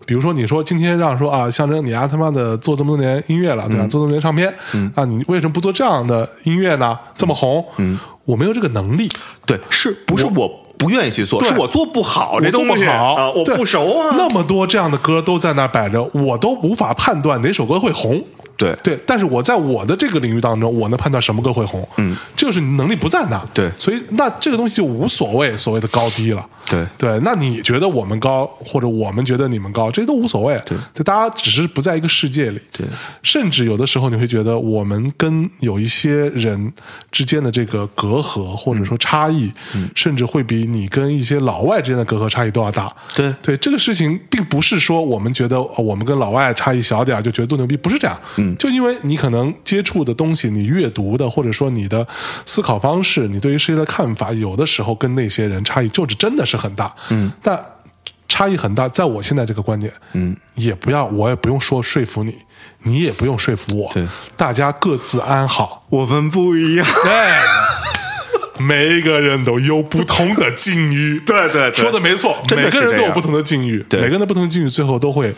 B: 比如说，你说今天让说啊，象征你啊他妈的做这么多年音乐了，对吧？做这么多年唱片，嗯、啊，你为什么不做这样的音乐呢？这么红，嗯，我没有这个能力，
A: 对，是不是我不愿意去做？
B: 对
A: 是我做不好这
B: 我做
A: 东
B: 不
A: 西
B: 好
A: 啊，我
B: 对
A: 不熟啊。
B: 那么多这样的歌都在那儿摆着，我都无法判断哪首歌会红。
A: 对
B: 对，但是我在我的这个领域当中，我能判断什么歌会红。嗯，这就是你能力不在那。
A: 对
B: 所以那这个东西就无所谓所谓的高低了。
A: 对
B: 对，那你觉得我们高，或者我们觉得你们高，这都无所谓。对，就大家只是不在一个世界里。
A: 对，
B: 甚至有的时候你会觉得我们跟有一些人之间的这个隔阂或者说差异，
A: 嗯
B: 甚至会比你跟一些老外之间的隔阂差异都要大。
A: 对
B: 对，这个事情并不是说我们觉得哦我们跟老外差异小点儿就觉得多牛逼，不是这样。嗯，就因为你可能接触的东西，你阅读的或者说你的思考方式，你对于世界的看法，有的时候跟那些人差异就是真的是很大。嗯，但差异很大，在我现在这个观点，嗯，也不要，我也不用说说服你，你也不用说服我，
A: 对，
B: 大家各自安好。
A: 我们不一 样，
B: 对，每一个人都有不同的境遇。
A: 对对对
B: 说的没错，
A: 真的
B: 每
A: 是
B: 个人
A: 这
B: 都有
A: 样
B: 不同的境遇，
A: 对
B: 每个人的不同境遇最后都会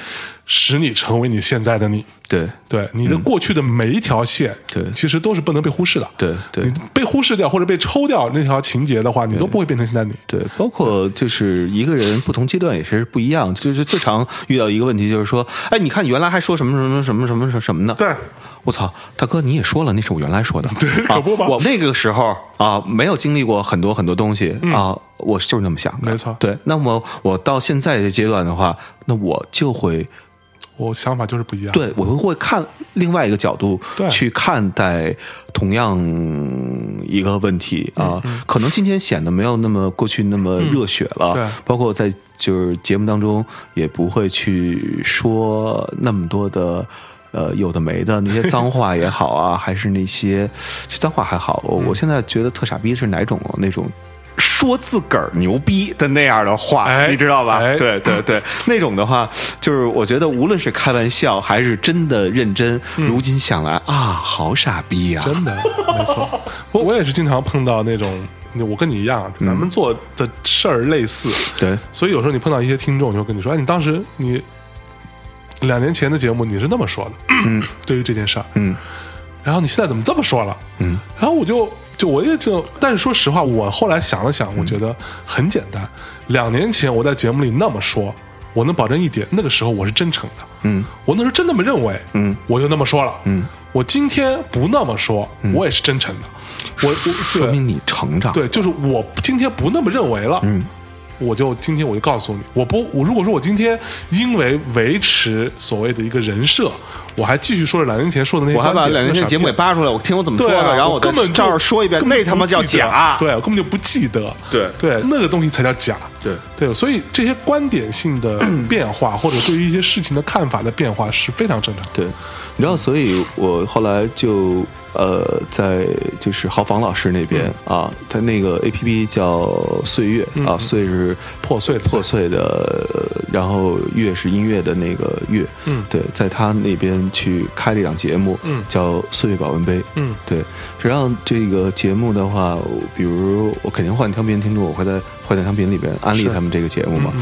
B: 使你成为你现在的你。
A: 对嗯
B: 对你的过去的每一条线，
A: 对
B: 其实都是不能被忽视的。
A: 对对
B: 你被忽视掉或者被抽掉那条情节的话，你都不会变成现在你。
A: 对，包括就是一个人不同阶段也是不一样，就是最常遇到一个问题就是说，哎，你看你原来还说什么什么什么什么什么什么呢？
B: 对，
A: 我操，大哥你也说了，那是我原来 说的，对，啊、
B: 可不嘛
A: 我那个时候啊，没有经历过很多很多东西、啊，我就是那么想的，
B: 嗯没错
A: 对，那么我到现在这阶段的话，那我就会
B: 我想法就是不一样。
A: 对，我会看另外一个角度
B: 对
A: 去看待同样一个问题
B: 嗯
A: 啊、可能今天显得没有那么过去那么热血了，
B: 对
A: 包括在就是节目当中也不会去说那么多的。呃，有的没的那些脏话也好啊， 还是那些其实脏话还好。我
B: 嗯
A: 我现在觉得特傻逼是哪种啊那种说自个儿牛逼的那样的话，
B: 哎
A: 你知道吧？
B: 哎
A: 对。对对对，那种的话，就是我觉得无论是开玩笑还是真的认真，如今想来啊，好傻逼呀、
B: 嗯真的，没错。我我也是经常碰到那种，我跟你一样，咱
A: 嗯
B: 们做的事儿类似，
A: 对
B: 所以有时候你碰到一些听众，就跟你说：“哎，你当时你两年前的节目你是那么说的，对于这件事儿，
A: 嗯，
B: 然后你现在怎么这么说了？
A: 嗯，
B: 然后我就就我也就，但是说实话，我后来想了想，我觉得很简单。两年前我在节目里那么说，我能保证一点，那个时候我是真诚的，
A: 嗯，
B: 我那时候真那么认为，
A: 嗯，
B: 我就那么说了，
A: 嗯，
B: 我今天不那么说，我也是真诚的，我我
A: 说明你成长。
B: 对，就是我今天不那么认为了，嗯，我就今天我就告诉你，我不，我如果说我今天因为维持所谓的一个人设，我还继续说着两年前说的那些
A: 我还
B: 观点，
A: 把两年前
B: 那傻逼
A: 节目给扒出来，我听我怎么说
B: 对
A: 的，
B: 啊，
A: 然后我再
B: 根本就
A: 照着说一遍，
B: 根本
A: 那
B: 就
A: 他妈
B: 不
A: 叫
B: 记得
A: 假。啊
B: 对，我根本就不记得，
A: 对
B: 对，那个东西才叫假，
A: 对
B: 对，所以这些观点 性的变化，或者对于一些事情的看法的变化是非常正常的，
A: 对，你知道，所以我后来就呃，在就是郝房老师那边、
B: 嗯
A: 啊，他那个 A P P 叫岁月、啊，岁是
B: 破碎的碎
A: 破碎的，呃然后乐是音乐的那个乐，
B: 嗯
A: 对，在他那边去开了一档节目，
B: 嗯
A: 叫《岁月保温杯》，
B: 嗯
A: 对，实际上这个节目的话，我比如我肯定换调频听众，我会在换调频里边安利他们这个节目
B: 嗯
A: 嘛。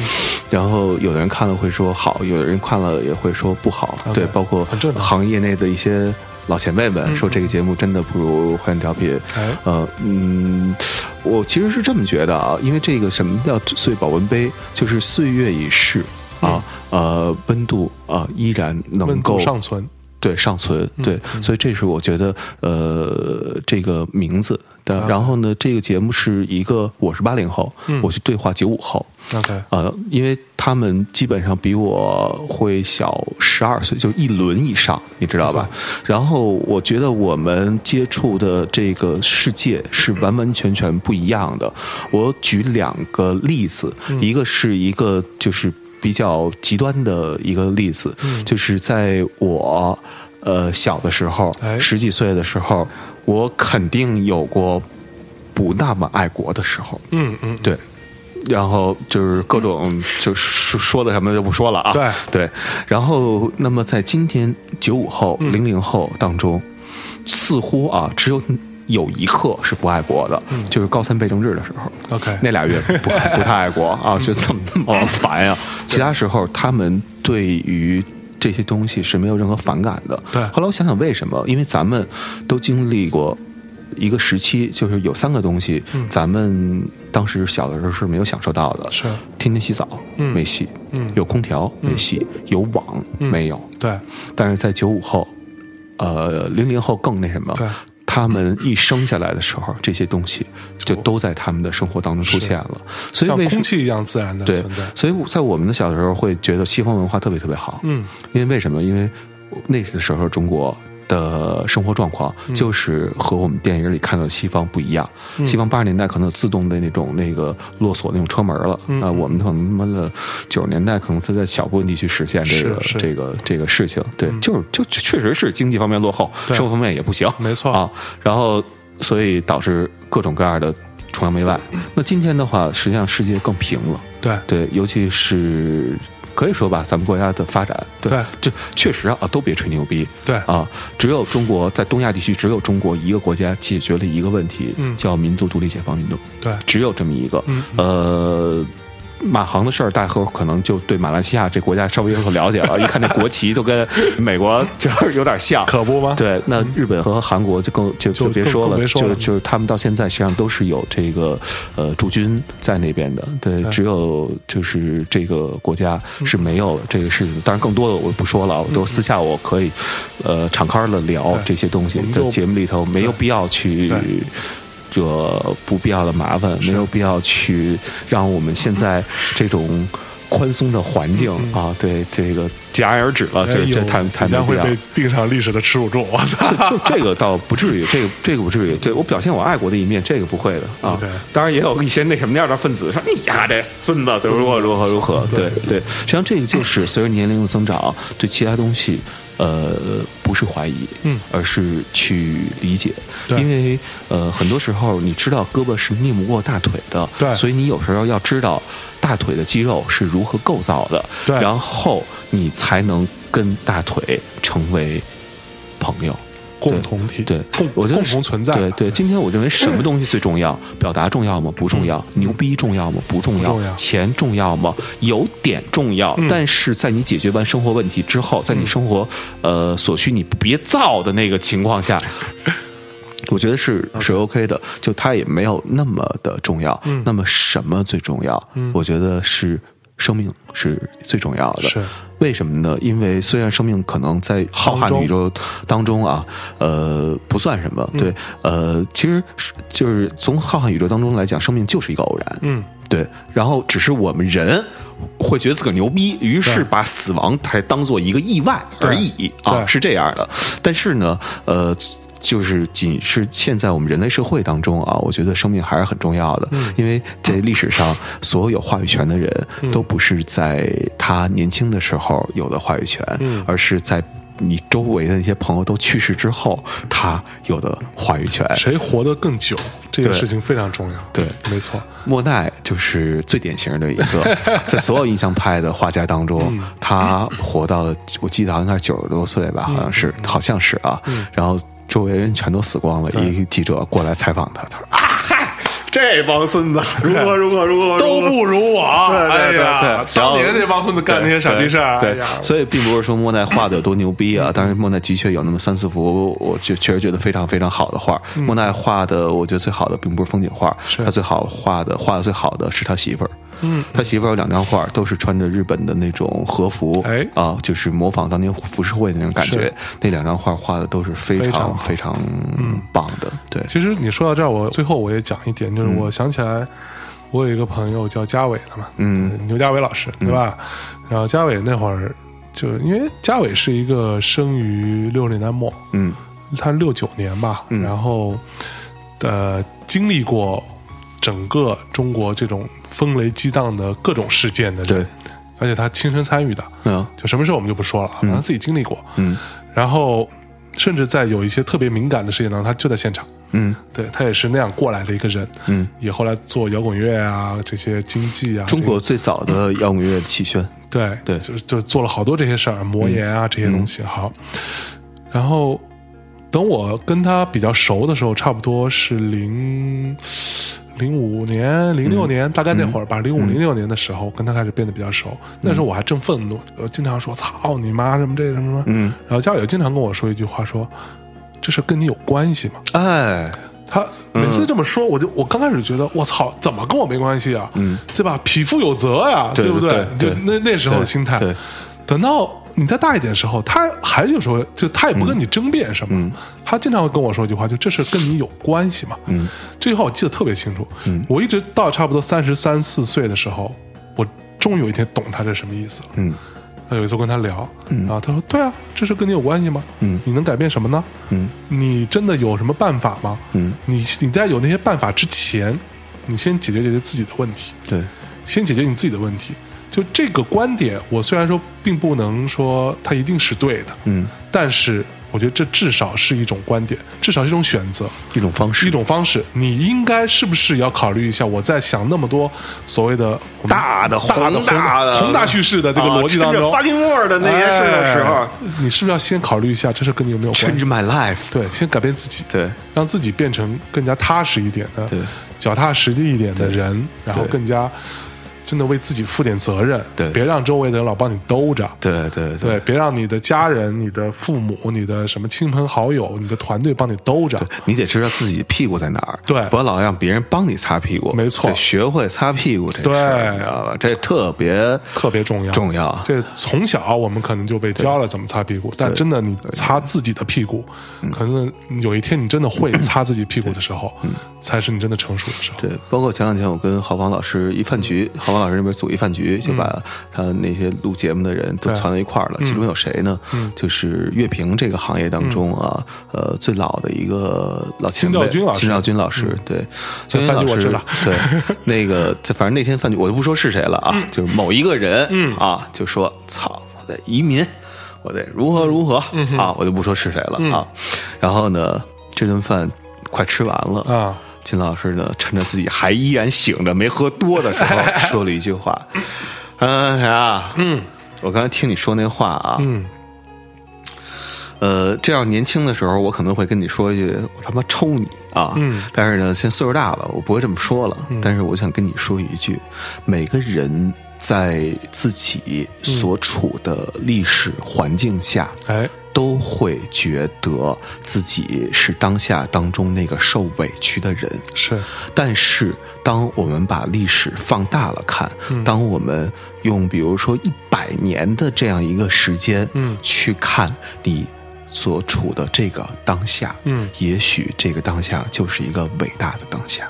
A: 然后有的人看了会说好，有的人看了也会说不好
B: OK，
A: 对，包括
B: 很正常嗯
A: 行业内的一些老前辈们说这个节目真的不如换调频。
B: 哎
A: 呃，嗯，我其实是这么觉得啊，因为这个什么叫岁保温杯，就是岁月已逝。啊，呃，温度啊、依然能
B: 嗯温
A: 够
B: 度尚存，嗯
A: 对，尚存，对，所以这是我觉得，呃，这个名字
B: 啊
A: 的。然后呢，这个节目是一个我是八零后，
B: 嗯
A: 我去对话九五后，
B: OK，
A: 呃，因为他们基本上比我会小十二岁，就是一轮以上，你知道吧？然后我觉得我们接触的这个世界是完完全全不一样的。我举两个例子，一个是一个就是比较极端的一个例子，就是在我呃小的时候，
B: 哎
A: 十几岁的时候，我肯定有过不那么爱国的时候。
B: 嗯嗯，
A: 对，然后就是各种就说说的什么就不说了啊。
B: 对
A: 然后那么在今天九五后、
B: 嗯
A: 零零后当中，似乎啊只有有一刻是不爱国的，就是高三被政治的时候。
B: 嗯 OK
A: 那俩月不不太爱国 啊，觉得怎么那么烦呀、其他时候他们对于。这些东西是没有任何反感的。
B: 对
A: 后来我想想为什么？因为咱们都经历过一个时期，就是有三个东西，咱们当时小的时候是没有享受到的。
B: 嗯是
A: 天天洗澡、
B: 嗯
A: 没戏，
B: 嗯
A: 有空调、没戏，有网、没有。
B: 对，
A: 但是在九五后，呃，零零后更那什么
B: 对，
A: 他们一生下来的时候，这些东西就都在他们的生活当中出现了。所以
B: 像
A: 为什
B: 空
A: 么？
B: 气一样自然的
A: 对
B: 存在，。
A: 所以我在我们的小的时候会觉得西方文化特别特别好，
B: 嗯，
A: 因为为什么？因为那个时候中国。的生活状况
B: 嗯
A: 就是和我们电影里看到的西方不一样。西方八十年代可能有自动的那种那个落锁那种车门了，那、
B: 嗯
A: 我们可能他妈的九十年代可能才在小部分地区实现这个
B: 是是嗯
A: 这个这个事情。对，就是就就确实是经济方面落后，
B: 对嗯
A: 生活方面也不行。
B: 没错
A: 啊，然后所以导致各种各样的崇洋媚外。那今天的话，实际上世界更平了。
B: 对
A: 对，尤其是可以说吧，咱们国家的发展，
B: 对
A: 这确实啊，都别吹牛逼
B: 对
A: 啊，只有中国在东亚地区，只有中国一个国家解决了一个问题，
B: 嗯
A: 叫民族独立解放运动，
B: 对
A: 只有这么一个，
B: 嗯
A: 呃。马航的事儿，大伙儿可能就对马来西亚这国家稍微有所了解 了。一看那国旗，都跟美国就是有点像，
B: 可不吗？嗯
A: 对，那日本和韩国就更就
B: 就
A: 别
B: 更
A: 说
B: 更
A: 了，
B: 没说
A: 就
B: 了
A: 就是他们到现在实际上都是有这个呃驻军在那边的，对，只有就是这个国家
B: 嗯
A: 是没有这个事情的。当然，更多的我不说了，我都私下我可以呃敞开了聊
B: 对
A: 这些东西
B: 我，们
A: 在
B: 就
A: 节目里头没有必要去
B: 对。
A: 这不必要的麻烦，没有必要去让我们现在这种宽松的环境
B: 嗯
A: 啊，对这个戛然而止了，这这太太没
B: 哎将
A: 必
B: 会
A: 要。
B: 被定上历史的耻辱柱。我操！
A: 就 这个倒不至于，这个这个不至于。对我表现我爱国的一面，这个不会的啊
B: OK。
A: 当然也有一些那什么样的分子说：“你呀，这孙子，如何如何如何。”对对，实际上这个就是随着年龄的增长，对其他东西，呃，不是怀疑，
B: 嗯，
A: 而是去理解。
B: 对
A: 因为呃，很多时候你知道胳膊是拧不过大腿的，
B: 对
A: 所以你有时候要知道大腿的肌肉是如何构造的，
B: 对
A: 然后你才能跟大腿成为朋友。
B: 共同体，
A: 对，
B: 共
A: 我觉得
B: 共
A: 是
B: 同存在吧，
A: 对对，今天我认为什么东西最重要？表达重要吗？不重要。牛逼重要吗？不重要。
B: 嗯不重要嗯
A: 钱重要吗？有点重要，但是在你解决完生活问题之后，在你生活、呃所需你别造的那个情况 下。我觉得是是 OK 的，就它也没有那么的重要。
B: 嗯
A: 那么什么最重要？我觉得是生命是最重要的。
B: 是
A: 为什么呢？因为虽然生命可能在浩瀚的宇宙当中啊，呃，不算什么。对，呃，其实是就是从浩瀚宇宙当中来讲，生命就是一个偶然。
B: 嗯，
A: 对，然后只是我们人会觉得自个儿牛逼，于是
B: 对
A: 把死亡才当做一个意外而已
B: 对
A: 啊，
B: 对
A: 是这样的。但是呢，呃。就是仅是现在我们人类社会当中啊，我觉得生命还是很重要的，
B: 嗯
A: 因为这历史上所有有话语权的人都不是在他年轻的时候有的话语权，
B: 嗯
A: 而是在你周围的那些朋友都去世之后，他有的话语权。
B: 谁活得更久，这个
A: 对
B: 事情非常重要。
A: 对，
B: 没错，
A: 莫奈就是最典型的一个，在所有印象派的画家当中，他活到了，我记得好像是九十多岁吧，好像是，好像是啊。然后周围人全都死光了，一个记者过来采访他，他说：“啊，嗨，这帮孙子 如何如何如何
B: 都不如我。
A: 对对对
B: 哎呀
A: 对
B: 当年那帮孙子干那些傻逼事儿，
A: 对
B: 哎呀，嗯
A: 所以并不是说莫奈画的有多牛逼啊，当然莫奈的确有那么三四幅，我就确实觉得非常非常好的画。
B: 嗯
A: 莫奈画的，我觉得最好的并不是风景画，他最好画的画的最好的是他媳妇儿，嗯，他媳妇儿有两张画，都是穿着日本的那种和服，
B: 哎
A: 啊，就是模仿当年浮世绘那种感觉
B: 是。
A: 那两张画画的都是非
B: 非常
A: 常
B: 好
A: 非常棒
B: 嗯
A: 的，对，
B: 其实你说到这儿，我最后我也讲一点，就是
A: 嗯
B: 我想起来，我有一个朋友叫嘉伟的嘛，嗯，牛嘉伟老师，对吧？然后嘉伟那会儿就因为嘉伟是一个生于六十年代末，
A: 嗯
B: 他六九年吧，然后呃经历过整个中国这种风雷激荡的各种事件的人，
A: 对，
B: 而且他亲身参与的，
A: 嗯
B: 就什么事儿我们就不说了啊，反正他自己经历过，
A: 嗯
B: 然后甚至在有一些特别敏感的事情呢，他就在现场。
A: 嗯，
B: 对他也是那样过来的一个人，
A: 嗯，
B: 也后来做摇滚乐啊，这些经济啊，
A: 中国最早的摇滚乐的气宣，
B: 这
A: 对
B: 对
A: 嗯
B: 就就做了好多这些事儿，魔岩啊、这些东西。好，然后等我跟他比较熟的时候，差不多是零零五年、
A: 嗯
B: 零六年，大概那会儿吧，零五零六年的时候，跟他开始变得比较熟。那时
A: 嗯
B: 候我还正愤怒，我经常说“操你妈”什么这什么什么。
A: 嗯，
B: 然后家里有经常跟我说一句话说。这事儿跟你有关系吗？
A: 哎，
B: 他每次这么说，我就我刚开始觉得我操，怎么跟我没关系啊？嗯，对吧？匹夫有责呀、
A: 对
B: 不
A: 对
B: 就
A: 对
B: 那那时候的心态
A: 对对。
B: 等到你再大一点的时候，他还是有时候就他也不跟你争辩什么，
A: 嗯
B: 他经常会跟我说一句话，就这事跟你有关系嘛。嗯，这句话我记得特别清楚。嗯，我一直到差不多三十三四岁的时候，我终于有一天懂他这什么意思了。
A: 嗯
B: 那有一次我跟他聊，然后他说：“对啊，这事跟你有关系吗？嗯，你能改变什么呢？
A: 嗯，
B: 你真的有什么办法吗？
A: 嗯，
B: 你你在有那些办法之前，你先解决解决自己的问题，
A: 对，
B: 先解决你自己的问题。就这个观点，我虽然说并不能说它一定是对的，
A: 嗯，
B: 但是我觉得这至少是一种观点，至少是一种选择。”
A: 一种方式，
B: 一种方式，你应该是不是也要考虑一下？我在想那么多所谓的我们
A: 大的
B: 大的
A: 宏大的
B: 宏大叙事的这个
A: 啊
B: 逻辑当
A: 趁着
B: 中，
A: fucking word 的那些事儿的时候
B: 哎，你是不是要先考虑一下这事跟你有没有关
A: 趁
B: 系
A: 着？my life，
B: 对，先改变自己，
A: 对，
B: 让自己变成更加踏实一点的
A: 对、
B: 脚踏实地一点的人，然后
A: 对
B: 更加真的为自己负点责任，
A: 对
B: 别让周围的人老帮你兜着，
A: 对对
B: 对，别让你的家人、你的父母、你的什么亲朋好友、你的团队帮你兜着，
A: 你得知道自己屁股在哪儿，
B: 对
A: 不要老让别人帮你擦屁股，
B: 没错
A: 得学会擦屁股这事儿，
B: 对
A: 你知道吧？这特别
B: 特别重要，
A: 重要，
B: 这从小我们可能就被教了怎么擦屁股，但真的你擦自己的屁股，
A: 嗯
B: 可能有一天你真的会擦自己屁股的时候，才是你真的成熟的时候。
A: 嗯对，包括前两天我跟郝芳老师一饭局，
B: 嗯
A: 郝芳老师那边组一饭局，就把他那些录节目的人都
B: 对嗯
A: 攒到一块儿了。其中有谁呢？就是乐评这个行业当中啊，呃，最老的一个老前辈，
B: 金兆君老师嗯
A: 金兆君老师，对，金兆君
B: 饭
A: 老
B: 局我
A: 师
B: 知道，
A: 对，那个这反正那天饭局我就不说是谁了啊，
B: 嗯
A: 就是某一个人，啊，就说操，我得移民，我得如何如何、
B: 嗯
A: 啊，我就不说是谁了、啊。然后呢，这顿饭快吃完了
B: 啊。
A: 金老师呢，趁着自己还依然醒着、没喝多的时 候，说了一句话：“嗯，啥、嗯，我刚才听你说那话啊，
B: 嗯，
A: 呃，这要年轻的时候，我可能会跟你说一句‘我他妈抽你’啊。
B: 嗯
A: 但是呢，现在岁数大了，我不会这么说了。但是我想跟你说一句，每个人在自己所处的历史环境下，
B: 哎，
A: 都会觉得自己是当下当中那个受委屈的人。
B: 是
A: 但是，当我们把历史放大了看，
B: 嗯
A: 当我们用比如说一百年的这样一个时间，
B: 嗯
A: 去看你所处的这个当下，
B: 嗯
A: 也许这个当下就是一个伟大的当下，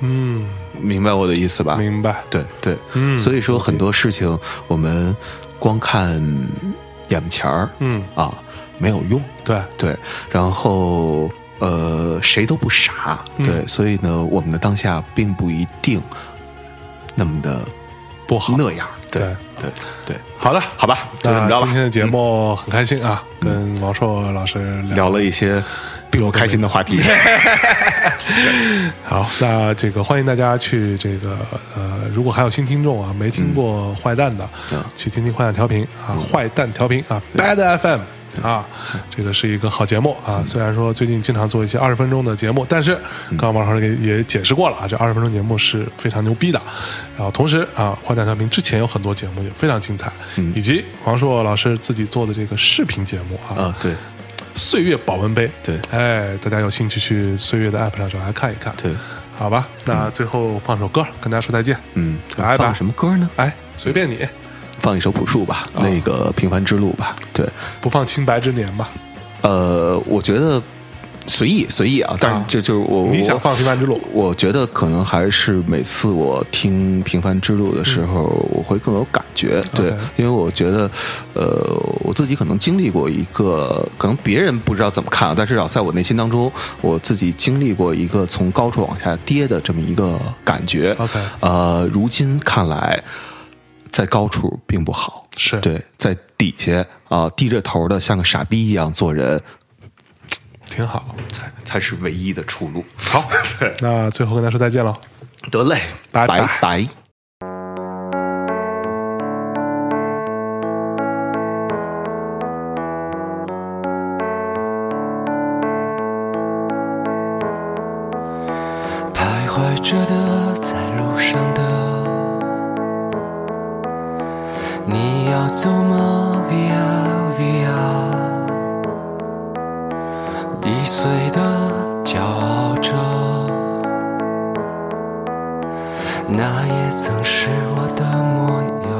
B: 嗯，
A: 明白我的意思吧？
B: 明白。
A: 对对，
B: 嗯
A: 所以说很多事情我们光看眼前儿，
B: 嗯，
A: 啊，没有用，
B: 对，
A: 对，然后呃，谁都不傻，
B: 嗯
A: 对，所以呢，我们的当下并不一定那么的
B: 不好。
A: 那样，对
B: 对
A: 对对，
B: 好的，
A: 好吧，就这么着
B: 那
A: 吧，
B: 今
A: 嗯
B: 天的节目很开心啊，跟王硕老师聊。
A: 聊了一些并不开心的话题，
B: 好，那这个欢迎大家去这个呃，如果还有新听众啊，没听过坏蛋的，
A: 嗯
B: 去听听坏蛋调频啊，坏蛋调频啊，Bad FM。啊，这个是一个好节目啊！虽然说最近经常做一些二十分钟的节目，但是刚刚王老师给也解释过了啊，这二十分钟节目是非常牛逼的。然后同时啊，坏蛋调频之前有很多节目也非常精彩，以及王硕老师自己做的这个视频节目 啊，
A: 啊，对
B: 岁月保温杯，
A: 对
B: 哎，大家有兴趣去岁月的 app 上找来看一看，
A: 对，
B: 好吧，那最后放首歌跟大家说再见。
A: 嗯，
B: 来吧
A: 放什么歌呢？
B: 哎，随便你，
A: 放一首朴树吧，那个《平凡之路》吧。对，
B: 不放《清白之年》吧？
A: 呃，我觉得随意随意啊，但
B: 啊
A: 这就是我
B: 你想
A: 我
B: 放平凡之路
A: 我觉得可能还是每次我听《平凡之路》的时候，我会更有感觉。对
B: 嗯 OK，
A: 因为我觉得，呃，我自己可能经历过一个，可能别人不知道怎么看啊，但至少在我内心当中，我自己经历过一个从高处往下跌的这么一个感觉。
B: OK
A: 呃，如今看来，在高处并不好。
B: 是
A: 对，在底下啊、低着头的像个傻逼一样做人，
B: 挺好。
A: 才才是唯一的出路。
B: 好， 那最后跟大家说再见喽。
A: 得嘞，
B: 拜拜
A: 拜拜
C: 徘徊着的，在路上的，你要走吗？Via Via，易碎的，骄傲着，那也曾是我的模样，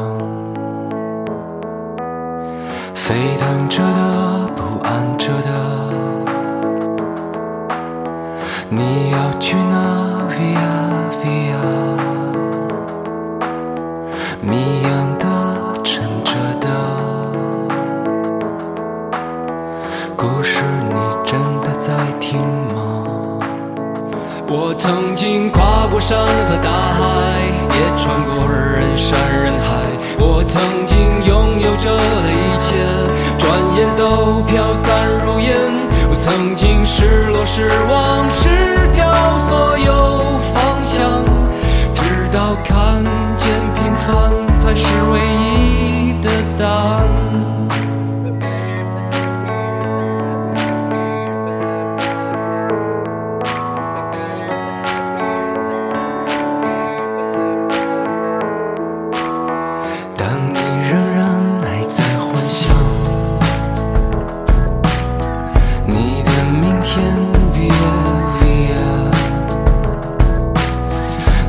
C: 沸腾着的，不安着的。你要去哪？Via 啊 Via，谜样的、沉着的故事，你真的在听吗？我曾经跨过山和大海，也穿过人山人海。我曾经拥有着的一切，转眼都飘散如烟。我曾经失落、失望、失掉所有方向，直到看见平凡才是唯一的答案。但你仍然还在幻想，你的明天，Via Via，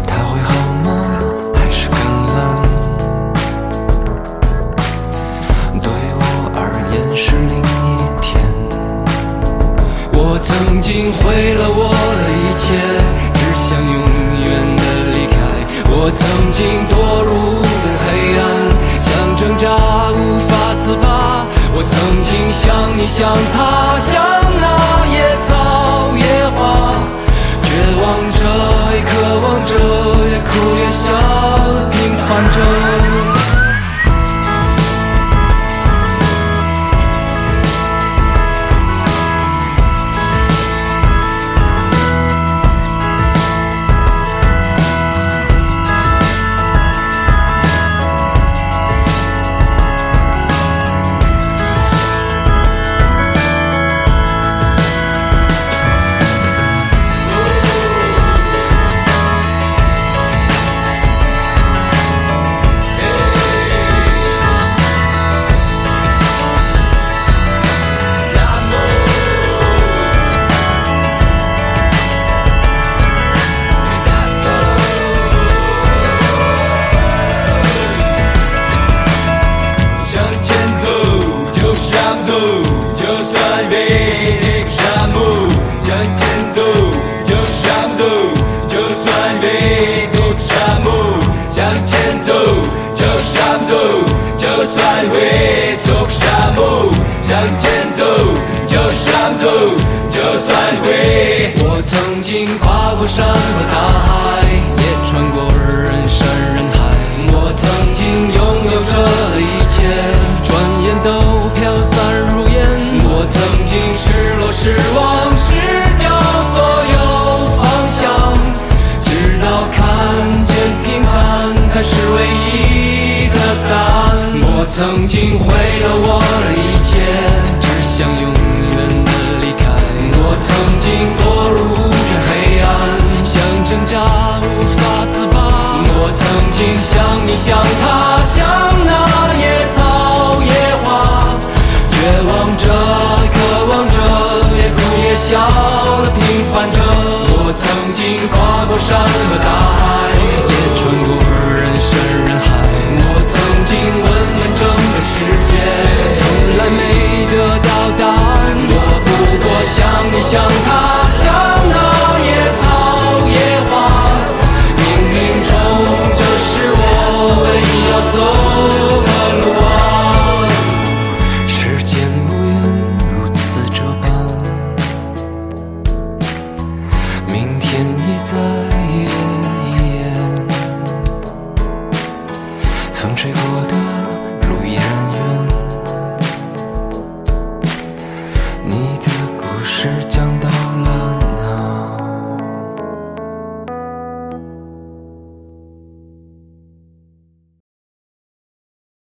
C: 它会好吗？还是更冷？对我而言是另一天。我曾经毁了我的一切，只想永远的离开。我曾经堕入无边黑暗，想挣扎无法自拔。我曾经像你，像他，像那野草野花，绝望着，也渴望着，也哭也笑，平凡着。向前走，就想走，就算遍地沙漠。向前走，就想走，就算遍地沙漠。向前走，就想走，就算会走沙漠。向前走，就想走，就算会。我曾经跨过山和大海，也穿过人山人海。我曾经拥有着的一切，转眼都飘散如烟。我曾经失落、失望、失掉所有方向，直到看见平凡才是唯一的答案。我曾经毁了我的一切，只想永远的离开。我曾经堕入无边黑暗，想挣扎无法自拔。我曾经像你，像他，像那野草野花，绝望着，渴望着，也哭也笑的平凡着。我曾曾经跨过山和大海，也穿过人山人海。我曾经问问整个世界，从来没得到答案。我不过像你，像他，像那野草野花。冥冥中，这是我们要走的路啊。时间无言，如此这般。明天已在